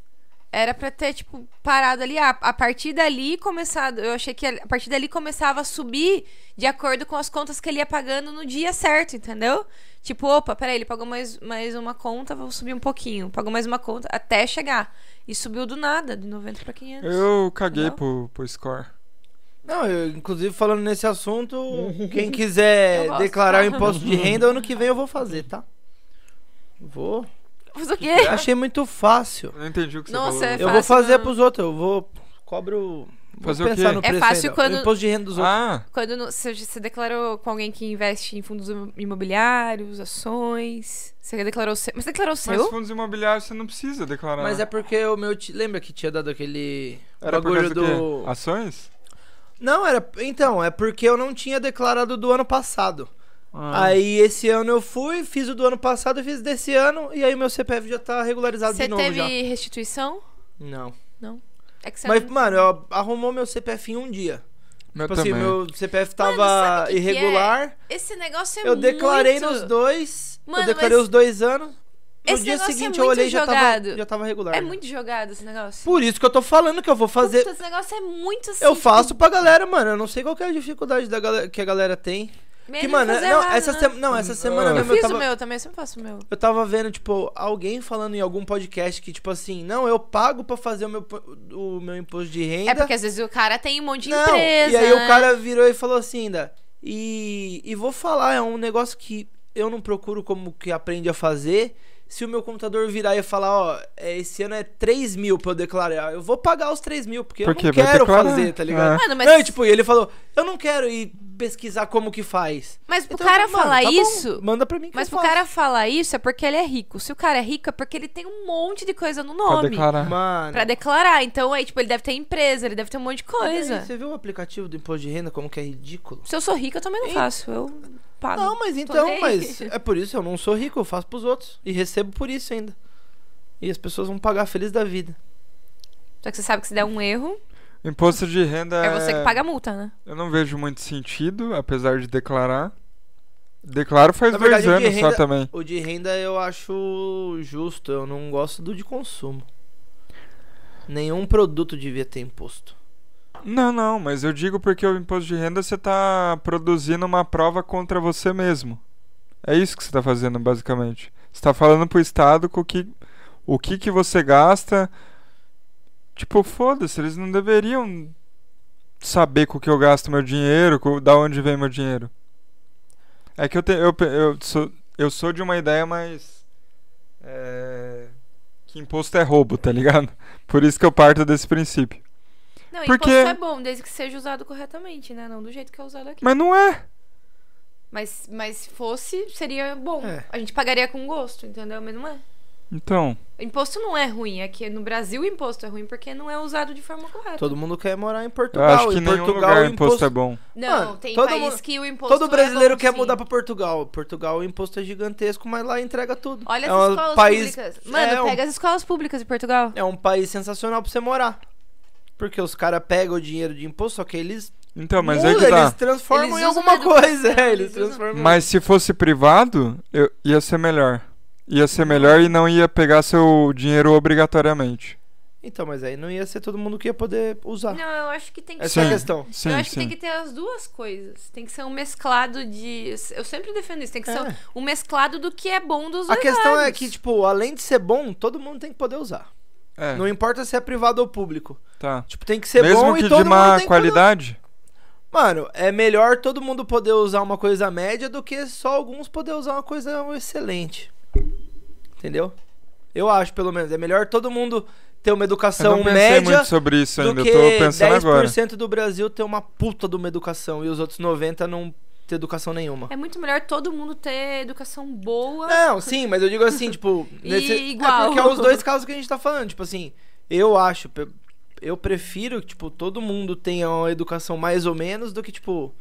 A: era pra ter, tipo, parado ali. A, a partir dali começado. Eu achei que a partir dali começava a subir de acordo com as contas que ele ia pagando no dia certo, entendeu? Tipo, opa, peraí, ele pagou mais, mais uma conta, vou subir um pouquinho. Pagou mais uma conta até chegar. E subiu do nada, de 90 pra 500.
D: Eu caguei
A: Não.
D: pro, pro score.
B: Não, eu, inclusive falando nesse
D: *laughs*
B: assunto, quem
A: Eu
B: quiser
A: gosto.
B: declarar o imposto de renda, ano que vem eu vou fazer, tá?
A: *laughs*
B: Vou.
A: Mas o
B: Eu
A: quê?
B: achei muito fácil.
D: Eu não entendi o que
A: Nossa,
D: você
A: é
B: Eu
D: falou.
B: vou
A: Fácil
B: fazer
A: não.
B: pros outros, eu vou. Cobro.
C: Fazer o quê?
B: pensar no
A: É
B: preço
A: fácil
B: ainda.
A: quando-
B: O imposto de renda dos outros.
C: Ah,
A: Quando no- você, você declarou com alguém que investe em fundos imobiliários, ações. Você declarou o seu. Mas você declarou o
C: mas
A: seu?
C: fundos imobiliários você não precisa declarar.
B: Mas é porque o meu... Ti... Lembra que tinha dado aquele
C: Era por
B: bagulho
C: causa do quê? Ações?
B: Não, era... Então, é porque eu não tinha declarado do ano passado.
C: Ah.
B: Aí esse ano eu fui, fiz o do ano passado, fiz desse ano, e aí meu CPF já tá regularizado
A: Você
B: de novo
A: teve
B: já.
A: restituição?
B: Não.
A: É que você
B: Mas,
A: não-
B: mano, eu- arrumou meu CPF em um dia.
C: Meu
B: tipo
C: também.
B: assim, meu CPF
A: sabe
B: tava
A: o que é? que
B: irregular.
A: Esse negócio é
B: Eu declarei
A: muito...
B: nos dois.
A: Mano,
B: eu declarei
A: mas-
B: os dois anos. No
A: Esse
B: dia
A: negócio é
B: seguinte eu
A: muito
B: olhei e já tava,
A: jogado.
B: já tava regular.
A: É
B: já.
A: muito jogado esse negócio.
B: Por isso que eu tô falando que eu vou fazer.
A: Puta, esse negócio é muito assim.
B: eu faço pra galera, mano. Eu não sei qual que é a dificuldade da galera, que a galera tem.
A: Meio
B: que,
A: de
B: mano,
A: fazer
B: não,
A: errado,
B: essa
A: né?
B: sema- não, essa semana
C: Eu
A: Eu
B: mesmo eu
A: fiz
B: tava,
A: o meu também, eu sempre faço o meu.
B: eu tava vendo, tipo, alguém falando em algum podcast que, tipo assim, não, eu pago pra fazer o meu, po- o meu imposto de renda.
A: É porque às vezes o cara tem um monte de
B: Não,
A: empresa.
B: E aí
A: né?
B: o cara virou e falou assim ainda. E, e vou falar, é um negócio que eu não procuro como que aprende a fazer. Se o meu computador virar e falar, ó, é, esse ano é 3 mil pra eu declarar, eu vou pagar os 3 mil, porque
C: Porque
B: eu não
C: vai
B: quero
C: declarar.
B: fazer, tá ligado?
C: É.
A: Mano, mas,
B: Não, e, tipo, e ele falou, eu não quero ir pesquisar como que faz.
A: mas pro
B: Então,
A: cara
B: mano,
A: falar
B: tá bom,
A: isso.
B: manda pra mim que
A: Mas
B: eu
A: pro
B: faço.
A: cara falar isso é porque ele é rico. Se o cara é rico é porque ele tem um monte de coisa no
C: Pra
A: nome.
C: declarar.
B: Mano,
A: Pra declarar. Então aí, tipo, ele deve ter empresa, ele deve ter um monte de
B: olha aí,
A: coisa.
B: Você viu o aplicativo do imposto de renda, como que é ridículo?
A: Se eu sou rica, eu também não
B: Ei.
A: faço. Eu pago.
B: Não, mas
A: Tô
B: então,
A: nem
B: mas
A: aí.
B: é por isso, eu não sou rico, eu faço pros outros. E recebo por isso ainda. E as pessoas vão pagar feliz da vida.
A: Só que você sabe que se der um erro,
C: Imposto de renda
A: é, você que paga a multa, né?
C: Eu não vejo muito sentido, apesar de declarar. Declaro faz
B: Na
C: dois
B: verdade, o de
C: anos
B: renda-
C: só tá? também.
B: O de renda eu acho justo, eu não gosto do de consumo. Nenhum produto devia ter imposto.
C: Não, não, mas eu digo porque o imposto de renda você tá produzindo uma prova contra você mesmo. É isso que você tá fazendo, basicamente. Você tá falando pro Estado com o que, o que, que você gasta. Tipo, foda-se, eles não deveriam saber com o que eu gasto meu dinheiro, com, da onde vem meu dinheiro. É que eu, te, eu, pe- eu, sou, eu sou de uma ideia mais. é, que imposto é roubo, tá ligado? Por isso que eu parto desse princípio.
A: Não,
C: Porque-
A: imposto é bom, desde que seja usado corretamente, né? Não do jeito que é usado aqui.
C: Mas não é.
A: Mas, mas se fosse, seria bom.
B: É.
A: A gente pagaria com gosto, entendeu? Mas não é.
C: Então,
A: Imposto não é ruim. É que no Brasil o imposto é ruim porque não é usado de forma correta.
B: Todo mundo quer morar em
C: eu
B: Portugal.
C: acho que
B: em
C: em nenhum
B: Portugal
C: lugar
B: o
C: o imposto é bom.
A: Não,
B: Mano,
A: tem
B: todo
A: país
B: mundo-
A: que o imposto
B: Todo brasileiro
A: é bom,
B: quer
A: sim.
B: mudar pra Portugal. Portugal o imposto é gigantesco, mas lá entrega tudo.
A: Olha
B: é
A: as
B: um
A: escolas
B: país,
A: públicas. Mano,
B: é um-
A: pega as escolas públicas de Portugal.
B: É um país sensacional pra você morar. Porque os caras pegam o dinheiro de imposto, só que eles
C: Então, mas
B: Muda,
C: é que
B: Eles
C: tá.
B: transformam
A: Eles usam
B: em alguma
A: na educação, *laughs*
B: coisa. É, *laughs* eles
A: eles usam-
B: transformam.
C: Mas se fosse privado, eu- ia ser melhor. Ia ser melhor e não ia pegar seu dinheiro obrigatoriamente.
B: Então, mas aí não ia ser todo mundo que ia poder usar.
A: Não, eu acho que tem que
B: Essa é a
C: Sim.
B: questão.
C: Sim,
A: eu acho que
C: sim.
A: tem que ter as duas coisas. Tem que ser um mesclado de. Eu sempre defendo isso. Tem que ser
B: É.
A: um mesclado do que é bom dos
B: A
A: dois
B: questão é
A: lados.
B: que, tipo, além de ser bom, todo mundo tem que poder usar.
C: É,
B: Não importa se é privado ou público.
C: tá.
B: Tipo, tem que ser
C: Mesmo
B: bom
C: que
B: e todo
C: de
B: mundo
C: má
B: tem que poder
C: qualidade,
B: Mano, é melhor todo mundo poder usar uma coisa média do que só alguns poder usar uma coisa excelente. Entendeu? Eu acho, pelo menos. É melhor todo mundo ter uma
C: eu
B: educação
C: não pensei
B: média
C: muito sobre isso ainda.
B: do que
C: Eu tô pensando agora.
B: 10% do Brasil ter uma puta de uma educação e os outros 90 não ter educação nenhuma.
A: É muito melhor todo mundo ter educação boa.
B: Não, sim, mas eu digo assim, tipo,
A: *laughs* E
B: nesse- é
A: igual.
B: porque é os dois casos que a gente tá falando, tipo assim, eu acho, pe- eu prefiro que tipo todo mundo tenha uma educação mais ou menos do que tipo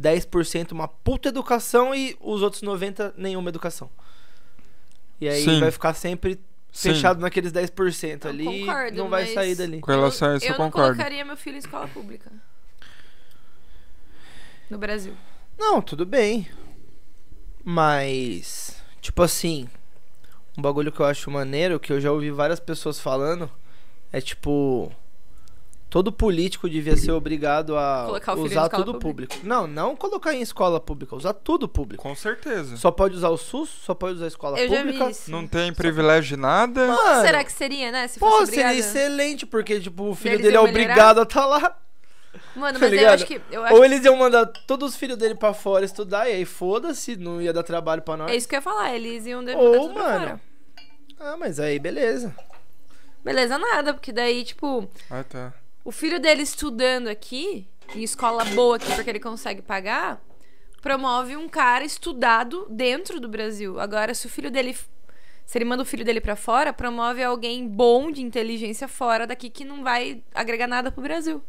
B: 10% uma puta educação e os outros 90 nenhuma educação. E aí
C: Sim.
B: vai ficar sempre
C: Sim.
B: fechado naqueles 10%
A: Eu
B: ali, e
A: concordo,
B: não vai
A: mas-
B: sair dali.
C: Com relação a isso, eu,
A: eu não
C: concordo.
A: colocaria meu filho em escola pública. No Brasil.
B: Não, tudo bem. Mas, tipo assim, um bagulho que eu acho maneiro, que eu já ouvi várias pessoas falando, é tipo. Todo político devia ser obrigado a
A: Colocar o filho em
B: usar
A: escola
B: tudo
A: pública.
B: público. Não, não colocar em escola pública, usar tudo público.
C: Com certeza.
B: Só pode usar o SUS, só pode usar a escola
A: eu já
B: pública.
A: vi isso.
C: Não tem privilégio de nada.
B: Mano,
A: Será que seria, né? Se
B: Pô,
A: fosse
B: seria
A: obrigada?
B: excelente, porque, tipo, o filho
A: Eles
B: dele é
A: iam melhorar?
B: obrigado a estar lá.
A: Mano,
B: tá
A: mas aí eu acho
B: ligado?
A: que. Eu
B: Ou
A: acho...
B: eles iam mandar todos os filhos dele pra fora estudar, e aí foda-se, não ia dar trabalho pra nós.
A: É isso que eu ia falar. Eles iam de-
B: Ou,
A: mandar tudo pra
B: mano,
A: fora.
B: Ah, mas aí beleza.
A: Beleza, nada, porque daí, tipo,
C: Ah, tá.
A: O filho dele estudando aqui, em escola boa aqui, porque ele consegue pagar, promove um cara estudado dentro do Brasil. Agora, se o filho dele. Se ele manda o filho dele pra fora, promove alguém bom de inteligência fora daqui que não vai agregar nada pro Brasil.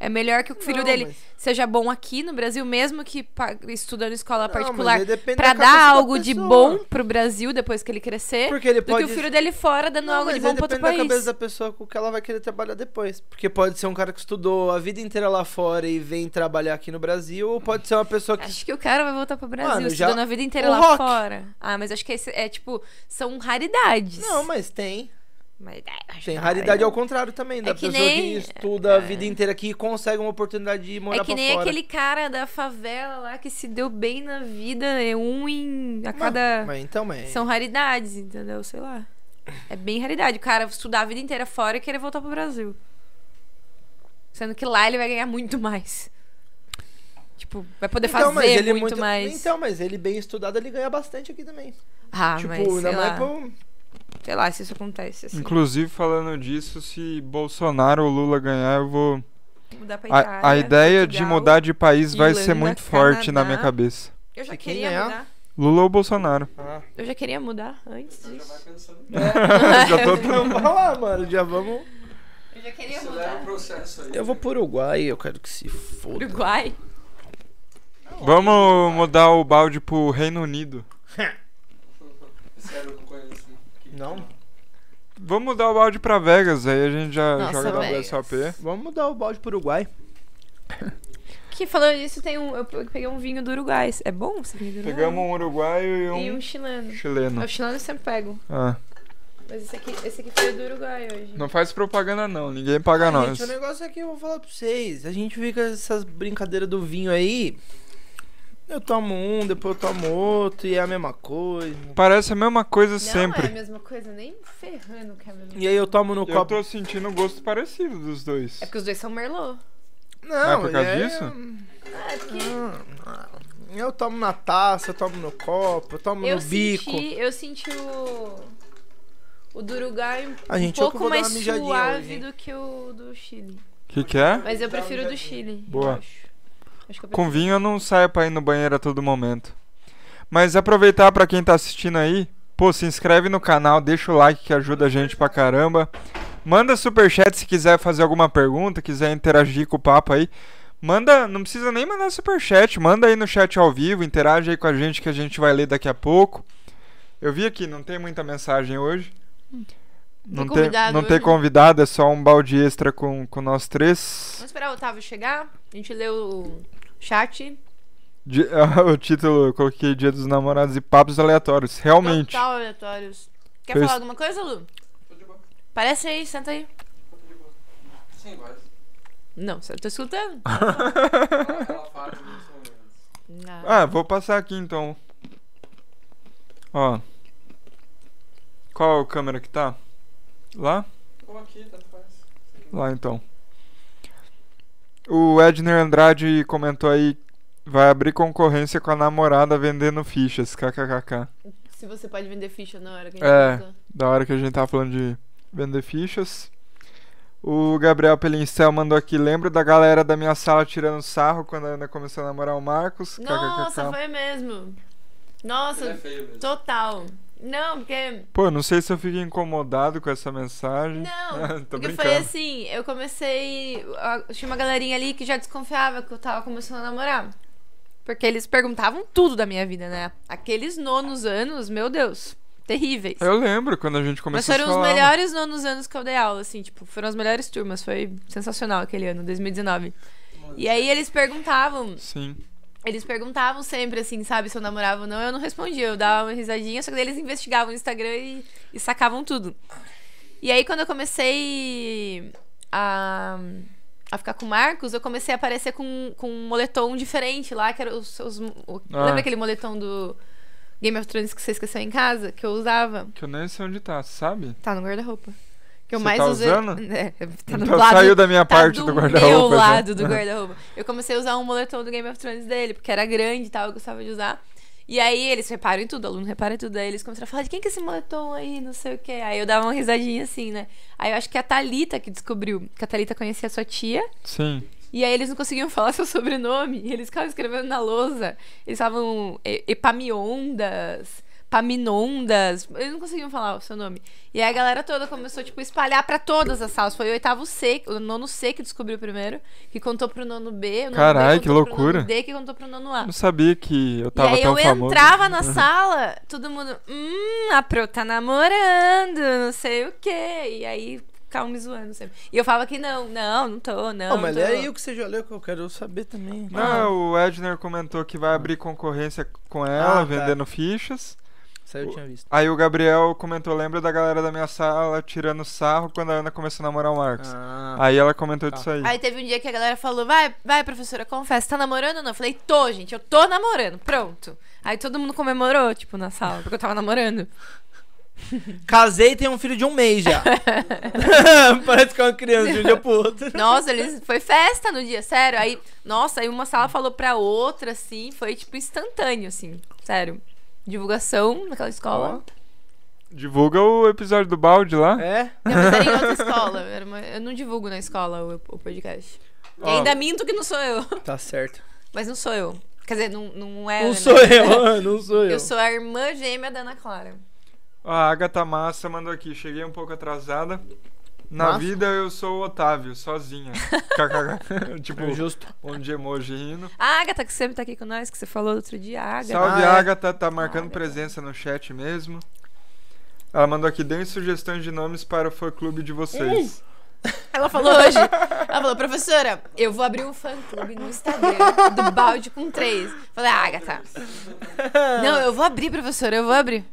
A: É melhor que o filho
B: Não,
A: dele
B: mas-
A: seja bom aqui no Brasil, mesmo que pa- estudando em escola
B: Não, mas
A: particular,
B: aí depende
A: pra
B: da cabeça
A: dar
B: da
A: algo de
B: pessoa.
A: bom pro Brasil depois que ele crescer,
B: Porque ele
A: do
B: pode.
A: que o filho dele fora dando algo de
B: mas
A: bom
B: aí
A: pro outro
B: depende da cabeça
A: país.
B: da pessoa com que ela vai querer trabalhar depois. Porque pode ser um cara que estudou a vida inteira lá fora e vem trabalhar aqui no Brasil, ou pode ser uma pessoa que.
A: Acho que o cara vai voltar pro Brasil
B: Mano, já-
A: estudando a vida inteira
B: o
A: lá
B: rock.
A: fora. Ah, mas acho que esse é tipo, são raridades.
B: Não, mas tem.
A: Mas, é, acho
B: Tem
A: que-
B: raridade ao contrário também, da
A: É que
B: pessoa
A: nem-
B: que estuda a vida inteira aqui e consegue uma oportunidade de morar
A: É que
B: pra
A: nem
B: fora.
A: aquele cara da favela lá que se deu bem na vida, é um em a
B: Mas-
A: cada.
B: Mas então, mas...
A: São raridades, entendeu? Sei lá. É bem raridade. O cara estudar a vida inteira fora e querer voltar pro Brasil. Sendo que lá ele vai ganhar muito mais. Tipo, vai poder
B: Então,
A: fazer
B: mas ele
A: muito,
B: muito-
A: mais.
B: Então, mas ele bem estudado, ele ganha bastante aqui também.
A: ah,
B: tipo,
A: mas sei
B: ainda
A: lá.
B: mais *laughs* pro...
A: Sei lá se isso acontece. Assim.
D: Inclusive, falando disso, se Bolsonaro ou Lula ganhar, eu vou.
A: Mudar pra Itália,
D: A, a ideia de
A: Portugal.
D: mudar de país vai
A: Irlanda,
D: ser muito forte na
A: Canadá.
D: minha cabeça.
A: Eu já
B: E quem
A: queria
B: ganhar?
A: mudar.
D: Lula ou Bolsonaro?
B: Ah.
A: Eu já queria mudar antes
E: Então já vai
A: disso. *laughs*
E: pensando.
D: Já tô
B: Então, vai lá, mano, já vamos...
A: Eu já queria
E: Acelera o
A: mudar.
E: processo aí.
B: Eu vou pro Uruguai, eu quero que se foda.
A: Uruguai.
D: Vamos mudar o balde pro
A: *laughs*
D: Reino Unido.
E: Sério, eu não conheço. Que-
B: Não?
D: Vamos mudar o balde pra Vegas, aí a gente já
A: Nossa,
D: Ah, joga
A: Vegas.
D: WSOP.
B: Vamos mudar o balde pro Uruguai.
A: Que falando nisso, tem um, eu peguei um vinho do Uruguai. É bom esse vinho do Uruguai?
D: Pegamos um uruguaio e um,
A: E um chileno.
D: chileno.
A: O chileno eu sempre pego.
D: Ah,
A: Mas esse aqui, esse aqui foi o do Uruguai hoje.
D: não faz propaganda não, ninguém paga
B: Ah,
D: nós.
B: Gente, o negócio é que eu vou falar pra vocês. A gente fica essas brincadeiras do vinho aí. Eu tomo um, depois eu tomo outro, e é a mesma coisa.
D: Parece a mesma coisa
A: Não é a
D: sempre.
A: mesma coisa, nem ferrando que é a mesma coisa.
B: E aí eu tomo no
D: Eu
B: copo.
D: tô
C: assim,
D: sentindo um gosto parecido dos dois.
A: É porque os dois são Merlot.
B: Não,
D: Ah, por causa
B: é-
D: disso?
A: Ah, é porque
B: Ah, Eu tomo na taça, eu tomo no copo, eu tomo
A: eu
B: no bico.
A: senti, eu senti o, o do Uruguai um
B: A gente eu que
A: pouco
B: vou dar
A: mais
B: uma mijadinha
A: suave
B: hoje, hein?
A: do que o do Chile.
D: Que que é?
A: Mas eu
E: Dá uma
A: prefiro o do
E: mijadinha.
A: Chile.
D: Boa.
A: eu Acho. Acho que eu
D: Com vinho eu não saio pra ir no banheiro a todo momento. Mas aproveitar pra quem tá assistindo aí, pô, se inscreve no canal, deixa o like que ajuda a gente pra caramba. Manda superchat se quiser fazer alguma pergunta, quiser interagir com o papo aí. Manda, não precisa nem mandar superchat, manda aí no chat ao vivo, interage aí com a gente que a gente vai ler daqui a pouco. Eu vi aqui, não tem muita mensagem hoje. Não tem,
A: convidado
D: não tem
A: hoje?
D: convidado, é só um balde extra com, com nós três.
A: Vamos esperar o Otávio chegar. A gente lê o chat.
D: Di- *laughs* o título eu coloquei Dia dos Namorados e Papos Aleatórios. Realmente.
A: Total aleatórios. Quer
D: Fez-
A: falar alguma coisa, Lu?
E: Tô de boa,
A: Parece aí, senta aí.
E: tô de boa. Sim, vai.
A: Não, eu tô
D: *laughs*
A: escutando.
E: Ela ela fala em muitos momentos.
A: Ah,
D: Ah, vou passar aqui então. Ó. Qual câmera que tá? Lá?
E: Ou aqui, tanto faz.
D: Lá então. O Edner Andrade comentou aí. Vai abrir concorrência com a namorada vendendo fichas. KKKK.
A: se você pode vender ficha na hora que a
D: É.
A: gente voltar.
D: Da hora que a gente tava falando de vender fichas. O Gabriel Pelincel mandou aqui. Lembro da galera da minha sala tirando sarro quando a Ana começou a namorar o Marcos.
A: Nossa,
D: KKKK.
A: foi mesmo.
E: Ele é
A: Nossa,
E: feio mesmo.
A: total. Não, porque.
D: Pô, não sei se eu fico incomodado com essa mensagem.
A: Não,
D: *laughs* Tô
A: porque
D: brincando.
A: foi assim, eu comecei. a- Tinha uma galerinha ali que já desconfiava que eu tava começando a namorar. Porque eles perguntavam tudo da minha vida, né? Aqueles nonos anos, meu Deus, terríveis.
D: Eu lembro quando a gente
A: Mas
D: começou um
A: foram
D: a
A: os
D: falar.
A: melhores nonos anos que eu dei aula, assim, tipo, foram as melhores turmas, foi sensacional aquele ano, 2019. E aí eles perguntavam,
D: Sim.
A: eles perguntavam sempre, assim, sabe, se eu namorava ou não, eu não respondia, eu dava uma risadinha, só que daí eles investigavam o Instagram e, e sacavam tudo. E aí quando eu comecei a, a ficar com o Marcos, eu comecei a aparecer com, com um moletom diferente lá, que era os, os- o-
D: Ah.
A: lembra aquele moletom do Game of Thrones que você esqueceu em casa, que eu usava?
D: Que eu nem sei onde tá, sabe?
A: Tá no guarda-roupa. Que eu
D: Você
A: mais
D: tá
A: usei.
D: usando?
A: *laughs* É, tá no
D: então
A: lado.
D: saiu da minha
A: tá
D: parte do
A: Meu
D: guarda-roupa. né? já. *laughs*
A: lado do guarda-roupa. Eu comecei a usar um moletom do Game of Thrones dele, porque era grande e tal, eu gostava de usar. E aí eles reparam em tudo, o aluno repara em tudo. Aí eles começaram a falar de quem que é esse moletom aí, não sei o quê. Aí eu dava uma risadinha assim, né? Aí eu acho que é a Thalita que descobriu, que a Thalita conhecia a sua tia.
D: Sim.
A: E aí eles não conseguiam *laughs* falar seu sobrenome. E eles ficavam escrevendo na lousa. Eles falavam é, e- Epamiondas, Paminondas. Eles não conseguiam falar o seu nome. E aí a galera toda começou, tipo, a espalhar pra todas as salas. Foi o oitavo C, o nono C que descobriu primeiro, que contou pro nono B. O nono
D: Carai,
A: B
D: que
A: contou pro
D: loucura.
A: Nono D que contou pro nono A.
D: Não sabia que eu tava
A: e aí
D: tão
A: eu
D: famoso. Uhum.
A: entrava na sala, todo mundo, hum, a Pro tá namorando, não sei o quê. E aí ficavam me zoando sempre. E eu falava que não, não, não tô, não.
B: Não, mas
A: tô.
B: é aí o que você já leu que eu quero saber também.
D: Não, Ah, o Edner comentou que vai abrir concorrência com ela,
B: Ah, tá.
D: vendendo fichas.
B: Isso aí eu tinha visto.
D: Aí o Gabriel comentou, lembra da galera da minha sala tirando sarro quando a Ana começou a namorar o Marcos.
B: Ah,
D: Aí ela comentou disso aí.
A: Aí teve um dia que a galera falou: vai, vai, professora, confessa, tá namorando ou não? Eu falei, tô, gente, eu tô namorando, pronto. Aí todo mundo comemorou, tipo, na sala, porque eu tava
B: *laughs*
A: namorando.
B: Casei e tenho um filho de um mês
A: *laughs*
B: já. *laughs* Parece que é uma criança de um dia pro
A: *laughs*
B: outro.
A: Nossa, eles. Foi festa no dia, sério. Aí, nossa, aí uma sala falou pra outra, assim, foi tipo instantâneo, assim, sério. Divulgação naquela escola.
D: Divulga o episódio do balde lá.
B: É?
A: Não, mas era tá em
B: *laughs*
A: outra escola. era uma- eu não divulgo na escola o, o podcast. E
D: Ó.
A: ainda minto que não sou eu. *laughs*
B: Tá certo.
A: Mas não sou eu. Quer dizer, não, não é.
B: Não
A: né?
B: sou eu, não sou eu.
A: *laughs* Eu sou a irmã gêmea da Ana Clara.
D: Ó, A Agatha Massa mandou aqui, cheguei um pouco atrasada. Na
B: Massa?
D: vida eu sou o Otávio, sozinha. KKK. *laughs* tipo,
B: É Justo.
D: um de emoji rindo.
A: A Agatha, que sempre tá aqui com nós, que você falou outro dia, a Agatha.
D: Salve,
B: Ah, é.
D: Agatha, tá marcando
A: Agatha.
D: presença no chat mesmo. Ela mandou aqui, deem sugestões de nomes para o fã-clube de vocês.
A: Ela falou hoje. Ela falou, professora, eu vou abrir um fã-clube no Instagram do balde com três. Falei, ah, Agatha. Não, eu vou abrir, professora, eu vou abrir.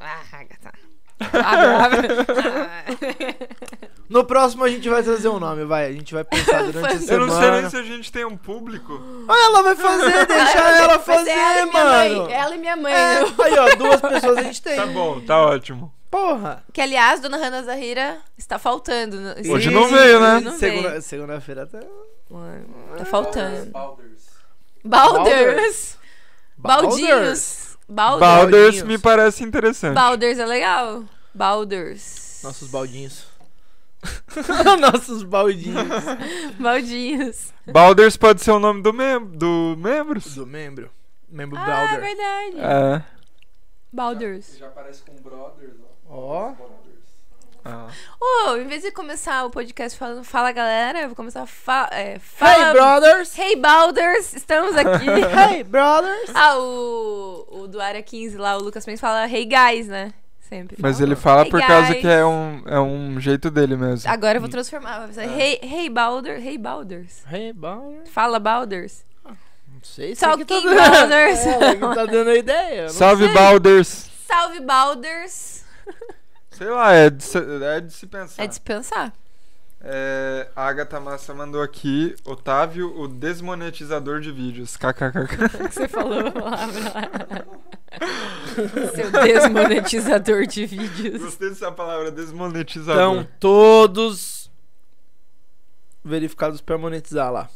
A: Ah, Agatha. Abre, abre. *laughs* Ah.
B: No próximo a gente vai trazer um nome, vai. A gente
A: *laughs*
B: vai pensar durante a
A: Eu
B: semana.
D: Eu não sei nem se a gente tem um público.
B: Ah, Ela
A: *laughs*
B: vai fazer, deixa ela
A: Vai
B: fazer,
A: ser ela e minha
B: mano.
A: Mãe, ela e minha mãe.
B: É,
A: eu-
B: aí, ó, duas pessoas
A: *laughs*
B: a gente tem.
D: Tá bom, tá ótimo.
B: Porra.
A: Que, aliás, dona Hannah Zahira está faltando. no-
D: Hoje não veio, né?
A: Hoje não
B: Segunda-
A: veio.
B: Segunda-feira tá até.
A: Mano, Tá faltando.
F: Balders.
A: Balders.
B: Balders.
A: Baldinhos. Balders.
D: Balders
B: Baldinhos.
D: me parece interessante.
A: Balders é legal. Balders.
B: Nossos baldinhos. *laughs* Nossos baldinhos.
A: *laughs* Baldinhos.
D: Balders pode ser o nome do, mem do membros?
B: Do membro. Membro
A: Ah, é
B: Balder.
A: verdade.
D: É.
A: Balders.
F: Já aparece com Brothers, ó.
B: Ó.
F: Brothers.
D: Ah.
A: Ô, em vez de começar o podcast falando Fala Galera, eu vou começar fa é, Fala...
B: Hey, brothers.
A: Hey, Balders, estamos aqui.
D: *laughs*
B: Hey, brothers.
A: ah, o, o do Área 15 lá, o Lucas Mendes fala Hey Guys, né? Sempre.
D: Mas ele fala
A: Hey,
D: por causa
A: guys. Ah,
D: que é um, é um jeito dele mesmo.
A: Agora eu vou transformar, vai ser
D: É.
A: Hey, hey Balder, Hey Balders.
B: Hey, Balders.
A: Fala Balders.
B: Não sei se
A: Talking
B: que tá dando...
A: Balders.
B: É, que tá dando a ideia. Não
D: Salve,
A: sei.
D: Balders!
A: Salve Balders.
D: Sei lá, é de se, é de se pensar.
A: É de se pensar.
D: É, a Agatha Massa mandou aqui, Otávio, o desmonetizador de
B: *laughs*
D: vídeos. KKKK.
A: que você falou a palavra lá.
B: *laughs*
A: Seu desmonetizador de vídeos.
D: Gostei dessa palavra, desmonetizador.
B: Estão Então, todos verificados pra monetizar lá.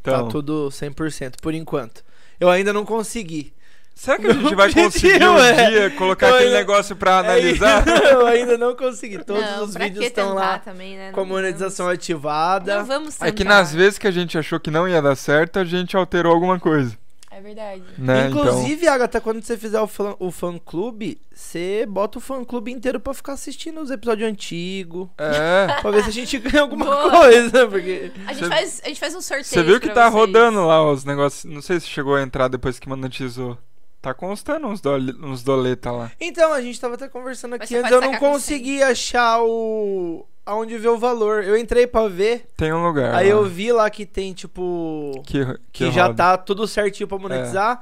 D: Então,
B: Tá tudo 100% por enquanto. Eu ainda não consegui.
D: Será que a gente
B: Meu
D: vai conseguir um
B: objetivo é-
D: dia colocar
B: Então,
D: aquele
B: eu-
D: negócio pra
B: *laughs*
D: analisar?
B: eu ainda não consegui. Todos
A: Não,
B: os
A: pra
B: vídeos
A: que
B: estão lá
A: tentar também, né?
B: com a
A: Não
B: monetização
A: vamos-
B: ativada.
A: Não vamos tentar.
D: É que nas vezes que a gente achou que não ia dar certo, a gente alterou alguma coisa,
A: É verdade.
C: então.
D: né?
B: Inclusive, Agatha, quando você fizer o fã, o fã clube, você bota o fã clube inteiro pra ficar assistindo os episódios antigos.
D: então, é.
B: Pra ver se a gente ganha
A: *laughs*
B: alguma
A: Boa.
B: coisa. Porque.
A: A gente,
D: Cê-
A: faz, a gente faz um sorteio.
D: Você viu que
A: pra
D: tá
A: vocês.
D: rodando lá os negócios, não sei se chegou a entrar depois que monetizou. Tá constando uns, dole, uns doleta lá.
B: Então, a gente tava até conversando
A: Mas
B: aqui
A: você assim?
B: antes,
A: pode
B: eu não
A: sacar com
B: consegui achar o. aonde ver o valor. Eu entrei pra ver,
D: Tem um lugar.
B: aí
D: lá
B: eu vi lá que tem, tipo.
D: que,
B: Que, já
D: roda. É.
B: tá tudo certinho pra monetizar.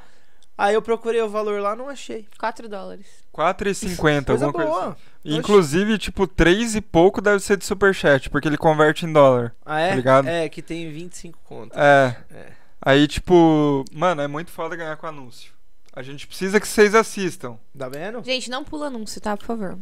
B: Aí eu procurei o valor lá, não achei.
A: 4 dólares.
D: 4,50,
B: coisa
D: alguma coisa.
B: boa.
D: E, Inclusive, tipo, 3 e pouco deve ser de superchat, porque ele converte em dólar.
B: Ah, é?
D: Tá ligado?
B: É, que tem 25 conto.
D: É.
B: É.
D: Aí, tipo, mano, é muito foda ganhar com anúncio. A gente precisa que vocês assistam.
B: Tá vendo?
A: Gente, não pula anúncio, tá? Por favor.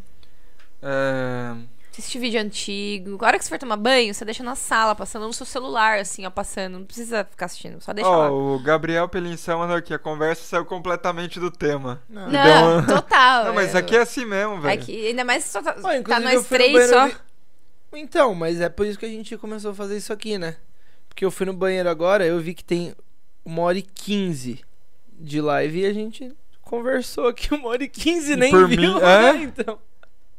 D: É...
A: Assiste vídeo antigo. Agora que você for tomar banho, você deixa na sala, passando no seu celular, assim, ó, passando. Não precisa ficar assistindo, só deixa lá.
D: Ó, o Gabriel Pelinção mandou aqui, a conversa saiu completamente do tema.
B: Não.
A: Não,
D: então-
A: total.
D: Não, mas
A: é-
D: aqui é assim mesmo, velho.
A: Aqui, ainda mais só tá,
B: Ó,
A: tá
B: inclusive, eu
A: nós
B: fui no
A: três
B: banheiro
A: só.
B: vi- Então, mas é por isso que a gente começou a fazer isso aqui, né? Porque eu fui no banheiro agora, eu vi que tem uma hora e quinze de live e a gente conversou aqui uma hora e quinze, nem
D: Por
B: viu,
D: mim,
B: *laughs* né?
D: é?
B: Então.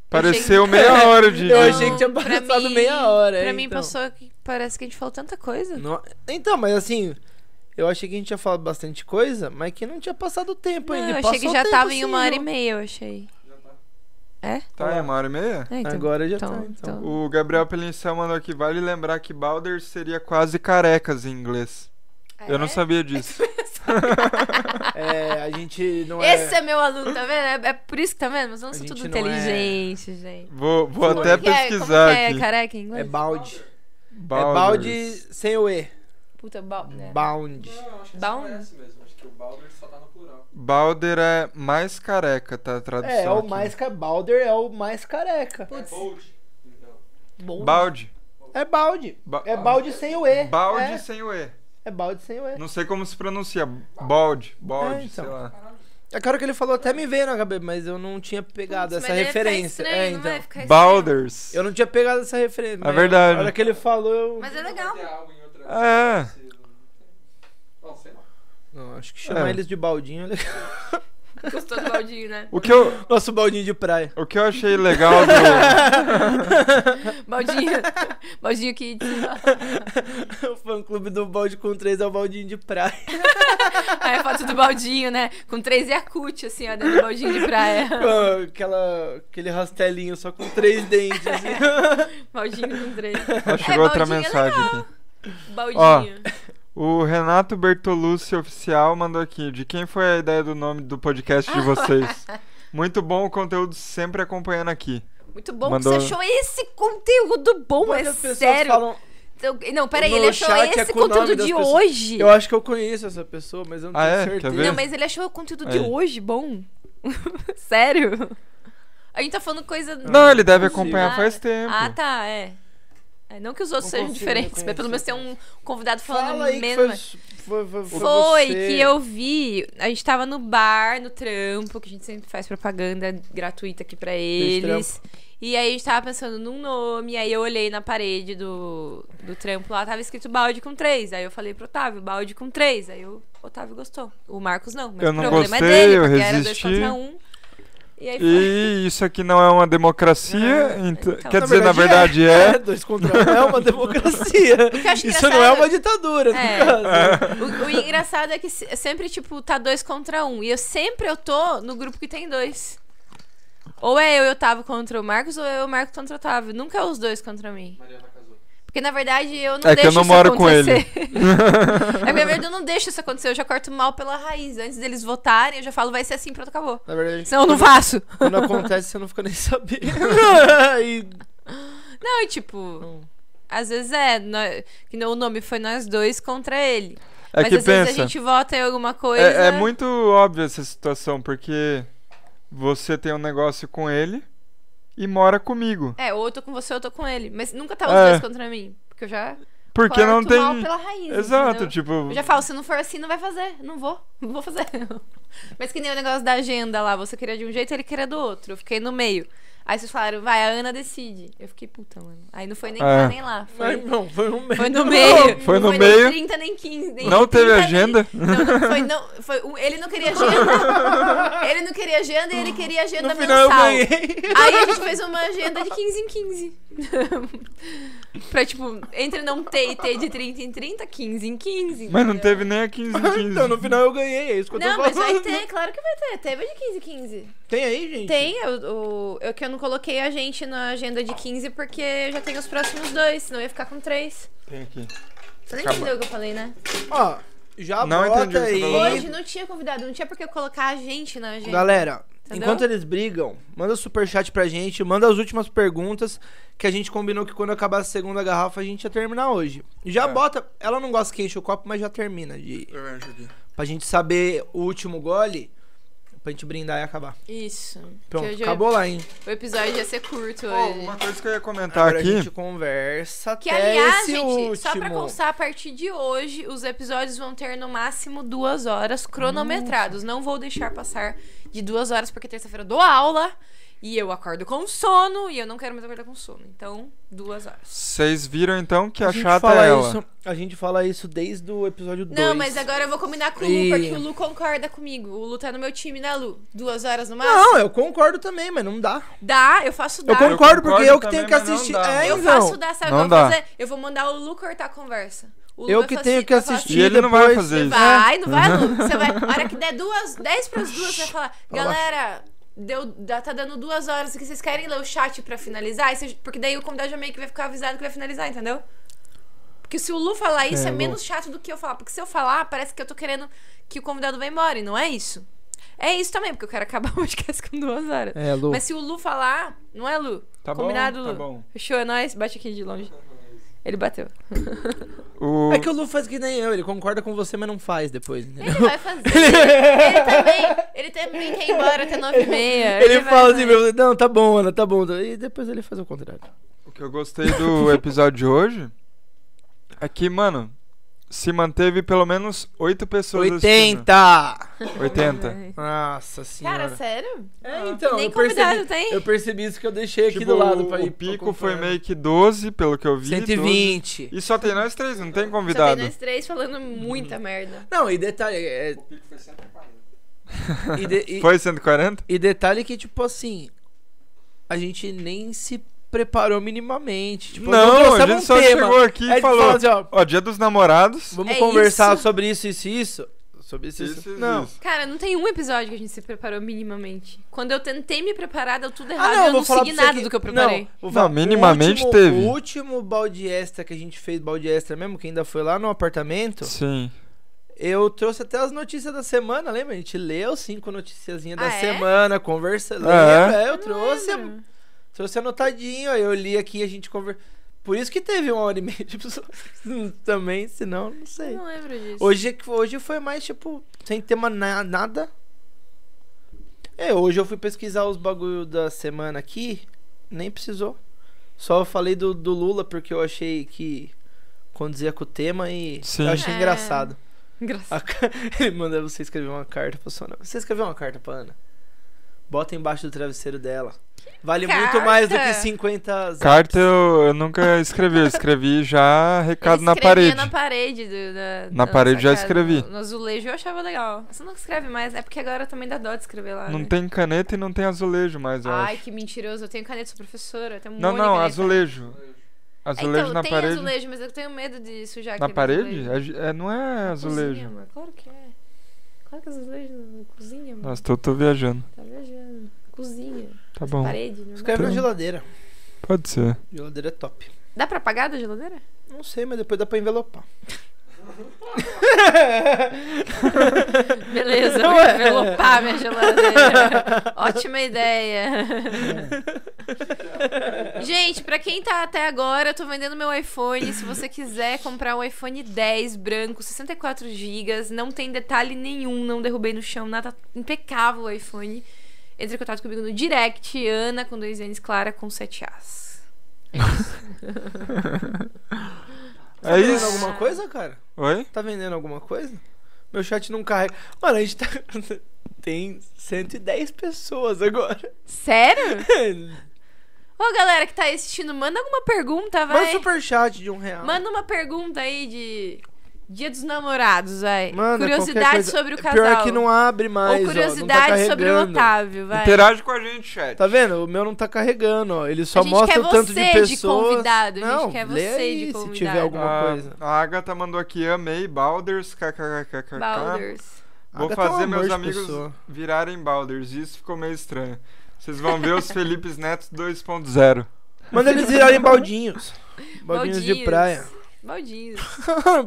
D: Pareceu meia
A: *laughs*
D: hora de...
B: Eu
D: de-
B: achei que tinha
A: pra
B: passado meia hora,
A: Pra
B: é,
A: mim,
B: então.
A: passou que parece que a gente falou tanta coisa.
B: No- Então, mas assim, eu achei que a gente tinha falado bastante coisa, mas que não tinha passado o tempo
A: Não,
B: ainda.
A: eu
B: E
A: achei que
B: passou
A: já
B: o tempo, assim,
A: tava em
B: sim,
A: uma hora e
B: viu?
A: meia, eu achei.
C: Já tá.
A: É?
D: Tá, é uma hora e meia?
A: É, então.
B: Agora já
A: então-
B: tá, então.
A: então-
D: O Gabriel Pelinção mandou aqui, vale lembrar que Balders seria quase carecas em inglês. Eu
A: É.
D: não sabia disso.
B: É, a gente não é...
A: Esse é meu aluno, tá vendo? É, é por isso que tá vendo? Mas eu não
B: A
A: sou
B: gente
A: tudo
B: não é-
A: inteligente, gente.
D: Vou, vou
A: Como
D: até
A: que é-
D: pesquisar
A: como que é
D: aqui.
A: careca em
B: É
A: inglês?
B: balde. É
D: Balders.
B: balde sem o E.
A: Puta, bal... é.
B: Bound.
C: Não, acho que
A: Dá um-
C: isso não é esse mesmo. Acho que o Balder só tá no plural.
D: Balder é mais careca, tá a tradução
B: É, é o
D: aqui.
B: mais... ca- Balder é o mais careca.
A: Putz.
C: É Bold. Então.
D: Balde.
B: É balde.
D: Ba-
B: É balde sem o E.
D: Balde
B: É,
D: sem o E.
B: é balde sem o E.
D: Não sei como se pronuncia. Balde, balde,
B: É, então.
D: sei lá.
B: A cara que ele falou até me veio na cabeça, mas eu não tinha pegado
A: Putz,
B: essa
A: mas deve ficar
B: referência.
A: estranho,
B: é,
A: não
B: então.
A: vai ficar estranho.
D: Balders.
B: Eu não tinha pegado essa referência. mas
D: verdade.
B: Na hora que ele falou, eu.
A: Mas é legal.
C: Tem algo em outra
D: É.
C: esse- Bom, sei lá.
B: Não, acho que chamar
D: É.
B: eles de baldinho é legal. *laughs*
A: Gostou do baldinho, né?
D: O que eu,
B: Nosso baldinho de praia. *laughs*
D: o que eu achei legal do...
B: *laughs*
A: Baldinho. Baldinho Kids.
B: o fã clube do balde com três é o baldinho
A: *laughs*
B: de praia.
A: *laughs* Aí a foto do baldinho, né? Com três Yakut, assim, ó, dentro do baldinho de
B: *laughs*
A: praia.
B: Com Aquela, aquele rastelinho só com três dentes. assim.
A: Baldinho com
B: *laughs*
A: três.
D: Ah, chegou outra
A: baldinho
B: né?
A: é
D: mensagem
A: legal.
D: aqui.
A: Baldinho.
D: O Renato Bertolucci Oficial mandou aqui. De quem foi a ideia do nome do podcast
A: *laughs*
D: de vocês? Muito bom o conteúdo, sempre acompanhando aqui.
A: Muito bom
D: Mandou-
A: que você achou esse conteúdo bom,
B: Mas
A: é
B: as pessoas
A: sério.
B: falam,
A: Então, não, peraí,
B: No
A: ele achou
B: chat é
A: esse
B: com o nome
A: conteúdo
B: das
A: de
B: pessoas.
A: hoje.
B: Eu acho que eu conheço essa pessoa, mas eu não
D: Ah,
B: tenho
D: é? Quer
B: certeza.
D: ver?
A: Não, mas ele achou o conteúdo de
D: Aí.
A: hoje bom. *laughs* Sério? A gente tá falando coisa.
D: Não, ele deve
B: consigo.
D: acompanhar
A: Ah,
D: faz tempo.
A: Ah, tá, é. É, não que os outros
B: Não
A: sejam
B: consigo
A: diferentes, mas pelo menos tem um convidado falando
B: Fala aí que
A: menos.
B: foi, foi, foi, foi
A: Foi
B: você.
A: que eu vi. A gente tava no bar, no trampo, que a gente sempre faz propaganda gratuita aqui pra eles. E aí a gente tava pensando num nome, aí eu olhei na parede do, do trampo lá, tava escrito balde com três. Aí eu falei pro Otávio, balde com três. Aí o Otávio gostou. O Marcos não. Mas
D: Eu
A: o
D: não
A: problema é
D: gostei,
A: dele,
D: eu
A: porque
D: resisti.
A: era dois contra um. E aí foi.
D: E isso aqui não é uma democracia, então-
A: então.
D: quer dizer, na verdade é.
B: Dois contra um é uma democracia.
A: *laughs* eu acho
B: Isso não é
A: engraçado-
B: uma ditadura, no
A: É.
B: caso.
A: O, o engraçado é que se- sempre, tipo, tá dois contra um. E eu sempre eu tô no grupo que tem dois. Ou é eu e o Otávio contra o Marcos, ou é eu e o Marcos contra o Otávio. Nunca é os dois contra mim.
C: Mariana casou.
A: Porque, na verdade, eu não
D: É que
A: deixo
D: eu não
A: isso
D: moro com
A: acontecer. *laughs* é que, na verdade, eu não deixo isso acontecer. Eu já corto mal pela raiz. Antes deles votarem, eu já falo, vai ser assim, pronto, acabou.
B: Na verdade,
A: Senão eu não faço.
B: quando acontece, você não fica
A: *laughs*
B: nem sabendo. *laughs* E-
A: Não, e tipo... Às vezes é, nó- que no- o nome foi nós dois contra ele.
D: É
A: Mas
D: que
A: às vezes a
D: pensa.
A: gente né? vota em alguma coisa.
D: É, é muito óbvia essa situação, porque você tem um negócio com ele e mora comigo.
A: É, ou eu tô com você ou eu tô com ele. Mas nunca tava
D: É.
A: os dois contra mim. Porque eu já.
D: Porque não
A: corto mal
D: tem.
A: pela raiz.
D: Exato,
A: entendeu?
D: tipo.
A: Eu já falo, se não for assim, não vai fazer. Não vou. Não vou fazer. *laughs* Mas que nem o negócio da agenda lá. Você queria de um jeito, ele queria do outro. Eu fiquei no meio. Aí vocês falaram, vai, a Ana decide. Eu fiquei, puta, mano. Aí não foi nem
D: É.
A: cá, nem lá.
B: Ai,
A: Foi,
B: não, foi um
A: foi no meio.
D: *laughs* Foi
A: Não
D: no
A: nem
D: meio.
A: 30, nem 15. Nem
D: Não teve
A: 30,
D: agenda?
A: Nem... Não, não, foi, não, foi, um- ele não queria
D: *laughs*
A: agenda. ele não queria agenda e ele queria agenda
B: No final eu
A: mensal.
B: ganhei. *laughs*
A: Aí a gente fez uma agenda de 15 em 15. *laughs* pra, tipo, entre não ter e ter de 30 em 30, 15 em 15.
D: Mas não
A: entendeu?
D: teve nem a 15 em 15.
B: Então, no final eu ganhei, é isso que eu tô
A: Não, mas
B: falando.
A: vai ter, claro que vai ter. Teve de 15 em 15.
B: Tem aí, gente?
A: Tem, o, o, eu que eu não coloquei a gente na agenda de 15 porque eu já tenho os próximos dois, senão eu ia ficar com três.
D: Tem aqui.
A: Você não
D: Acaba.
A: entendeu o que eu falei, né?
B: Ó, já
D: Não
B: bota
D: entendi o que você
B: aí.
D: tá falando.
A: Hoje não tinha convidado, não tinha por que colocar a gente na agenda.
B: Galera,
A: Entendeu?
B: enquanto eles brigam, manda superchat pra gente, manda as últimas perguntas que a gente combinou que quando acabar a segunda garrafa a gente ia terminar hoje. Já
D: É.
B: bota, ela não gosta que enche o copo, mas já termina de pra gente saber o último gole, pra Pra gente brindar e acabar.
A: Isso.
B: Pronto,
A: Que hoje
B: acabou lá, hein?
A: O episódio ia ser curto
C: Pô,
A: hoje.
C: uma coisa que eu ia comentar
B: Agora a
C: Tá aqui.
B: gente conversa
A: Que,
B: até
A: aliás,
B: É esse
A: gente,
B: último.
A: só pra
C: Tá
A: constar, a partir de hoje, os episódios vão ter no máximo duas horas cronometrados. Não vou deixar passar de duas horas, porque terça-feira eu dou aula e eu acordo com sono e eu não quero mais acordar com sono. Então, duas horas.
C: Vocês viram então que a,
B: a gente
C: chata
B: fala
C: é ela.
B: Isso, a gente fala isso desde o episódio 2.
A: Não, mas agora eu vou combinar com o Lu,
B: E-
A: porque o Lu concorda comigo. O Lu tá no meu time, né, Lu? Duas horas no máximo?
B: Não, eu concordo também, mas não dá.
A: Dá, eu faço dá.
B: Eu concordo, porque eu que
C: também,
B: tenho que
C: mas não
B: assistir.
C: dá,
B: é,
C: mano.
A: Eu
B: então.
A: faço dar, sabe o
C: Não
A: que eu vou
C: dá.
A: fazer? Eu vou mandar o Lu cortar a conversa. O Lu
B: Eu
A: vai
B: que
A: faci-
B: tenho que
A: vai falar assim,
B: assistir.
C: E ele não vai
B: depois-
C: fazer isso.
A: Vai, não vai, Lu? Você vai. A hora que der duas, dez pras duas, você vai falar, galera. Deu, dá- tá dando duas horas aqui. Vocês querem ler o chat pra finalizar? E vocês- porque daí o convidado já meio que vai ficar avisado que vai finalizar, entendeu? Porque se o Lu falar isso, é,
B: Lu.
A: menos chato do que eu falar. Porque se eu falar, parece que eu tô querendo que o convidado vá embora. E não é isso. É isso também, porque eu quero acabar o *laughs* podcast com duas horas.
B: É, Lu.
A: Mas se o Lu falar, não é Lu?
C: Tá bom,
A: Combinado,
C: tá
A: Lu?
C: bom.
A: Fechou, é nóis. Bate aqui de longe. Ele bateu.
C: O...
B: É que o Lu faz que nem eu, ele concorda com você, mas não faz depois,
A: Ele
B: entendeu?
A: vai fazer. Ele também, ele também quer ir embora até nove e meia.
B: Ele
A: vai
B: fala assim,
A: fazer.
B: pra você, não, tá bom, Ana, tá bom. E depois ele faz o contrário.
C: O que eu gostei *laughs* do episódio de hoje é que, mano, se manteve pelo menos oito pessoas assistindo.
B: 80!
A: É.
C: 80.
B: Nossa senhora.
A: Cara, sério?
B: É, então,
A: Nem
B: eu percebi,
A: convidado tem?
B: eu percebi isso que eu deixei aqui
C: Tipo,
B: do lado. Pra ir
C: o pico foi
B: acompanhando.
C: meio né? que 12, pelo que eu vi. 12.
B: 120.
C: E só tem nós três, não tem
A: Só
C: convidado.
A: tem nós três falando muita merda.
B: Não, e detalhe, é,
D: O pico foi 140.
B: e, de- e-
C: *laughs* Foi 140?
B: e detalhe que, tipo assim, a gente nem se preparou minimamente. Tipo, nós
C: não, a
B: trouxemos
C: gente
B: um
C: só
B: tema.
C: chegou aqui
B: Aí a
C: e
B: gente
C: falou:
B: fala assim, ó,
C: Ó, dia dos namorados.
B: vamos
A: É
B: conversar
A: isso.
B: sobre isso, isso e isso. Sobre isso, isso.
C: Isso, isso,
B: não.
C: isso.
A: Cara, não tem um episódio que a gente se preparou minimamente. Quando eu tentei me preparar, deu tudo errado.
B: Ah, não,
A: eu
B: vou
A: não
B: falar
A: segui
B: pra você
A: nada
B: que-
A: do que eu preparei.
B: Não, vou falar,
C: Não, minimamente
B: o último,
C: teve.
B: O último balde extra que a gente fez, balde extra mesmo, que ainda foi lá no apartamento,
C: Sim.
B: eu trouxe até as notícias da semana, lembra? A gente leu cinco noticiazinhas da
A: Ah, é?
B: semana, conversa.
C: Ah, é?
B: Lembra? É, eu
A: não
B: trouxe,
A: lembro.
B: trouxe anotadinho, aí eu li aqui a gente conversa. Por isso que teve uma hora e meia de pessoas *laughs* também, senão, não
A: Eu
B: sei.
A: não lembro disso.
B: Hoje, é que- hoje foi mais, tipo, sem tema na- nada. É, hoje eu fui pesquisar os bagulho da semana aqui, nem precisou. Só eu falei do, do Lula porque eu achei que condizia com o tema e
C: Sim.
B: eu achei
A: É.
B: engraçado. A
A: Engraçado.
B: ca- *laughs* Ele manda você escrever uma carta pra sua namorada. Você escreveu uma carta pra Ana? Bota embaixo do travesseiro dela. Vale muito mais do que
A: Carta!
B: 50 zap-
C: Carta eu, eu nunca escrevi, eu escrevi já recado
A: Ele
C: na
A: escrevia
C: parede.
A: na parede. do- da-
C: Na
A: da
C: parede
A: nossa
C: já
A: casa,
C: escrevi.
A: No, no azulejo eu achava legal. Você não escreve mais, é porque agora também dá dó de escrever lá.
C: Não
A: né?
C: tem caneta e não tem azulejo mais, eu
A: Ai,
C: acho.
A: que mentiroso. Eu tenho caneta, sou professora. Eu tenho um
C: Não,
A: monte de
C: não,
A: caneta.
C: azulejo.
A: Ah,
C: Azulejo
A: então,
C: na
A: tem
C: parede.
A: azulejo, mas eu tenho medo de sujar
C: Na
A: aquele
C: parede?
A: azulejo.
C: É, gi- é, não é
A: Cozinha,
C: azulejo.
A: amor. Claro que é. Claro que azulejo não cozinha, mano.
C: Nossa, tô, tô viajando.
A: Tá viajando. Cozinha.
C: Tá bom.
A: Parede, normal.
B: Escreve na
C: Então.
B: geladeira.
C: Pode ser.
B: Geladeira é top.
A: Dá pra apagar da
C: *laughs*
A: geladeira?
B: Não sei, mas depois dá pra envelopar.
A: *laughs* Beleza, vou
B: é.
C: é.
A: envelopar minha
B: Tá
A: geladeira. Ótima ideia. Gente, pra quem tá até agora, eu tô vendendo meu iPhone. Se você quiser comprar um iPhone 10 branco, 64 GB, não tem detalhe nenhum, não derrubei no chão, nada impecável o iPhone. Entre em contato comigo no direct, Ana com dois N's, Clara com 7 As.
B: Tá
C: É
B: vendendo
C: isso.
B: alguma coisa, cara?
C: Oi?
B: Tá vendendo alguma coisa? Meu chat não carrega. Mano, a gente tá. *laughs* Tem 110
A: *laughs*
B: pessoas agora.
A: Sério? Ô, galera que tá aí assistindo, manda alguma pergunta, vai.
B: Manda superchat de um real.
A: Manda uma pergunta aí de Dia dos Namorados, vai.
B: Manda qualquer
A: curiosidade
B: coisa.
A: sobre o casal.
B: Pior é que não abre mais.
A: Ou
B: ó, não tá
A: curiosidade sobre o
B: carregando.
A: Otávio, vai.
C: Interage com a gente, chat.
B: Tá vendo? O meu não tá carregando, ó. Ele só
A: A gente
B: mostra
A: quer
B: o tanto de
A: você de
B: pessoas.
A: convidado, a gente
B: não,
A: quer
B: lê
A: você
B: aí
A: de
B: Se
A: convidado.
B: tiver alguma
C: Ah,
B: coisa.
C: A Agatha mandou aqui, amei, Balders, kkkkk.
A: Balders.
C: Vou
B: Agatha é um
C: fazer
B: amor
C: meus
B: de
C: amigos
B: pessoa.
C: virarem Balders, isso ficou meio estranho. Vocês vão ver os Felipes Neto 2.0.
A: *laughs*
B: Manda eles virarem baldinhos. Baldinhos de
A: Baldinhos.
B: praia. *laughs*
A: Baldinhos.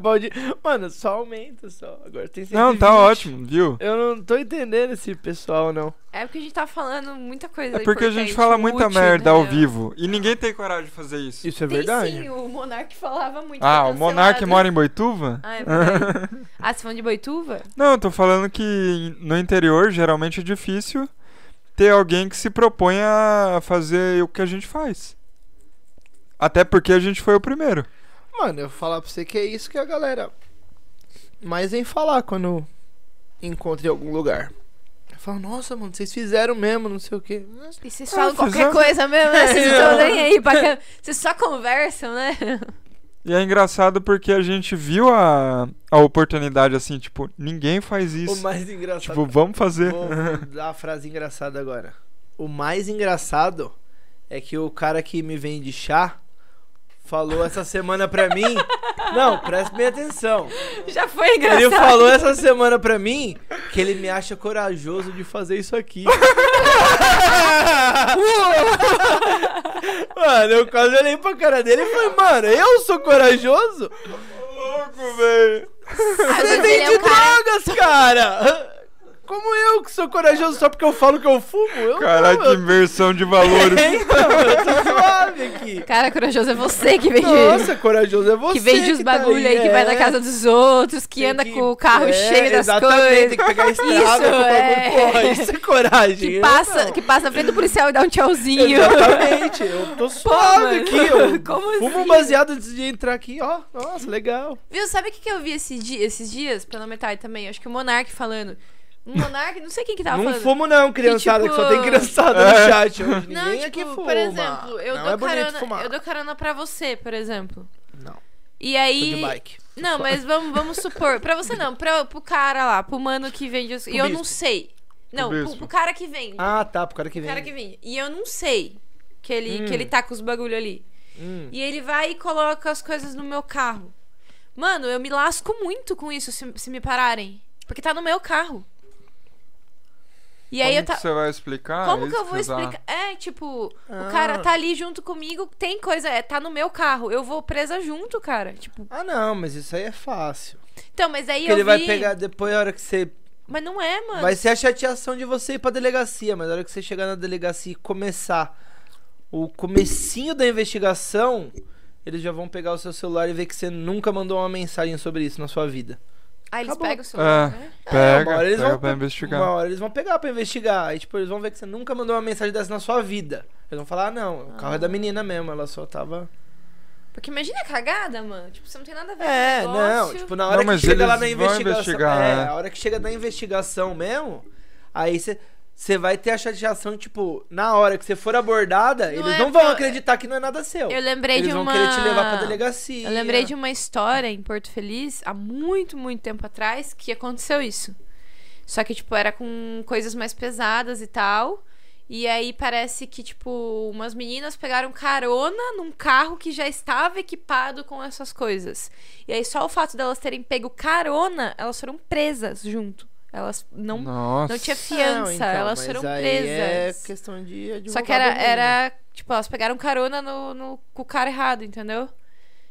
B: Baldi... Mano, só aumenta só. Agora tem 120.
C: Não, tá ótimo, viu?
B: Eu não tô entendendo esse pessoal, não.
A: É porque a gente tá falando muita coisa.
C: É porque a gente
A: importante,
C: fala muita
A: útil,
C: merda ao
A: né?
C: vivo. E ninguém tem coragem de fazer isso.
B: Isso é
A: Tem
B: verdade.
A: sim, o Monark falava muito.
C: Ah,
A: foi
C: o Monark
A: cancelado.
C: mora em Boituva?
A: Ah, é verdade. Ah, você falando de Boituva?
C: Não, eu tô falando que no interior geralmente é difícil ter alguém que se propõe a fazer o que a gente faz. Até porque a gente foi o primeiro.
B: Mano, eu vou falar pra você que é isso que a galera mais vem falar quando encontra em algum lugar. Fala, nossa, mano, vocês fizeram mesmo, não sei o quê.
A: E vocês
C: Ah,
A: falam qualquer
C: fizemos-
A: coisa mesmo, né? Vocês não estão nem aí pra cá. Vocês só conversam, né? *laughs*
C: E é engraçado porque a gente viu a, a oportunidade assim, tipo, ninguém faz
B: O
C: isso.
B: mais engraçado.
C: Tipo, vamos fazer.
B: Vou, vou
A: *laughs*
B: dar a frase engraçada agora. O mais engraçado é que o cara que me vende chá falou essa semana pra
A: *laughs*
B: mim. Não, presta bem atenção.
A: Já foi engraçado.
B: Ele falou essa semana pra mim que ele me acha corajoso de fazer
A: *laughs*
B: isso aqui. mano, eu quase olhei pra cara dele e falei, mano, eu sou corajoso?
C: Louco, velho.
A: Ah, mas
B: Você
A: ele é
B: vende
A: um cara-
B: drogas, cara! *laughs* Como eu que sou corajoso só porque eu falo que eu fumo? Eu
C: Caraca,
B: não,
C: que
B: eu-
C: inversão de valores.
B: *laughs* Então, eu tô suave aqui.
A: Cara, corajoso é você que vende.
B: Nossa, corajoso é você.
A: que vende os
B: tá
A: bagulho aí, que vai na
B: é.
A: casa dos outros, que
B: Tem
A: anda com o carro
B: é,
A: cheio das
B: exatamente,
A: coisas.
B: Tem que pegar a estrada,
A: *laughs* Isso,
B: com o bagulho.
A: é.
B: porra, isso é coragem.
A: Que
B: Eu
A: passa,
B: não.
A: que passa na frente do policial e dá um tchauzinho. *laughs*
B: Exatamente, eu tô suave
A: mano.
B: aqui.
A: *laughs*
B: Eu
A: Como
B: fumo
A: assim?
B: baseado antes de entrar aqui, ó. Nossa, legal.
A: Viu, sabe o que, que eu vi esse dia- esses dias, pela metade também? Acho que o Monark falando. Um Monark, não sei quem que tava
B: não
A: falando.
B: fumo não, criançada, que,
A: tipo-
B: só tem criançada
C: É.
B: no chat. Hoje.
A: Não,
B: Ninguém
A: tipo,
B: aqui fuma.
A: por exemplo, eu
B: não
A: dou
B: é bonito
A: carona,
B: fumar.
A: eu dou carona pra você, por exemplo.
B: Não, tô
A: E
B: de
A: aí,
B: bike.
A: Não, mas vamos, vamos supor. Pra você não, pra, pro cara lá, pro mano que vende. os- E eu não
B: bispo.
A: sei. Não,
C: Pro
A: pro,
C: bispo.
A: pro cara que vende.
B: Ah, tá, pro cara que
A: pro
B: vem.
A: cara que vende. E eu não sei que ele,
B: Hum.
A: que ele tá com os bagulho ali.
B: Hum.
A: E ele vai e coloca as coisas no meu carro. Mano, eu me lasco muito com isso se, se me pararem. Porque tá no meu carro. E aí
C: Como
A: eu tá.
C: que você vai explicar?
A: Como
C: isso,
A: que eu vou
C: Zá?
A: explicar? É, tipo,
B: Ah.
A: o cara tá ali junto comigo, tem coisa, é, tá no meu carro. Eu vou presa junto, cara. Tipo,
B: Ah, não, mas isso aí é fácil.
A: então, mas aí
B: Porque
A: eu
B: ele vai
A: vi-
B: pegar depois a hora que você.
A: Mas não é, mano.
B: Vai ser a chateação de você ir pra delegacia, mas a hora que você chegar na delegacia e começar o comecinho da investigação, eles já vão pegar o seu celular e ver que você nunca mandou uma mensagem sobre isso na sua vida.
A: Ah, eles
B: Acabou.
A: pegam o celular,
C: É,
A: né?
C: pega,
B: uma hora eles
C: pega
B: vão
C: pra
B: pe-
C: investigar.
B: Uma hora eles vão pegar pra investigar. Aí, tipo, eles vão ver que você nunca mandou uma mensagem dessa na sua vida. Eles vão falar, ah, não, o carro é da menina mesmo, ela só tava.
A: Porque imagina a cagada, mano. Tipo, você não tem nada a ver
B: É,
A: com o
B: não,
A: negócio.
B: tipo, na
C: Não,
B: hora
C: mas
B: que chega
C: eles
B: lá na
C: vão
B: investigação.
C: investigar,
B: é,
C: é.
B: a hora que chega na investigação mesmo, aí você vai ter a chateação, tipo, na hora que você for abordada,
A: Não
B: eles
A: é
B: não vão
A: pro-
B: acreditar que não é nada seu.
A: Eu lembrei
B: eles
A: de
B: vão
A: uma...
B: querer te levar pra delegacia.
A: Eu lembrei de uma história em Porto Feliz, há muito, muito tempo atrás, que aconteceu isso. Só que, tipo, era com coisas mais pesadas e tal. E aí parece que, tipo, umas meninas pegaram carona num carro que já estava equipado com essas coisas. E aí só o fato delas terem pego carona, elas foram presas junto. Elas não
C: Nossa.
A: Não tinha fi-
B: Não,
A: fiança,
B: então,
A: elas
B: mas
A: foram
B: aí
A: presas.
B: É questão de advogado
A: Só que era,
B: mesmo.
A: era. Tipo, elas pegaram carona no, no, com o cara errado, entendeu?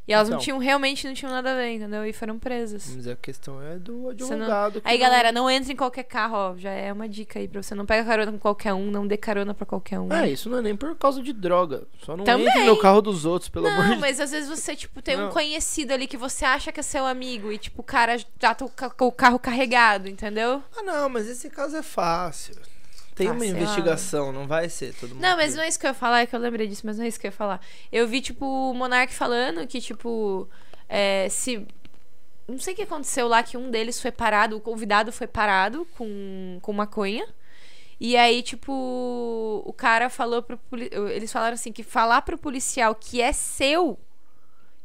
A: E elas não
B: Então.
A: tinham, realmente não tinham nada a ver, entendeu? E foram presas.
B: Mas a questão é do
A: Você não-
B: advogado. que
A: Aí,
B: não-
A: galera, não entre em qualquer carro, ó. Já é uma dica aí pra você. Não pega carona com qualquer um, não dê carona pra qualquer um.
B: Ah, isso não é nem por causa de droga. Só não
A: Também.
B: entre no carro dos outros, pelo amor de
A: Não,
B: Deus.
A: mas às vezes você, tipo, tem um
B: Não.
A: conhecido ali que você acha que é seu amigo e, tipo, o cara já tá com o carro carregado, entendeu?
B: Ah, não, mas esse caso é fácil. Tem
A: Ah,
B: uma
A: sei lá.
B: investigação, não vai ser todo mundo.
A: Não, mas
B: preso.
A: não é isso que eu ia falar, é que eu lembrei disso, mas não é isso que eu ia falar. Eu vi, tipo, o Monark falando que, tipo, é, se. Não sei o que aconteceu lá, que um deles foi parado, o convidado foi parado com, com maconha. E aí, tipo, o cara falou pro. poli- Eles falaram assim: que falar pro policial que é seu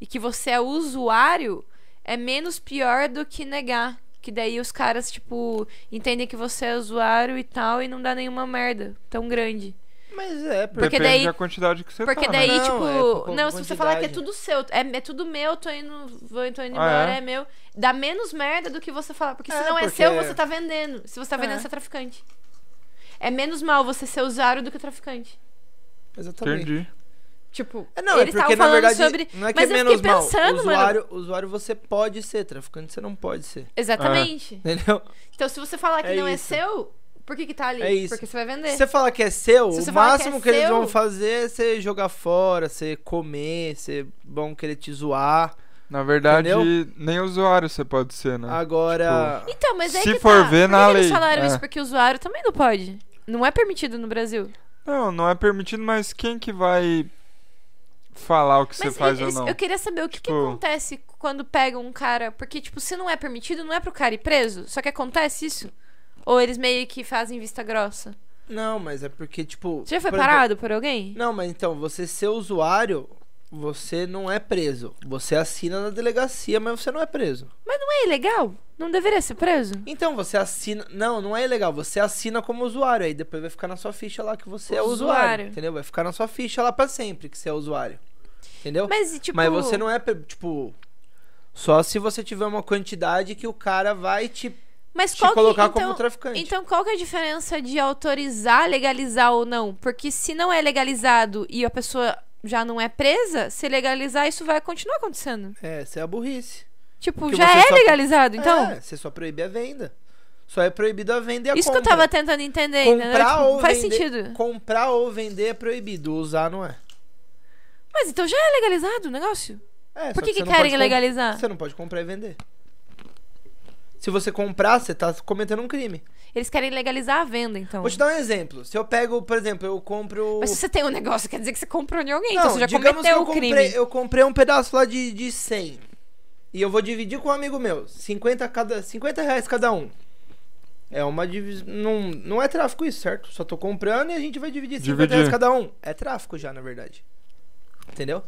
A: e que você é usuário é menos pior do que negar. Que daí os caras, tipo, entendem que você é usuário e tal e não dá nenhuma merda tão grande.
B: Mas é, porque.
A: Porque
C: Depende
A: daí-
C: da quantidade que você
A: Porque
C: tá,
A: daí,
C: né?
B: Não,
A: tipo.
B: é por conta
A: não, se
B: da
A: você falar que é
B: quantidade.
A: tudo seu, é, é tudo meu, tô indo, vou, tô indo
C: Ah,
A: embora,
C: é?
A: é? meu. Dá menos merda do que você falar. Porque se
B: É,
A: não é
B: porque-
A: seu, você tá vendendo. Se você tá vendendo,
B: É.
A: você é traficante. É menos mal você ser usuário do que traficante.
B: Exatamente.
C: Entendi.
A: Tipo,
B: É, não,
A: eles
B: é porque
A: estavam
B: na
A: falando
B: verdade
A: sobre.
B: não é que
A: Mas
B: é
A: eu
B: menos
A: fiquei
B: mal.
A: pensando,
B: usuário, usuário você pode ser, traficante você não pode ser. *laughs*
A: Exatamente.
B: Entendeu?
G: Então, se você falar que
B: É
G: não
B: isso.
G: é seu, por que que tá ali?
B: É isso.
G: Porque você vai vender.
B: Se você fala que é seu,
G: Se você
B: o
G: falar que é
B: máximo que, eles
G: seu-
B: vão fazer é você jogar fora, você comer, você vão querer te zoar.
C: Na verdade,
B: Entendeu?
C: nem usuário você pode ser,
A: Ah.
C: né?
B: Agora.
A: Então, mas é
C: Se
A: que
C: for
A: tá.
C: ver
A: por
C: na
A: que que eles
C: lei,
A: falaram
C: é.
A: isso? Porque o usuário também não pode. Não é permitido no Brasil.
C: Não, não é permitido, mas quem que vai falar o que
A: Mas
C: você faz
A: eles-
C: ou não?
A: eu queria saber o que, que
C: Tipo-
A: acontece quando pegam um cara. Porque, tipo, se não é permitido, não é pro cara ir preso. Só que acontece isso? Ou eles meio que fazem vista grossa?
B: Não, mas é porque, tipo.
A: Você já foi
B: por exemplo-
A: parado por alguém?
B: Não, mas então, você ser usuário, você não é preso. Você assina na delegacia, mas você não é preso.
A: Mas não é ilegal? Não deveria ser preso?
B: Então, você assina. Não, não é ilegal. Você assina como usuário. Aí depois vai ficar na sua ficha lá que você é usuário.
A: Usuário.
B: Entendeu? Vai ficar na sua ficha lá pra sempre que você é usuário. Entendeu?
A: Mas, e, tipo.
B: Mas você não é, pre- tipo. Só se você tiver uma quantidade que o cara vai te,
A: Mas
B: te
A: qual
B: colocar
A: que, então,
B: como traficante.
A: Então, qual que é a diferença de autorizar, legalizar ou não? Porque se não é legalizado e a pessoa já não é presa, se legalizar, isso vai continuar acontecendo.
B: É, essa é a burrice.
A: Tipo,
B: Porque
A: já
B: você
A: é
B: só-
A: legalizado, então?
B: É, você só proíbe a venda. Só é proibido a venda e a
A: isso que
B: compra.
A: eu tava tentando entender, entendeu?
B: Comprar
A: Tipo,
B: ou
A: faz
B: vender-
A: sentido.
B: Comprar ou vender é proibido, usar não é.
A: Mas então já é legalizado o negócio?
B: É, só
A: Por que,
B: você
A: que
B: não pode
A: querem
B: com-
A: legalizar?
B: Você não pode comprar e vender. Se você comprar, você tá cometendo um crime.
A: Eles querem legalizar a venda, então.
B: Vou te dar um exemplo. Se eu pego, por exemplo, eu compro.
A: Mas se você tem um negócio, quer dizer que você comprou de alguém,
B: Não,
A: então você já
B: digamos que
A: cometeu
B: eu
A: o crime.
B: comprei, eu comprei um pedaço lá de, de 100. E eu vou dividir com um amigo meu. 50, cada, 50 reais cada um. É uma divisão. Não, não é tráfico isso, certo? Só tô comprando e a gente vai dividir 50
C: Dividir.
B: reais cada um. É tráfico já, na verdade. Entendeu?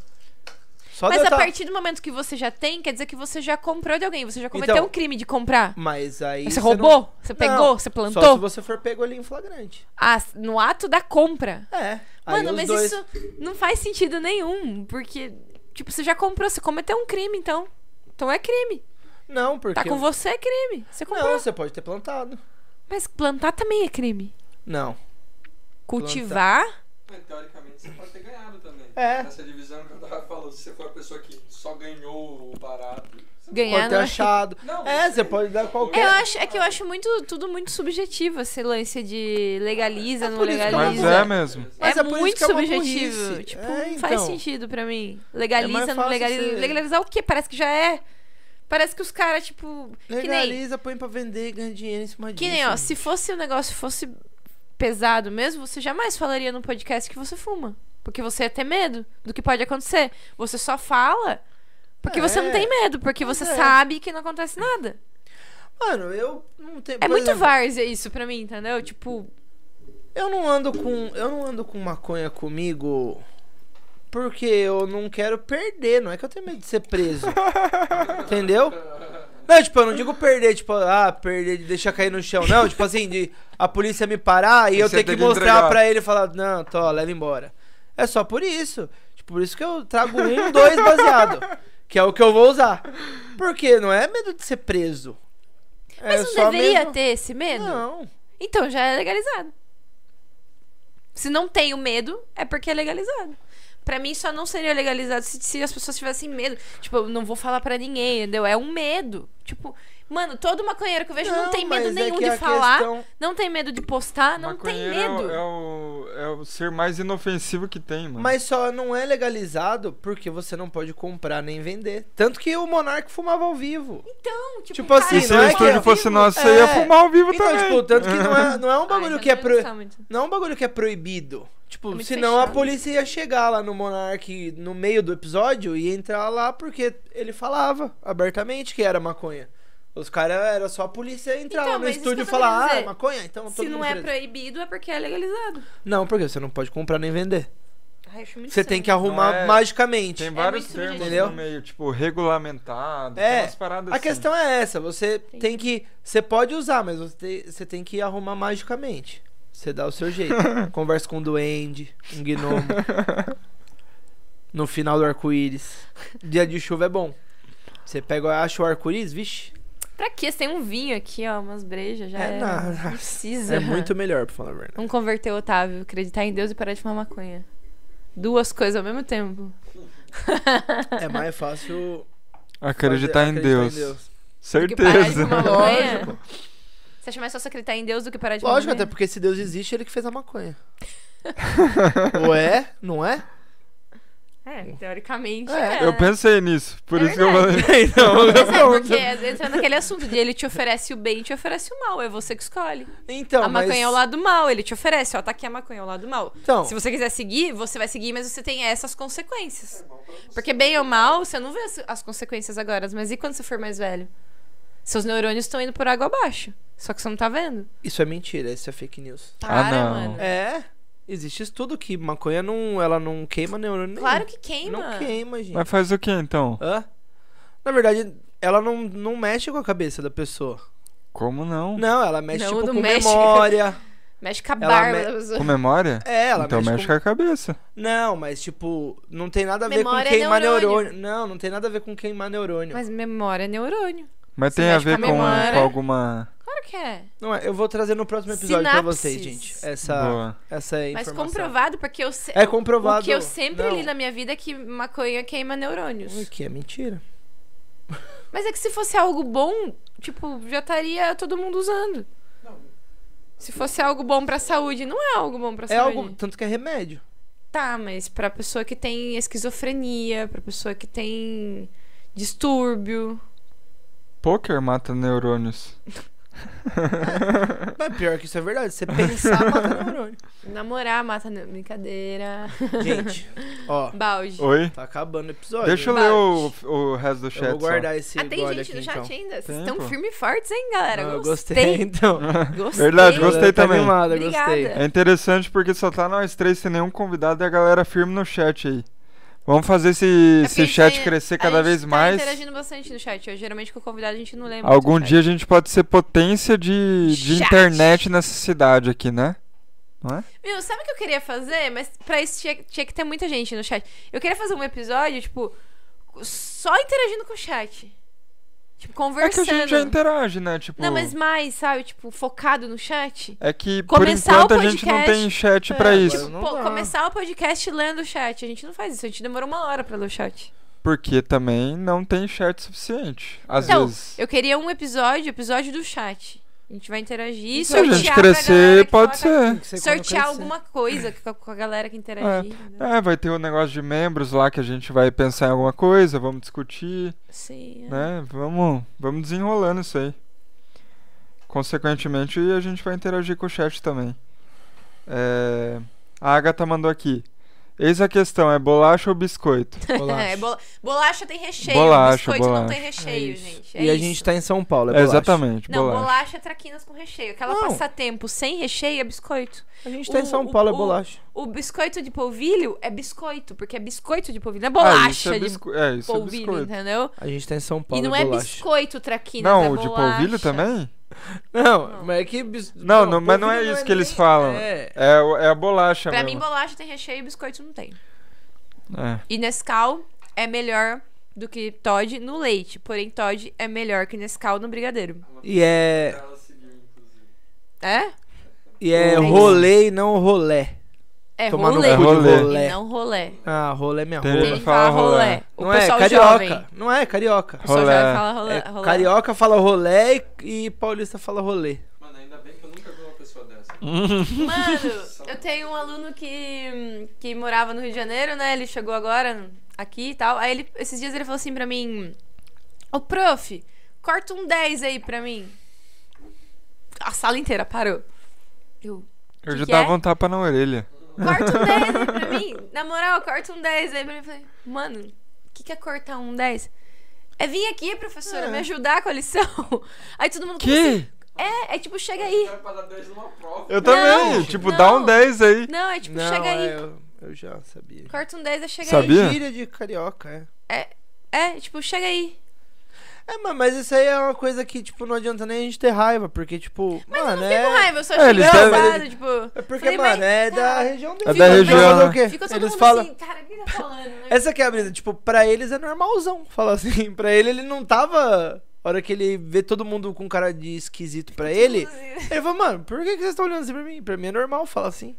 B: Só
A: Mas
B: de eu
A: a
B: tá-
A: partir do momento que você já tem, quer dizer que você já comprou de alguém, você já cometeu
B: Então-
A: um crime de comprar.
B: Mas aí.
A: Você
B: não-
A: roubou? Você
B: Não,
A: pegou? você plantou?
B: Só se você for pego ali em flagrante.
A: Ah, no ato da compra.
B: É.
A: Mano,
B: aí os
A: mas
B: dois...
A: isso não faz sentido nenhum, porque, tipo, você já comprou, você cometeu um crime, então. Então é crime.
B: Não, porque.
A: Tá com você é crime. Você comprou.
B: Não, você pode ter plantado.
A: Mas plantar também é crime.
B: Não.
A: Cultivar.
D: Mas, Teoricamente você pode ter ganhado também.
B: É.
D: Essa divisão que eu tava falando, se você for a pessoa que só ganhou o barato. você-
A: Ganhar
B: pode ter
A: não é-
B: achado.
D: Não,
B: É,
D: mas-
B: você pode dar
A: É,
B: qualquer.
A: eu acho, é que eu acho muito, tudo muito subjetivo esse lance de legaliza,
B: É
A: não
B: por isso que eu
C: Mas
A: legaliza.
C: é mesmo.
B: Mas
A: é,
B: é por isso
A: muito
B: que é uma
A: subjetivo.
B: burrice.
A: Tipo,
B: É,
A: não faz
B: então.
A: sentido pra mim.
B: É
A: Legaliza,
B: mais
A: não
B: fácil
A: legaliza.
B: você-
A: Legalizar o quê? Parece que já é. Parece que os caras, tipo. Que nem,
B: Legaliza, põe pra vender e ganha dinheiro em cima disso.
A: que nem, ó, se fosse o negócio fosse pesado mesmo, você jamais falaria num podcast que você fuma. Porque você ia ter medo do que pode acontecer. Você só fala porque você não
B: É.
A: tem medo, porque você
B: É.
A: sabe que não acontece nada.
B: Mano, eu não tenho.
A: É
B: por
A: muito
B: exemplo,
A: várzea isso pra mim, entendeu? Tipo,
B: Eu não ando com. Eu não ando com maconha comigo. Porque eu não quero perder, não é que eu tenho medo de ser
C: *laughs*
B: preso. Entendeu? Não, tipo, eu não digo perder, tipo, ah, perder de deixar cair no chão. Não, tipo assim, de a polícia me parar e
C: Aí
B: eu
C: você
B: ter
C: tem
B: que
C: que
B: mostrar
C: entregar.
B: pra ele e falar, não, tô, leva embora. É só por isso. Tipo, por isso que eu trago um, dois baseado. Que é o que eu vou usar. Porque não é medo de ser preso.
A: mas
B: É
A: não
B: só
A: deveria
B: mesmo-
A: ter esse medo?
B: Não.
A: Então já é legalizado. Se não tem o medo, é porque é legalizado. Pra mim, só não seria legalizado se, se as pessoas tivessem medo. Tipo, eu não vou falar pra ninguém, entendeu? É um medo. Tipo, mano, todo maconheiro que eu vejo não, tem medo
B: mas é
A: nenhum
B: que
A: de
B: a
A: falar,
B: questão-
A: não tem medo de postar, não tem
C: Maconheiro
A: medo.
C: É o, é o, é o ser mais inofensivo que tem, mano.
B: Mas só não é legalizado porque você não pode comprar nem vender. Tanto que o Monark fumava ao vivo.
A: Então, tipo,
B: Tipo assim,
A: cara,
C: e se
B: não
C: o
B: é que
C: estúdio
B: é-
C: fosse nosso, você
B: É.
C: ia fumar ao vivo
B: Então,
C: também.
B: tipo, tanto que não
A: *laughs*
B: é, não é um bagulho
A: Ai, já
B: que é
A: não ia
B: pro-
A: gostar muito.
B: não é um bagulho que é proibido.
A: É
B: Tipo,
A: muito
B: senão a
A: fechado.
B: polícia ia chegar lá no Monark no meio do episódio e ia entrar lá porque ele falava abertamente que era maconha. Os caras era só a polícia entrar
A: Então,
B: lá no
A: mas isso
B: estúdio e
A: que eu tô querendo
B: falar, ah,
A: dizer.
B: é maconha, então todo
A: Se não
B: mundo
A: é
B: preso.
A: proibido, é porque é legalizado.
B: Não, porque você não pode comprar nem vender.
A: Ai, acho muito
B: Você tem
A: estranho.
B: que arrumar
C: Não é-
B: magicamente.
C: Tem vários
A: muito
C: termos
A: subjetivo.
D: assim
C: no meio, tipo, regulamentado,
B: É,
C: tem umas paradas
B: A
C: assim.
B: questão é essa, você tem que. Você pode usar, mas você tem, você tem que arrumar magicamente. Você dá o seu
A: *laughs*
B: jeito. Conversa com um duende, um gnomo. no final do arco-íris. Dia de chuva é bom. Você pega, acha o arco-íris, vixe.
A: Pra quê? Você tem um vinho aqui, ó, umas brejas, já
B: É,
A: é.
B: não, É não.
A: precisa. *laughs*
B: É muito melhor, pra falar a verdade.
A: Vamos converter o Otávio, acreditar em Deus e parar de fumar maconha. Duas coisas ao mesmo
B: *laughs*
A: tempo.
B: É mais fácil
D: *laughs* Acreditar,
B: fazer-
D: em, Deus.
A: Do que parar de
D: Certeza.
A: fumar maconha.
B: Lógico.
A: Você acha mais só se acreditar em Deus do que parar de
B: Lógico,
A: fumar
B: até
A: maconha?
B: porque se Deus existe, ele que fez a
D: *laughs*
B: maconha. Ué, não é?
A: É, teoricamente.
B: É.
A: É.
D: Eu pensei nisso, por
A: É
D: isso que eu
A: verdade.
D: falei. Então,
A: Mas é
D: não,
A: porque às vezes entra naquele assunto de ele te oferece o bem e te oferece o mal. É você que escolhe.
B: Então,
A: a
B: mas...
A: maconha é o lado mal, ele te oferece, ó, tá aqui a maconha, é o lado mal.
B: Então,
A: Se você quiser seguir, você vai seguir, mas você tem essas consequências.
H: bom pra você.
A: Porque bem ou mal, você não vê as, as consequências agora, mas e quando você for mais velho? Seus neurônios estão indo por água abaixo. Só que você não tá vendo.
B: isso é mentira, isso é fake news.
A: Para,
D: não.
A: mano.
B: É, existe estudo que maconha não, ela não queima neurônio nenhum.
A: Claro que queima.
B: Não queima, gente.
D: Mas faz o que então?
B: Hã? Na verdade, ela não, não mexe com a cabeça da pessoa.
D: Como não?
B: Não, ela mexe
A: Não,
B: tipo,
A: não
B: com
A: mexe. *laughs*
B: memória.
A: Mexe com a
B: Ela
A: barba
B: me-
A: da pessoa.
D: Com memória?
B: É, ela
D: então
B: mexe,
D: mexe
B: com...
D: com a cabeça.
B: Não, mas tipo, não tem nada a ver
A: Memória é
B: com queimar
A: neurônio.
B: Não, não tem nada a ver com queimar neurônio.
A: Mas memória é neurônio.
D: Mas
A: Você
D: tem a
A: mexe
D: ver
A: com
D: com,
A: a memória.
D: com alguma.
A: Claro que é.
B: Não é, eu vou trazer no próximo episódio pra vocês,
A: Sinapses.
B: gente.
A: Ah.
B: Essa,
D: Boa.
B: essa é a
A: Mas
B: informação.
A: comprovado, porque eu sei.
B: É comprovado.
A: O que eu sempre
B: Não.
A: li na minha vida é que maconha queima neurônios.
B: Ui, que é mentira.
A: Mas é que se fosse algo bom, tipo, já estaria todo mundo usando.
H: Não,
A: Se fosse algo bom pra saúde, não é algo bom pra
B: É
A: saúde.
B: algo, tanto que é remédio.
A: Tá, mas pra pessoa que tem esquizofrenia, pra pessoa que tem distúrbio.
D: Poker mata neurônios.
B: Mas pior que isso é verdade, você pensar
D: *laughs*
B: mata neurônio.
A: Namorar mata. ne- Brincadeira.
B: Gente, ó,
A: *laughs* Balde.
D: Oi?
B: tá acabando o episódio.
D: Deixa eu
B: hein?
D: ler o, o resto do chat.
B: Eu vou guardar esse
A: Ah, tem
B: gole
A: gente
B: aqui,
A: no chat
B: então.
A: ainda? Vocês
D: Tem,
A: estão
D: pô.
A: firmes e fortes, hein, galera?
B: Não,
A: *laughs*
B: eu gostei,
A: gostei.
B: então.
A: Gostei.
D: Ah, Verdade, gostei.
B: Tá
D: também.
B: animada,
A: Obrigada.
B: gostei.
D: É interessante porque só tá nós três sem nenhum convidado e a galera firme no chat aí. Vamos fazer esse,
A: É porque a
D: esse
A: gente
D: chat
A: tá-
D: crescer
A: a
D: cada
A: gente
D: vez
A: tá
D: mais.
A: interagindo bastante no chat. Eu, geralmente com o convidado a gente não lembra.
D: Algum dia a gente pode ser potência de, de
A: É Chat.
D: internet nessa cidade aqui, né?
A: Meu, sabe o que eu queria fazer? Mas pra isso tinha, tinha que ter muita gente no chat. Eu queria fazer um episódio, tipo, só interagindo com o chat. Tipo,
D: É
A: conversando.
D: que a gente já interage, né? Tipo,
A: Não, mas mais, sabe? Tipo, focado no chat.
D: é que
A: Começar
D: por enquanto
A: o
D: a gente não
A: podcast.
D: tem chat
B: É,
D: pra
B: agora
D: isso.
B: não
A: Pô,
B: dá.
A: começar o podcast lendo o chat. A gente não faz isso, a gente demorou uma hora pra ler o chat.
D: Porque também não tem chat suficiente. Às
A: Então,
D: vezes.
A: Eu queria um episódio, episódio do chat. A gente vai interagir,
D: Se a
A: sortear
D: gente
A: pra galera
D: crescer,
A: que
D: pode
A: falar
D: ser.
B: Tem que
A: com-
B: ser quando
A: Sortear
B: crescer.
A: alguma coisa com a- com a galera que interagir. né?
D: É, vai ter um negócio de membros lá que a gente vai pensar em alguma coisa, vamos discutir,
A: Sim. é.
D: né? Vamos, vamos desenrolando isso aí. Consequentemente, a gente vai interagir com o chat também. É, A Agatha mandou aqui. Eis a questão, é bolacha ou biscoito?
B: Bolacha.
A: *laughs* É, bola- bolacha tem recheio,
D: Bolacha,
A: biscoito não tem
D: bolacha.
A: recheio,
B: É isso.
A: gente. É
B: E a
A: isso.
B: gente tá em São Paulo, é
D: É,
B: bolacha.
D: exatamente,
A: Não,
D: bolacha.
A: bolacha é traquinas com recheio. Aquela
B: Não.
A: passatempo sem recheio é biscoito.
B: A gente tá em
A: O-
B: São
A: o-
B: Paulo, é
A: o-
B: bolacha.
A: O biscoito de polvilho é biscoito, porque é biscoito de polvilho, não é
D: Ah, isso
A: bolacha
D: é,
A: de
D: bisco... é, isso é
A: polvilho,
D: biscoito.
A: entendeu?
B: A gente tá em São Paulo,
A: e não
B: é
A: é
B: bolacha.
A: biscoito traquinas, é
D: Não, o de
A: bolacha.
D: polvilho também?
B: Não, mas é que... bis-
D: Não, não, mas não é
B: polvilho
D: isso que eles
B: nem-
D: falam.
B: É.
D: É, o- é a bolacha
A: Pra mim,
D: mesmo.
A: bolacha tem recheio e biscoito não tem.
D: É.
A: E Nescau é melhor do que Todd no leite, porém Todd é melhor que Nescau no brigadeiro.
H: ela-
B: E é,
H: Ela seguiu, inclusive.
A: É?
B: e é
A: Mas-
B: rolê e não rolé.
A: É
B: Tomar no
A: rolê.
B: cu de
D: Rolê.
A: E
B: rolé.
A: não rolê.
B: Ah, rolê é minha
D: Tem-
A: Tem
B: rola.
A: que falar
D: Fala rolê.
A: rolê. O
B: Não é
A: pessoal
B: carioca.
A: jovem.
B: Não é carioca.
A: O pessoal
D: Rolê.
A: jovem fala rolê.
B: É,
A: rolê.
B: carioca fala rolé e, e paulista fala rolê.
H: Mano, ainda bem que eu nunca vi uma pessoa dessa.
B: *laughs*
A: Mano, eu tenho um aluno que, que morava no Rio de Janeiro, né? Ele chegou agora aqui e tal. Aí ele, esses dias ele falou assim pra mim: Ô prof, corta um 10 aí pra mim. A sala inteira parou. Eu,
D: Eu
A: Que
D: já
A: que
D: dava
A: é?
D: um tapa na orelha.
A: corta um 10 aí pra
B: *laughs*
A: mim. Na moral, corta um 10 aí pra mim. Eu falei, mano, o que, que é cortar um 10? É vir aqui, professora,
B: É.
A: me ajudar com a lição. *laughs* Aí todo mundo. "Como assim?"
D: Que?
A: É, é tipo, chega
H: Eu
A: aí.
H: quero parar 10 numa prova.
D: Eu também.
A: Não,
D: tipo, dá um
A: não.
D: 10 aí.
A: Não, é tipo,
B: não,
A: chega aí.
B: é, eu, eu já sabia.
A: Corta um 10 é chega
D: Sabia?
A: aí.
B: Gíria de carioca, é.
A: É, tipo, chega aí.
B: É, ma- mas isso aí é uma coisa que, tipo, não adianta nem a gente ter raiva, porque, tipo,
A: Mas
B: mano,
A: eu não
B: é...
A: fico com raiva, eu só
D: É,
A: achei
D: eles
A: engraçado,
B: devem-
A: tipo.
B: É porque,
A: Falei,
B: mano,
A: mas,
B: é da
A: cara,
B: região dele.
D: É da
B: Mas
D: região,
B: fazer
D: né?
B: o quê?
A: Ficou todo
B: Eles
A: mundo
B: falam...
A: assim, cara, o que ele
B: *laughs*
A: tá falando, né?
B: Essa que é a brisa, tipo, pra eles é normalzão. *laughs* Falar assim, pra ele, ele não tava... A hora que ele vê todo mundo com cara de
A: Tipo, né?
B: esquisito pra ele, ele fala, mano, por que, que vocês estão olhando assim pra mim? Pra mim é normal falar assim.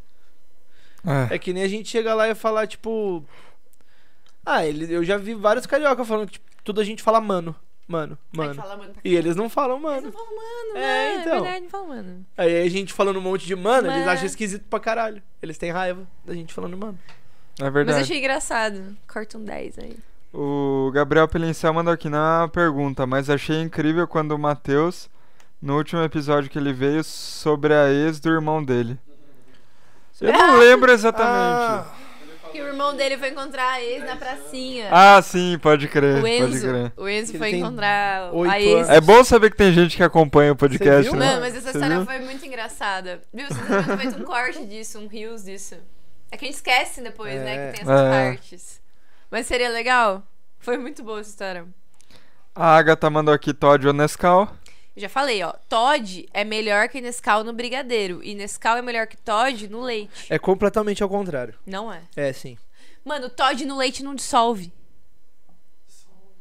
D: É.
B: É que nem a gente chega lá e falar, tipo. Ah, ele, eu já vi vários carioca falando que tipo, tudo a gente fala mano, mano,
A: Mano.
B: mano.
A: Fala, mano, pra
B: E eles não falam mano.
A: não falam, mano,
B: É,
A: né? É
B: então.
A: verdade, não falam, mano.
B: Aí a gente falando um monte de mano, eles
A: Mano.
B: acham esquisito pra caralho. Eles têm raiva da gente falando mano.
D: É
A: Mas eu
D: verdade.
A: achei engraçado. Corta um 10 aí.
D: O Gabriel Pelincel mandou aqui na pergunta, mas achei incrível quando o Matheus, no último episódio que ele veio, sobre a ex do irmão dele. Eu não
A: *laughs*
D: lembro
A: Ah.
D: exatamente.
A: Que o irmão dele foi encontrar a ex na pracinha.
D: Ah, sim, pode crer,
A: o
D: pode
A: Enzo.
D: crer.
A: O Enzo
B: Ele
A: foi
B: tem
A: encontrar
B: oito
A: a ex.
B: anos.
D: É bom saber que tem gente que acompanha o podcast,
B: viu?
D: né?
A: Mano, mas essa
D: Você
A: história
D: viu?
A: foi muito engraçada. Viu? Vocês deviam ter feito um corte disso, um rios disso. É que a gente esquece depois, né? Que tem essas
D: É.
A: partes. Mas seria legal. Foi muito boa essa história.
D: A Agatha mandou aqui Todd Onescal.
A: Eu já falei, ó. Todd é melhor que Nescau no brigadeiro. E Nescau é melhor que Todd no leite.
B: É completamente ao contrário.
A: Não é.
B: É, sim.
A: Mano, Todd no leite não dissolve.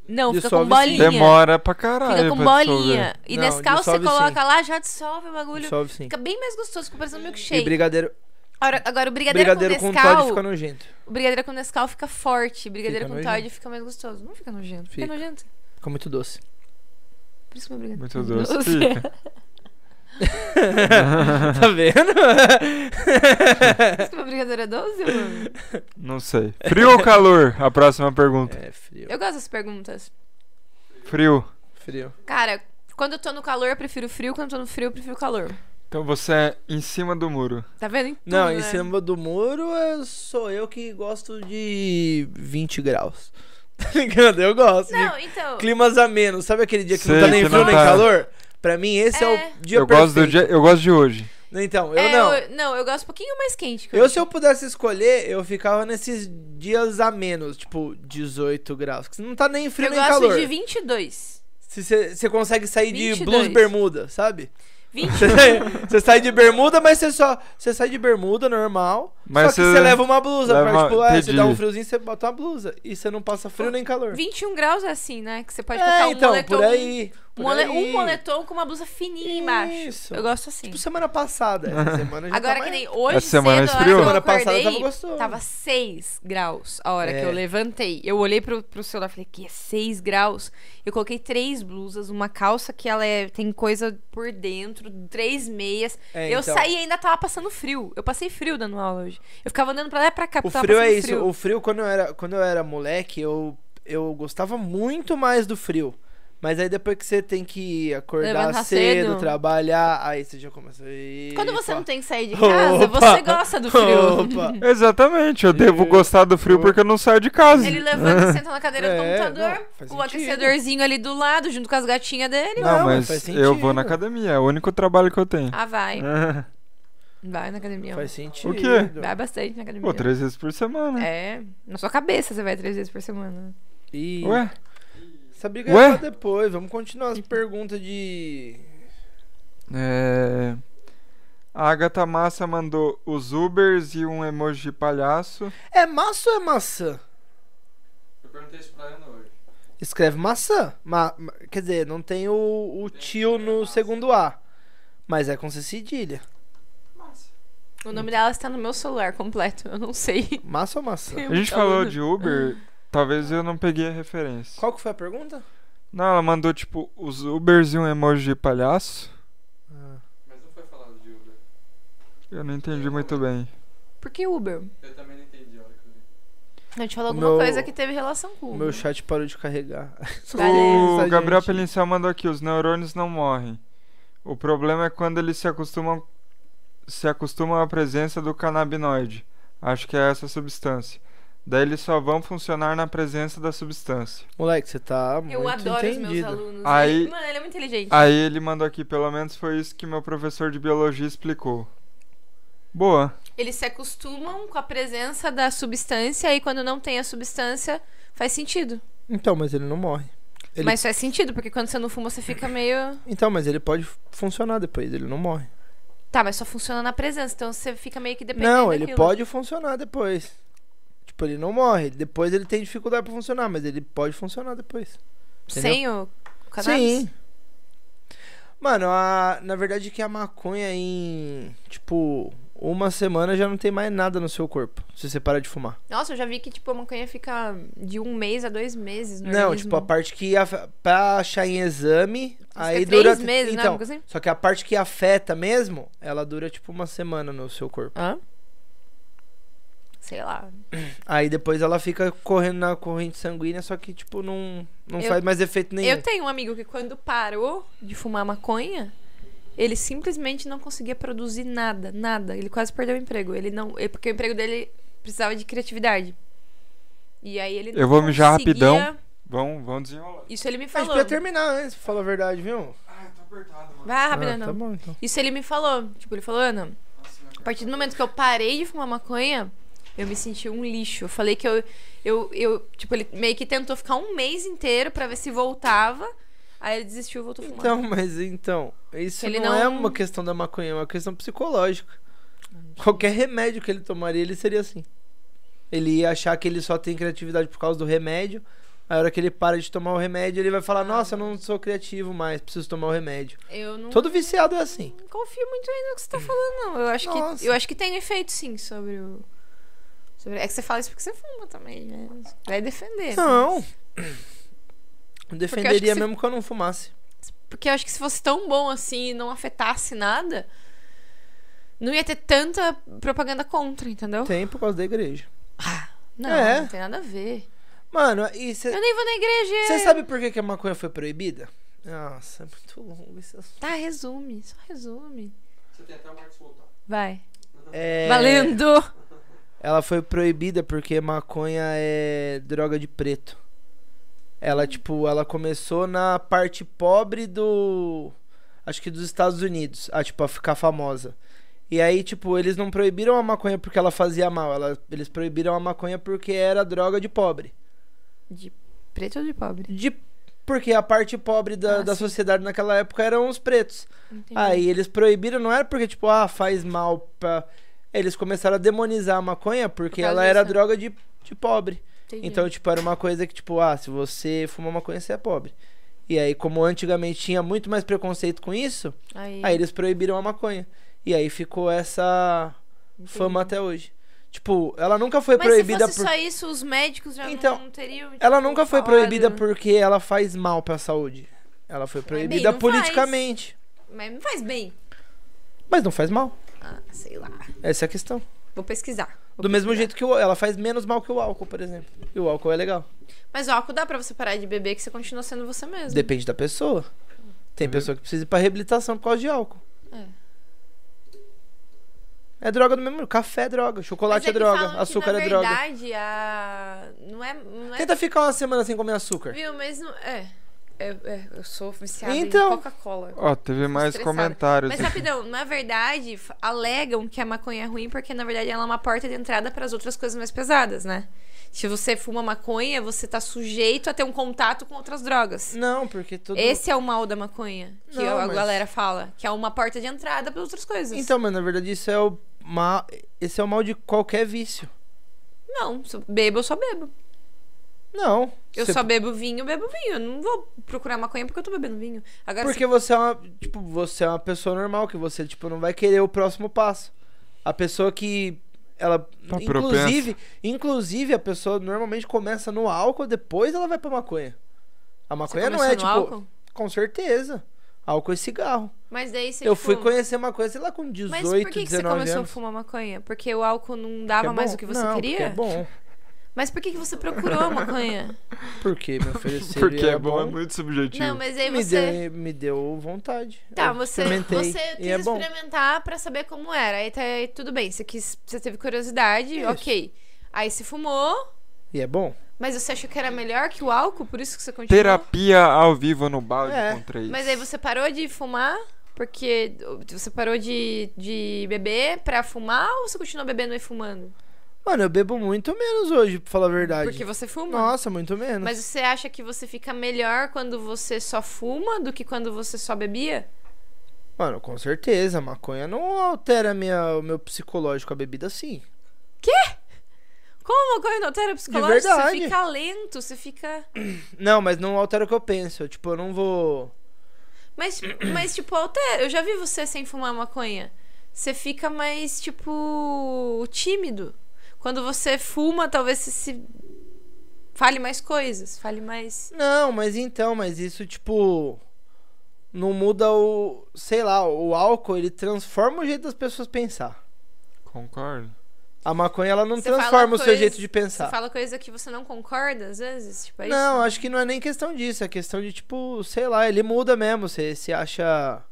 A: Não, fica com
B: Dissolve sim.
A: bolinha.
D: Demora pra caralho.
A: Fica com
D: pra dissolver.
A: bolinha. E
B: Não,
A: Nescau você
B: dissolve
A: coloca lá, já dissolve o bagulho.
B: Dissolve sim.
A: Fica bem mais gostoso, fica parecendo um
B: E
A: milkshake.
B: brigadeiro,
A: Agora, agora o brigadeiro,
B: brigadeiro
A: com
B: com,
A: Nescau...
B: Todd fica nojento.
A: O brigadeiro com Nescau fica forte, o brigadeiro
B: Fica
A: com
B: nojento.
A: Todd fica mais gostoso. Não fica nojento, fica,
B: Fica.
A: nojento.
B: Fica muito doce. *laughs*
A: Por isso que meu brigadeiro. *laughs*
D: Muito doce.
A: Doce.
D: Fica.
B: tá
A: Por isso
B: vendo?
A: que meu brigadeiro é doce, mano.
D: Não sei. Frio ou calor? A próxima pergunta.
B: é frio.
A: Eu gosto dessas perguntas.
D: Frio.
B: Frio.
A: Cara, quando eu tô no calor, eu prefiro frio. Quando eu tô no frio, eu prefiro calor.
D: Então você é em cima do muro.
A: Tá vendo? Em tudo,
B: Não,
A: né?
B: em cima do muro é- sou eu que gosto de 20 graus. *laughs* Tá ligado? Eu gosto. de
A: Não, então.
B: climas a menos. Sabe aquele dia que não
D: Sei,
B: tá nem
D: que
B: frio
D: não
B: nem
D: tá.
B: calor? Pra mim, esse é,
A: É.
B: o dia
D: eu
B: perfeito.
D: gosto do dia, eu gosto de hoje.
B: Então, eu
A: é,
B: não. Eu...
A: Eu, não, eu gosto um pouquinho mais quente. que
B: se eu pudesse escolher, eu ficava nesses dias a menos, tipo 18 graus. Que não tá nem frio
A: Eu
B: nem
A: gosto
B: calor.
A: de 22.
B: Se você você consegue sair de
A: 22.
B: blues bermuda, sabe? *laughs*
A: 20.
B: Você sai- Você sai de bermuda, mas você só. Você sai de bermuda normal.
D: Mas
B: só que
D: você-
B: você leva uma blusa.
D: leva
B: pra,
D: uma-
B: tipo, é, você dá
D: entendi.
B: um friozinho, você bota uma blusa. E você não passa frio nem calor.
A: 21 graus é assim, né? Que você pode
B: é,
A: colocar um
B: então,
A: moletom.
B: por aí. por
A: mole-
B: aí.
A: Um moletom com uma blusa fininha embaixo.
B: Isso.
A: Eu gosto assim.
B: Tipo, semana
D: *laughs*
B: passada. Essa semana já
A: Agora
B: tá
A: que
B: mais-
A: nem hoje
D: Essa
A: cedo, a
D: semana
A: hora
D: esfriou?
A: que eu
B: Semana passada
A: acordei,
B: tava gostoso.
A: Tava 6 graus a hora
B: É.
A: que eu levantei. Eu olhei pro, pro celular e falei, que é 6 graus? Eu coloquei três blusas, uma calça que ela é, tem coisa por dentro, três meias.
B: É,
A: eu
B: então.
A: saí e ainda tava passando frio. Eu passei frio dando aula hoje. Eu ficava andando pra lá e pra cá,
B: O
A: porque tava
B: frio é
A: passando
B: isso. O frio, quando eu era, quando eu era moleque, eu, eu gostava muito mais do frio. Mas aí depois que você tem que acordar
A: Levantar
B: cedo,
A: cedo.
B: trabalhar, aí você já começa. "Ih,
A: Quando você
B: pá."
A: não tem que sair de casa,
B: Opa!
A: você gosta do frio. *laughs*
B: Opa.
D: Exatamente, eu devo gostar do frio porque eu não saio de casa.
A: Ele
B: *laughs*
A: levanta e senta na cadeira do
B: É,
A: computador,
B: não, faz
A: com o
B: sentido.
A: aquecedorzinho ali do lado, junto com as gatinhas dele.
D: Não,
B: Não, mas
D: mas
B: faz
D: eu vou na
B: sentido.
D: academia, é o único trabalho que eu tenho.
A: Ah,
B: *laughs*
A: vai.
D: É.
A: Vai na academia.
B: Faz sentido.
D: O quê?
A: Vai bastante na academia.
D: Pô, três vezes por semana.
A: É, na sua cabeça você vai três vezes por semana.
B: Ih,
D: Ué?
B: Essa briga
D: Ué?
B: é pra depois. Vamos continuar as perguntas de.
D: É... A Agatha Massa mandou os Ubers e um emoji de palhaço.
B: É massa ou é maçã?
C: Eu perguntei isso pra Ana hoje.
B: Escreve maçã. Ma- ma- Quer dizer, não tem o, o tio no segundo A. Mas é com C cedilha.
C: Massa.
A: O nome dela está no meu celular completo, eu não sei. Então, né?
B: Massa ou maçã?
A: *laughs*
D: A gente falou de Uber, talvez eu não peguei a referência.
B: Qual que foi a pergunta?
D: Não, ela mandou tipo os Ubers e um emoji de palhaço.
A: Ah.
C: Mas não foi falado de Uber.
D: Eu não entendi muito bem.
A: Por que Uber?
C: Eu também não entendi a hora que eu li.
A: A gente falou
B: O
A: alguma
B: meu-
A: coisa que teve relação com
B: O
A: Uber.
B: meu chat parou de carregar.
A: Beleza,
D: O Gabriel
B: gente.
D: Pelincel mandou aqui, os neurônios não morrem. O problema é quando eles se acostumam se acostumam à presença do canabinoide. Acho que é essa substância. Daí eles só vão funcionar na presença da substância.
B: Moleque, você tá muito
A: Eu adoro os meus
B: entendido. Ah.
A: alunos.
D: Aí-
A: Ele- Mano, ele é muito inteligente.
D: Aí ele mandou aqui, pelo menos foi isso que meu professor de biologia explicou. Boa.
A: Eles se acostumam com a presença da substância e quando não tem a substância, faz sentido.
B: Então, mas ele não morre. Ele-
A: Mas faz sentido, porque quando você não fuma, você fica meio.
B: Então, mas ele pode funcionar depois, ele não morre.
A: Tá, mas só funciona na presença, então você fica meio que dependendo.
B: não, ele
A: daquilo.
B: pode funcionar depois. Tipo, ele não morre. Depois ele tem dificuldade pra funcionar, mas ele pode funcionar depois. entendeu?
A: Sem o cannabis?
B: Sim. Mano, a- na verdade que a maconha em, tipo, uma semana já não tem mais nada no seu corpo, se você parar de fumar.
A: Nossa, eu já vi que, tipo, a maconha fica de um mês a dois meses no
B: Não,
A: organismo.
B: tipo, a parte que af- pra achar em exame, aí
A: três
B: dura
A: meses, né,
B: então,
A: algo assim?
B: só que a parte que afeta mesmo, ela dura tipo uma semana no seu corpo.
A: Hã? Sei lá.
B: Aí depois ela fica correndo na corrente sanguínea, só que tipo não não
A: Eu-
B: faz mais efeito nenhum.
A: Eu tenho um amigo que quando parou de fumar maconha, ele simplesmente não conseguia produzir nada, nada. Ele quase perdeu o emprego. Ele não, ele- porque o emprego dele precisava de criatividade. E aí ele
C: Eu vou mijar
A: conseguia-
C: rapidão. Vão, vão desenrolar.
A: Isso ele me
B: A gente
A: falou.
B: podia terminar antes, pra falar a verdade, viu?
I: Ah, tô apertado, mano.
A: Vai rápido,
B: Ah,
A: não.
B: tá bom, então.
A: Isso ele me falou. Tipo, ele falou, Ana,
I: Nossa, minha
A: a partir do momento que eu parei de fumar maconha, eu me senti um lixo. Eu falei que eu. eu, eu tipo, ele meio que tentou ficar um mês inteiro pra ver se voltava. Aí ele desistiu e voltou a fumar.
B: Então, mas então, isso
A: Ele
B: não, é
A: não-
B: uma questão da maconha, é uma questão psicológica. Qualquer remédio que ele tomaria, ele seria assim. Ele ia achar que ele só tem criatividade por causa do remédio. A hora que ele para de tomar o remédio, ele vai
A: Ah.
B: falar: Nossa, eu não sou criativo mais, preciso tomar o remédio.
A: eu não
B: Todo viciado é assim.
A: não confio muito ainda no que você tá falando, não. Eu acho,
B: Nossa.
A: que, eu acho que tem efeito, sim, sobre o. sobre- É que você fala isso porque você fuma também, né? Vai defender.
B: Não. Eu
A: se-
B: defenderia mesmo que eu não fumasse.
A: Porque eu acho que se fosse tão bom assim e não afetasse nada, não ia ter tanta propaganda contra, entendeu?
B: Tem por causa da igreja.
A: Não,
B: É.
A: não tem nada a ver.
B: Mano, e você
A: Eu nem vou na igreja.
B: sabe por que, que a maconha foi proibida? Nossa, é muito longo esse assunto.
A: Tá, resume, só resume.
I: cara- Você tem até o Marcos voltar.
A: Vai.
B: É...
A: Valendo!
B: Ela foi proibida porque maconha é droga de preto. Ela, tipo, ela começou na parte pobre do. Acho que dos Estados Unidos, a, tipo, a ficar famosa. E aí, tipo, eles não proibiram a maconha porque ela fazia mal. ela- eles proibiram a maconha porque era droga de pobre.
A: Preto ou de pobre?
B: De, porque a parte pobre da,
A: Ah,
B: da
A: sim.
B: sociedade naquela época eram os pretos.
A: Entendi.
B: Aí eles proibiram, não era porque, tipo, ah, faz mal pra. Eles começaram a demonizar a maconha
A: Por
B: porque
A: causa
B: ela era
A: disso, né?
B: droga de, de pobre.
A: Entendi.
B: Então, tipo, era uma coisa que, tipo, ah, se você fumar maconha, você é pobre. E aí, como antigamente tinha muito mais preconceito com isso,
A: Aí.
B: aí eles proibiram a maconha. E aí ficou essa
A: entendi.
B: fama até hoje. Tipo, ela nunca foi
A: Mas
B: proibida
A: se
B: por.
A: fosse só isso, os médicos já
B: Então,
A: não teriam. tipo,
B: Ela nunca foi
A: falado.
B: proibida porque ela faz mal pra saúde. Ela foi proibida
A: É não faz.
B: politicamente.
A: Mas não faz bem.
B: Mas não faz mal.
A: Ah, sei lá.
B: Essa é a questão.
A: Vou pesquisar.
B: Do mesmo jeito que o, ela faz menos mal que o álcool, por exemplo. E o álcool é legal.
A: Mas o álcool dá pra você parar de beber que você continua sendo você mesmo.
B: Depende da pessoa. Tem pessoa que precisa ir pra reabilitação por causa de álcool. É. droga do mesmo. Café é droga,
A: Mas
B: chocolate
A: é
B: é
A: que falam
B: droga,
A: que,
B: açúcar
A: na
B: é droga.
A: verdade, a. Não é. Não é...
B: Tenta ficar uma semana sem comer açúcar.
A: Viu, mas não. É. É, é, eu sou viciada
B: Então.
A: em Coca-Cola.
C: Ó, teve mais
A: estressada.
C: comentários.
A: Mas rapidão, na verdade, f- alegam que a maconha é ruim porque na verdade ela é uma porta de entrada para as outras coisas mais pesadas, né? Se você fuma maconha, você tá sujeito a ter um contato com outras drogas.
B: Não, porque tudo.
A: Esse é o mal da maconha, que
B: Não,
A: a
B: mas-
A: galera fala, que é uma porta de entrada para outras coisas.
B: Então, mas na verdade isso é o mal. Esse é o mal de qualquer vício.
A: Não, se eu bebo, eu só bebo.
B: Não.
A: Eu
B: Você-
A: só bebo vinho, eu bebo vinho. Eu não vou procurar maconha porque eu tô bebendo vinho. Agora, se-
B: Porque você é uma, tipo, você é uma pessoa normal, que você, tipo, não vai querer o próximo passo. A pessoa que ela
C: Tá
B: inclusive, inclusive a pessoa normalmente começa no álcool, depois ela vai pra maconha. A
A: você
B: maconha não
A: começou no
B: é tipo,
A: álcool,
B: com certeza. Álcool e cigarro.
A: mas daí você
B: eu
A: tipo,
B: fui conhecer maconha, sei lá, com
A: Mas
B: 18,
A: por que, que você
B: 19
A: começou
B: anos.
A: a fumar maconha? Porque o álcool não dava
B: é
A: mais
B: bom?
A: o que você
B: Não, porque
A: queria?
B: É bom.
A: Mas por que, que você procurou a
B: *laughs*
A: maconha?
B: Porque
A: *laughs*
B: me ofereceram.
C: Porque é bom, é muito subjetivo.
A: não, mas aí
B: Tipo, Me,
A: você.
B: deu, me deu vontade.
A: Tá,
B: Eu
A: você,
B: experimentei,
A: você quis
B: e é bom.
A: experimentar pra saber como era. Aí tá, aí tudo bem, você, quis, você teve curiosidade,
B: Isso.
A: ok. Aí você fumou,
B: E é bom.
A: mas você achou que era melhor que o álcool, por isso que você continuou.
C: Terapia ao vivo no balde
B: É.
C: com três.
A: Mas aí você parou de fumar porque você parou de, de beber pra fumar ou você continuou bebendo e fumando?
B: Mano, eu bebo muito menos hoje, pra falar a verdade.
A: Porque você fuma.
B: Nossa, muito menos.
A: Mas você acha que você fica melhor quando você só fuma do que quando você só bebia?
B: Mano, com certeza, a maconha não altera minha, o meu psicológico, a bebida sim.
A: Como maconha não altera o psicológico?
B: verdade.
A: Você fica lento, você fica.
B: Não, mas não altera o que eu penso. Eu, Tipo, eu não vou.
A: Mas, mas tipo, altera. Eu já vi você sem fumar maconha. você fica mais, tipo, tímido. Quando você fuma, talvez você se. Fale mais coisas, fale mais.
B: Não, mas então, mas isso, tipo. Não muda o. Sei lá, o álcool, ele transforma o jeito das pessoas pensar.
D: Concordo.
B: A maconha, ela não
A: Você
B: transforma
A: fala
B: o seu
A: coisa-
B: jeito de
A: Você
B: pensar.
A: fala coisa que você não concorda, às vezes? Tipo, é
B: Tá. Não,
A: isso?
B: acho que não é nem questão disso. É questão de, tipo, sei lá, ele muda mesmo. Você se acha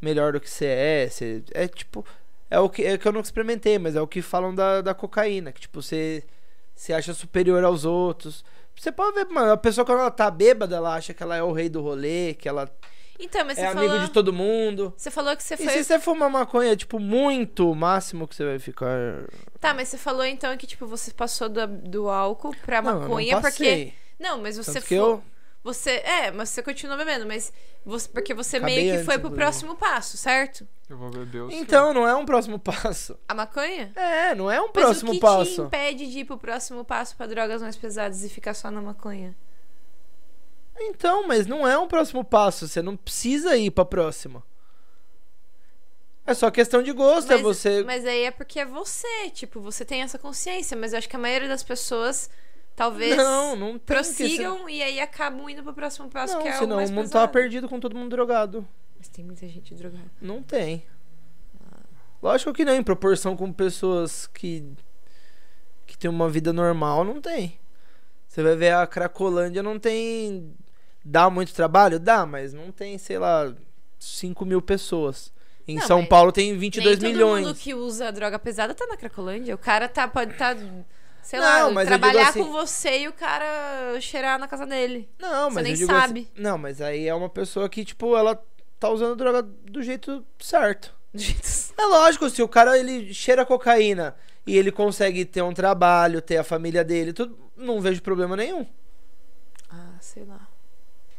B: melhor do que você é. Você, é tipo. É o que, é que eu nunca experimentei, mas é o que falam da, da cocaína. Que, tipo, você se acha superior aos outros. Você pode ver, mano, a pessoa quando ela tá bêbada, ela acha que ela é o rei do rolê, que ela
A: Então, mas
B: é
A: você
B: amigo
A: falou.
B: de todo mundo.
A: Você falou que você
B: E
A: foi.
B: se você fumar maconha, tipo, muito, o máximo que você vai ficar.
A: Tá, mas você falou então que, tipo, você passou do, do álcool pra
B: Não, eu
A: É maconha
B: não
A: porque.
B: passei.
A: Não, mas você
B: Tanto que
A: fo-
B: eu.
A: Você. É, mas você continua bebendo, mas. Você... Porque você
B: Acabei
A: meio que
B: antes,
A: foi pro
B: inclusive.
A: próximo passo, certo?
D: Eu vou beber o seu.
B: Então, não é um próximo *laughs* passo.
A: A maconha?
B: É, não é um
A: Mas
B: próximo
A: o que te
B: passo.
A: impede de ir pro próximo passo pra drogas mais pesadas e ficar só na maconha?
B: Então, mas não é um próximo passo. Você não precisa ir pra próxima. É só questão de gosto, é
A: mas,
B: você.
A: mas aí é porque é você, tipo, você tem essa consciência, mas eu acho que a maioria das pessoas talvez
B: Não, não tem que-
A: prossigam e aí acabam indo pro próximo passo,
B: Não,
A: que é o
B: senão
A: mais
B: o mundo tá
A: pesado.
B: tava perdido com todo mundo drogado.
A: Mas tem muita gente drogada.
B: Não tem. Lógico que não, em proporção com pessoas que. que tem uma vida normal, não tem. Você vai ver a Cracolândia não tem. Dá muito trabalho? Dá, mas não tem, sei lá, 5 mil pessoas. Em
A: Não,
B: São
A: mas
B: Paulo tem 22
A: Nem
B: milhões.
A: todo mundo que usa droga pesada tá na Cracolândia. O cara tá, pode tá, sei
B: Não,
A: lá,
B: mas eu digo
A: trabalhar
B: assim-
A: com você e o cara cheirar na casa dele. *laughs*
B: Não,
A: Você
B: mas
A: nem
B: eu digo assim-
A: sabe.
B: não, mas aí é uma pessoa que, tipo, ela tá usando droga do jeito certo.
A: Do jeito- assim.
B: É lógico, se o cara ele cheira cocaína e ele consegue ter um trabalho, ter a família dele, tudo, não vejo problema nenhum.
A: Ah, sei lá.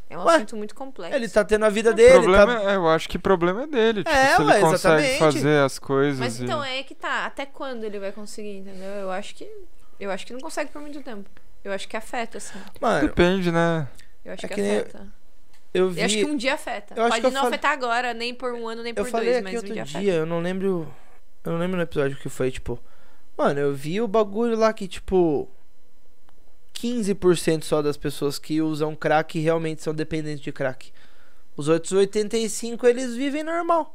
A: É um
B: Ué,
A: assunto muito complexo.
B: Ele tá tendo a vida
D: O
B: dele,
D: problema
B: tá...
D: é, eu acho que o problema é dele. Tipo,
B: É,
D: se ele
B: ué,
D: consegue
B: exatamente.
D: fazer as coisas.
A: Mas
D: e-
A: então é aí que tá. Até quando ele vai conseguir, entendeu? Eu acho que. Eu acho que não consegue por muito tempo. Eu acho que afeta, assim.
B: Mano,
D: Depende, né?
A: Eu acho
B: É
A: que,
B: que nem-
A: afeta.
B: eu
A: Eu acho que
B: vi.
A: um dia afeta.
B: eu acho
A: Pode
B: que eu
A: não
B: falei-
A: afetar agora, nem por um ano, nem
B: Eu
A: por
B: falei
A: dois,
B: aqui
A: mas um
B: outro
A: dia,
B: dia,
A: afeta.
B: eu não lembro. Eu não lembro no episódio que foi, tipo. Mano, eu vi o bagulho lá que, tipo. 15% só das pessoas que usam crack realmente são dependentes de crack. Os outros 85% eles vivem normal.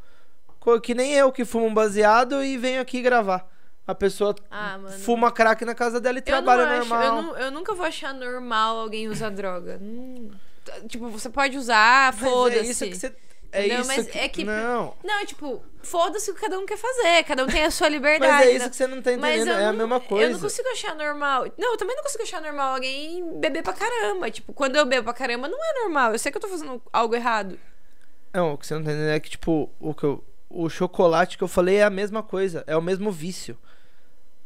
B: Co- Que nem eu que fumo um baseado e venho aqui gravar. A pessoa
A: Ah, mano.
B: fuma crack na casa dela e
A: Eu não
B: trabalha
A: acho-
B: normal.
A: eu, nu- eu nunca vou achar normal alguém usar droga. Hum. T- Tipo, você pode usar,
B: Mas
A: foda-se.
B: É isso que você. É
A: Entendeu?
B: isso
A: Mas é que-
B: Não.
A: Não, é tipo, foda-se o que cada um quer fazer. Cada um tem a sua liberdade.
B: *laughs* Mas é isso
A: né?
B: que você não tá
A: Mas
B: entendendo.
A: eu
B: É a
A: não-
B: mesma
A: Eu não
B: coisa.
A: consigo achar normal. Não, eu também não consigo achar normal alguém beber pra caramba. Tipo, quando eu bebo pra caramba, não é normal. Eu sei que eu tô fazendo algo errado.
B: Não, o que você não tá entendendo é que, tipo, o, que eu- o chocolate que eu falei é a mesma coisa, é o mesmo vício.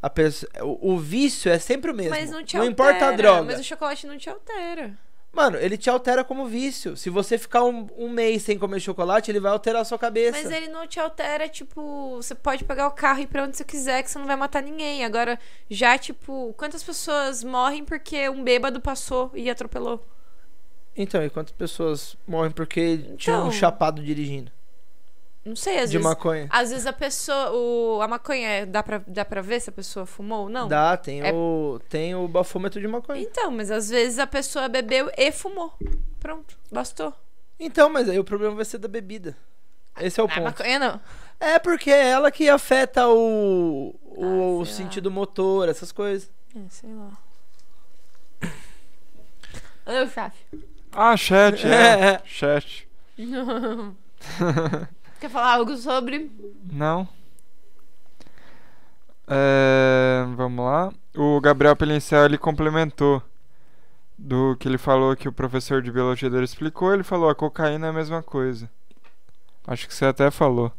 B: A pesso- o, o vício é sempre o mesmo.
A: Mas não te altera.
B: importa a droga.
A: Mas o chocolate não te altera.
B: Mano, ele te altera como vício. Se você ficar um, um mês sem comer chocolate, ele vai alterar a sua cabeça.
A: Mas é- ele não te altera, tipo, você pode pegar o carro e ir pra onde você quiser, que você não vai matar ninguém. Agora, já, tipo, quantas pessoas morrem porque um bêbado passou e atropelou?
B: Então, e quantas pessoas morrem porque tinha um
A: Então.
B: chapado dirigindo?
A: Não sei, às
B: de
A: vezes.
B: maconha.
A: Às vezes a pessoa. O, a maconha, é- dá pra, dá pra ver se a pessoa fumou ou não?
B: Dá, tem,
A: É-
B: o, tem o bafômetro de maconha.
A: Então, mas às vezes a pessoa bebeu e fumou. Pronto, bastou.
B: Então, mas aí o problema vai ser da bebida. Esse é o
A: Ah,
B: ponto.
A: maconha não.
B: É porque é ela que afeta o, o,
A: Ah, sei lá.
B: sentido motor, essas coisas.
A: É, sei lá. Eu, chefe.
B: *laughs*
D: Ah, chat, é.
B: É.
D: Chat.
A: Quer falar algo sobre.
D: Não. É, vamos lá. O Gabriel Pelincel ele complementou do que ele falou que o professor de biologia dele explicou. Ele falou a cocaína é a mesma coisa. Acho que você até falou.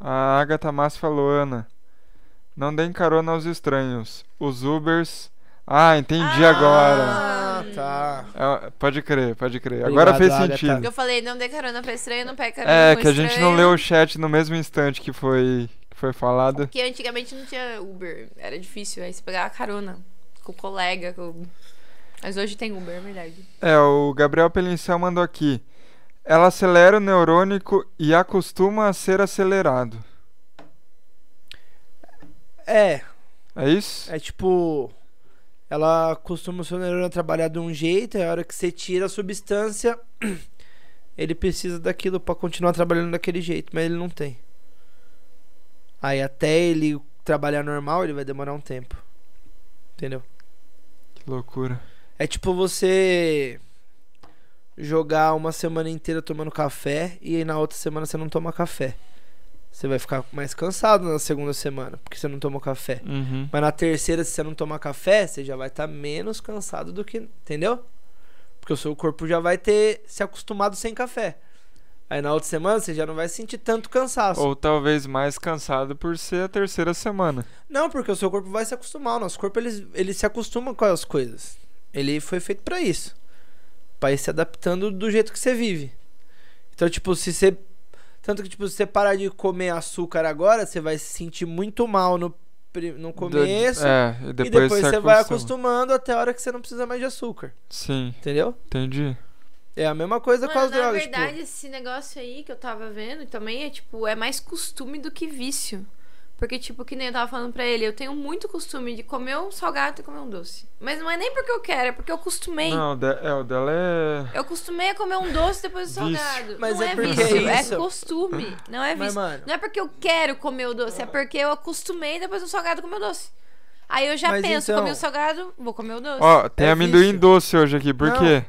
D: A Agatha Mas falou, Ana. Não deem carona aos estranhos. Os Ubers. Ah, entendi agora.
B: Ah, tá.
D: É, pode crer, pode crer.
B: Obrigado,
D: Agora fez
B: Agatha.
D: sentido.
A: Porque eu falei, não dê carona pra estranho, não pega carona
D: É,
A: com
D: que a gente não
A: um estranho,
D: leu o chat no mesmo instante que foi, que foi falado.
A: Porque antigamente não tinha Uber. Era difícil. Aí você pegava carona com o colega. com- Mas hoje tem Uber, é verdade.
D: É, o Gabriel Pelincel mandou aqui. Ela acelera o neurônico e acostuma a ser acelerado.
B: É,
D: É isso?
B: é tipo. Ela costuma o seu neurônio trabalhar de um jeito, é a hora que você tira a substância, *clears throat* ele precisa daquilo pra continuar trabalhando daquele jeito, mas ele não tem. Aí até ele trabalhar normal, ele vai demorar um tempo. Entendeu?
D: Que loucura.
B: É tipo você jogar uma semana inteira tomando café e aí na outra semana você não toma café. Você vai ficar mais cansado na segunda semana, porque você não tomou café.
D: Uhum.
B: Mas na terceira, se você não tomar café, você já vai estar menos cansado do que. Entendeu? Porque o seu corpo já vai ter se acostumado sem café. Aí na outra semana você já não vai sentir tanto cansaço.
D: Ou talvez mais cansado por ser a terceira semana.
B: Não, porque o seu corpo vai se acostumar. O nosso corpo ele, ele se acostuma com as coisas. Ele foi feito pra isso. Pra ir se adaptando do jeito que você vive. Então, tipo, se você. Tanto que, tipo, se você parar de comer açúcar agora, você vai se sentir muito mal no, pri- no começo.
D: Do- é, e depois,
B: e depois você
D: se
B: vai
D: acostuma.
B: acostumando até a hora que você não precisa mais de açúcar.
D: Sim,
B: Entendeu?
D: entendi.
B: É a mesma coisa com
A: Mano,
B: as
A: na
B: drogas. tipo,
A: verdade, esse negócio aí que eu tava vendo também é, tipo, é mais costume do que vício. Porque, tipo, que nem eu tava falando pra ele, eu tenho muito costume de comer um salgado e comer um doce. Mas não é nem porque eu quero, é porque eu costumei.
D: Não, o de- é, o dela é.
A: Eu costumei a comer um doce depois do
D: Vício.
A: salgado.
B: Mas
A: não
B: é
A: é,
B: porque
A: vício,
B: é
A: é,
B: isso.
A: costume. Não é
B: Mas,
A: vício.
B: mano.
A: Não é porque eu quero comer o
B: Ah.
A: doce, é porque eu acostumei depois do salgado comer o doce. Aí eu já
B: Mas
A: penso,
B: então-
A: comi o salgado, vou comer o doce.
D: Ó, tem
B: É
D: amendoim
B: vício.
D: doce hoje aqui, por
B: Não.
D: quê?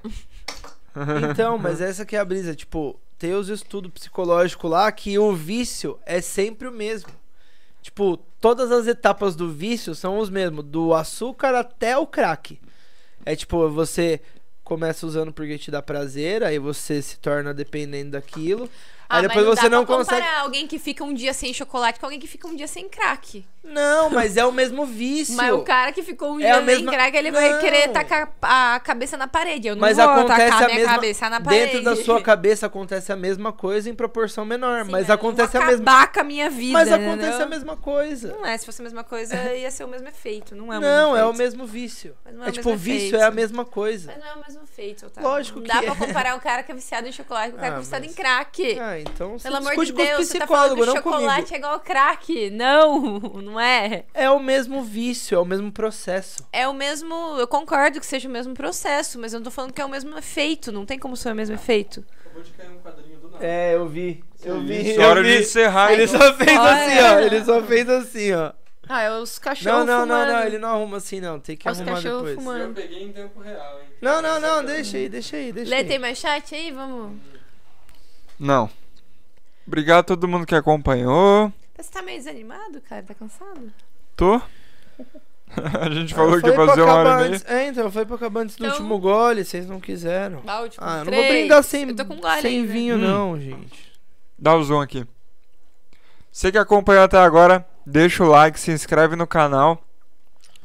B: Então, mas essa que é a brisa, tipo, tem os estudos psicológicos lá que o vício é sempre o mesmo. Tipo, todas as etapas do vício são os mesmos, do açúcar até o crack. É tipo, você começa usando porque te dá prazer, aí você se torna dependente daquilo. aí
A: Ah,
B: depois
A: mas
B: você
A: dá
B: não
A: pra
B: consegue.
A: comparar alguém que fica um dia sem chocolate com alguém que fica um dia sem crack.
B: Não, mas é o mesmo vício.
A: Mas o cara que ficou um
B: É a
A: dia sem
B: mesma-
A: crack, ele
B: Não.
A: vai querer tacar a cabeça na parede. Eu não
B: Mas
A: vou
B: acontece
A: tacar
B: a
A: minha
B: mesma
A: cabeça na parede.
B: dentro da
A: *laughs*
B: sua cabeça acontece a mesma coisa em proporção menor,
A: Sim, né?
B: mas
A: eu não vou
B: acontece a mesma
A: acabar com a minha vida.
B: Mas acontece
A: entendeu?
B: a mesma coisa.
A: Não é, se fosse a mesma coisa, ia ser o mesmo efeito. Não é o mesmo
B: Não, é o
A: efeito.
B: mesmo vício.
A: Mas não
B: É,
A: é o
B: tipo, o
A: mesmo
B: vício
A: efeito.
B: é a mesma coisa.
A: Mas não é o mesmo efeito, tá?
B: Lógico
A: não
B: que
A: dá
B: é.
A: pra comparar o cara que é viciado em chocolate com o cara
B: Ah,
A: que é viciado
B: mas-
A: em crack.
B: Ah, então você
A: Pelo amor
B: discute
A: de
B: com
A: Deus,
B: os
A: você tá falando que
B: psicólogos, não
A: chocolate
B: comigo.
A: é igual crack. Não, *laughs* não é.
B: É o mesmo vício, é o mesmo processo.
A: É o mesmo. Eu concordo que seja o mesmo processo, mas eu não tô falando que é o mesmo efeito. Não tem como ser o mesmo efeito.
J: Acabou de cair um quadrinho do nada.
B: É, eu vi. Eu vi.
D: Isso, hora
B: Eu
D: de
B: vi.
D: encerrar.
B: Ele
D: então.
B: só fez
A: Olha.
B: assim, ó. Ele só fez assim, ó.
K: Ah, é os cachorros
B: Não, não, não,
K: fumando.
B: não. Ele não arruma assim, não. Tem que
K: Olha os
B: arrumar
K: cachorros
B: depois.
K: fumando.
J: Eu peguei em tempo real, hein?
B: Não, não, não. Deixa aí, deixa aí, deixa
A: Lê, tem
B: aí.
A: mais chat aí? Vamos.
D: Não. Obrigado a todo mundo que acompanhou. *laughs*
A: Você tá meio desanimado, cara? Tá cansado?
D: Tô. a gente
B: Ah,
D: falou
B: eu
D: que ia
B: falei pra
D: fazer uma
B: acabar
D: hora e meia.
B: antes- É, então, foi pra acabar antes do
A: Então-
B: último gole, vocês não quiseram.
K: Tá
A: Balde com
B: Ah, eu não vou
A: três.
B: brindar sem,
A: Eu tô com gole
B: sem
A: ainda.
B: vinho,
D: Hum.
B: não, gente.
D: Dá o zoom aqui. Você que acompanhou até agora, deixa o like, se inscreve no canal.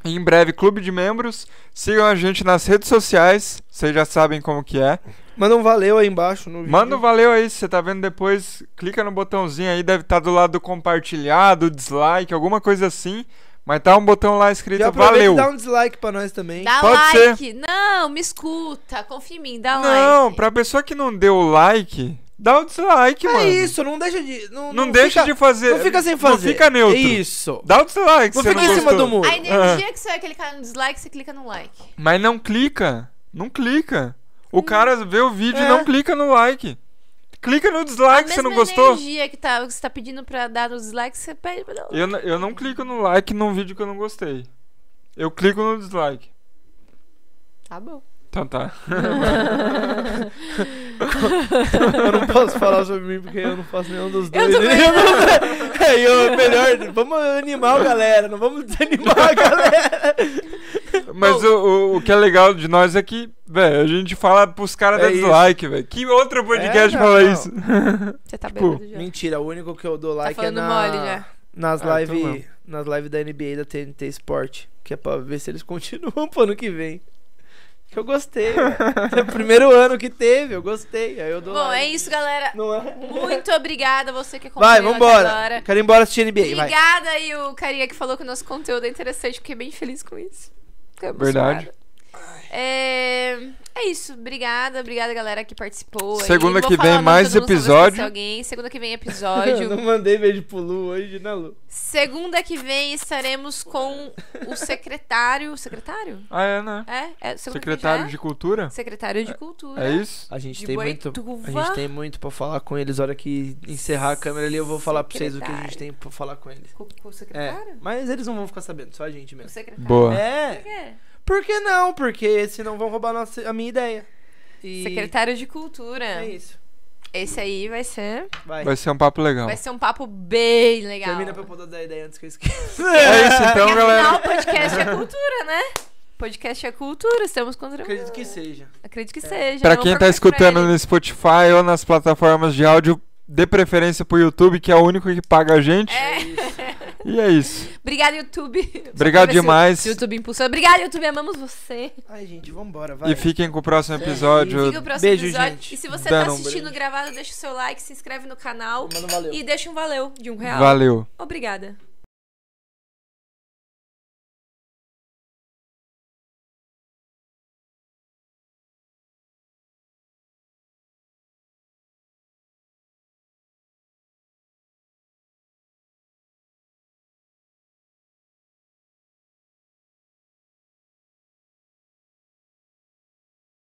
D: E Em breve, clube de membros. Sigam a gente nas redes sociais. Vocês já sabem como que é.
B: Manda um valeu aí embaixo no vídeo.
D: Manda um valeu aí, se você tá vendo depois, clica no botãozinho aí, deve estar do lado do compartilhado, dislike, alguma coisa assim. Mas tá um botão lá escrito
B: Já aproveita
D: valeu.
B: e dá um dislike pra nós também.
A: Dá
D: Pode
A: like. Não, me escuta. Confia em mim,
B: um
A: dá
D: Não,
A: like.
D: pra pessoa que não deu o like, dá o dislike,
B: é
D: mano.
B: isso, não deixa de. Não,
D: Não, deixa
B: fica-
D: de fazer.
B: Não fica sem fazer. É
D: Não fica neutro.
B: Isso.
D: Dá o dislike,
B: Não
D: se você
B: fica em cima
D: gostou.
B: do muro.
A: A energia que você vai clicar no dislike, você clica no like.
D: Mas não clica. Não clica. O cara vê o vídeo e
B: É.
D: não clica no like. Clica no
A: A
D: dislike,
A: mesma
D: você não gostou?
A: energia que, tá, que você tá pedindo pra dar no dislike, você pede pra dar um
D: Eu, n- eu não clico no like num vídeo que eu não gostei. Eu clico no dislike.
A: Tá bom.
D: Então tá.
B: *laughs* Eu não posso falar sobre mim porque eu não faço nenhum dos dois. *laughs*
A: também
B: Eu não- É, eu, melhor. Vamos animar a galera, não vamos desanimar a galera.
D: Mas o, o- o que é legal de nós é que, velho, a gente fala pros caras
B: É
D: dar
B: isso.
D: dislike, velho. Que outro podcast
B: não,
D: fala
B: não.
D: isso?
A: Você tá
D: Tipo,
A: bêbado já.
B: Mentira, o único que eu dou
A: Tá
B: like é
A: falando
B: na,
A: mole já.
B: nas
D: Ah,
B: lives
D: então não.
B: nas live da NBA e da TNT Sport, que é pra ver se eles continuam pro ano que vem. Que eu gostei. velho. é o primeiro ano que teve, eu gostei. Aí eu dou
A: Bom,
B: like.
A: é isso, galera.
B: Não é?
A: Muito obrigada a você que acompanhou
B: Vai,
A: até
B: vambora.
A: agora.
B: Quero ir embora assistir NBA. Vai.
A: Obrigada aí o carinha que falou que o nosso conteúdo é interessante. Fiquei bem feliz com isso. Fiquei
D: Verdade.
A: emocionada. É... é é isso. Obrigada, obrigada, galera, que participou. aí.
D: Segunda
A: Vou
D: que
A: falar
D: vem
A: o nome,
D: mais
A: todo mundo só vai
D: episódio.
A: esquecer Alguém. Segunda que vem
B: *laughs* Eu
A: episódio.
D: *laughs*
B: não mandei beijo pro Lu hoje, né, Lu?
A: Segunda que vem estaremos com o secretário. Secretário?
D: Ah, é, né?
A: É? é segunda que vem já
D: Secretário
A: é?
D: de Cultura?
A: Secretário de Cultura.
D: É isso?
B: A gente
A: De
B: tem muito. A
A: Boituva.
B: gente tem muito pra falar com eles. A hora que encerrar a câmera ali, eu vou falar pra vocês o que a gente tem pra falar com eles.
A: Com, com o
B: É.
A: secretário?
B: Mas eles não vão ficar sabendo, só a gente
A: O
B: mesmo.
A: secretário.
D: Boa.
B: É.
A: Por quê?
B: Por que não? Porque senão vão roubar nossa, a minha ideia. E
A: Secretário de Cultura.
B: É isso.
A: Esse aí vai ser.
B: Vai.
D: Vai ser um papo legal.
A: Vai ser um papo bem legal.
B: Termina pra eu poder dar ideia antes que eu
A: *laughs*
B: esqueça.
D: É isso então,
A: Porque afinal,
D: galera.
A: o podcast é
D: *laughs*
A: cultura, né? Podcast é cultura, estamos contribuindo.
B: Acredito que seja.
A: Acredito que seja.
D: Pra
A: não
D: quem
A: vou perguntar
D: tá
A: pra
D: escutando
A: ele.
D: no Spotify ou nas plataformas de áudio, dê preferência pro YouTube, que é o único que paga a gente.
B: É isso.
D: E é isso.
A: Obrigada, YouTube. *laughs* Só pra
D: Obrigado
A: ver se o-
D: demais.
A: Se o YouTube impulsiona. Obrigada, YouTube. Amamos você.
B: Ai, gente, vambora, vai.
D: E fiquem com o próximo episódio.
A: Siga o próximo
B: Beijo,
A: episódio.
B: gente.
A: E se você
D: Dando
A: tá
D: um
A: assistindo
B: beijo.
A: gravado, deixa o seu like, se inscreve no canal
B: Mano, valeu.
A: e deixa um valeu de um real.
D: Valeu.
A: Obrigada.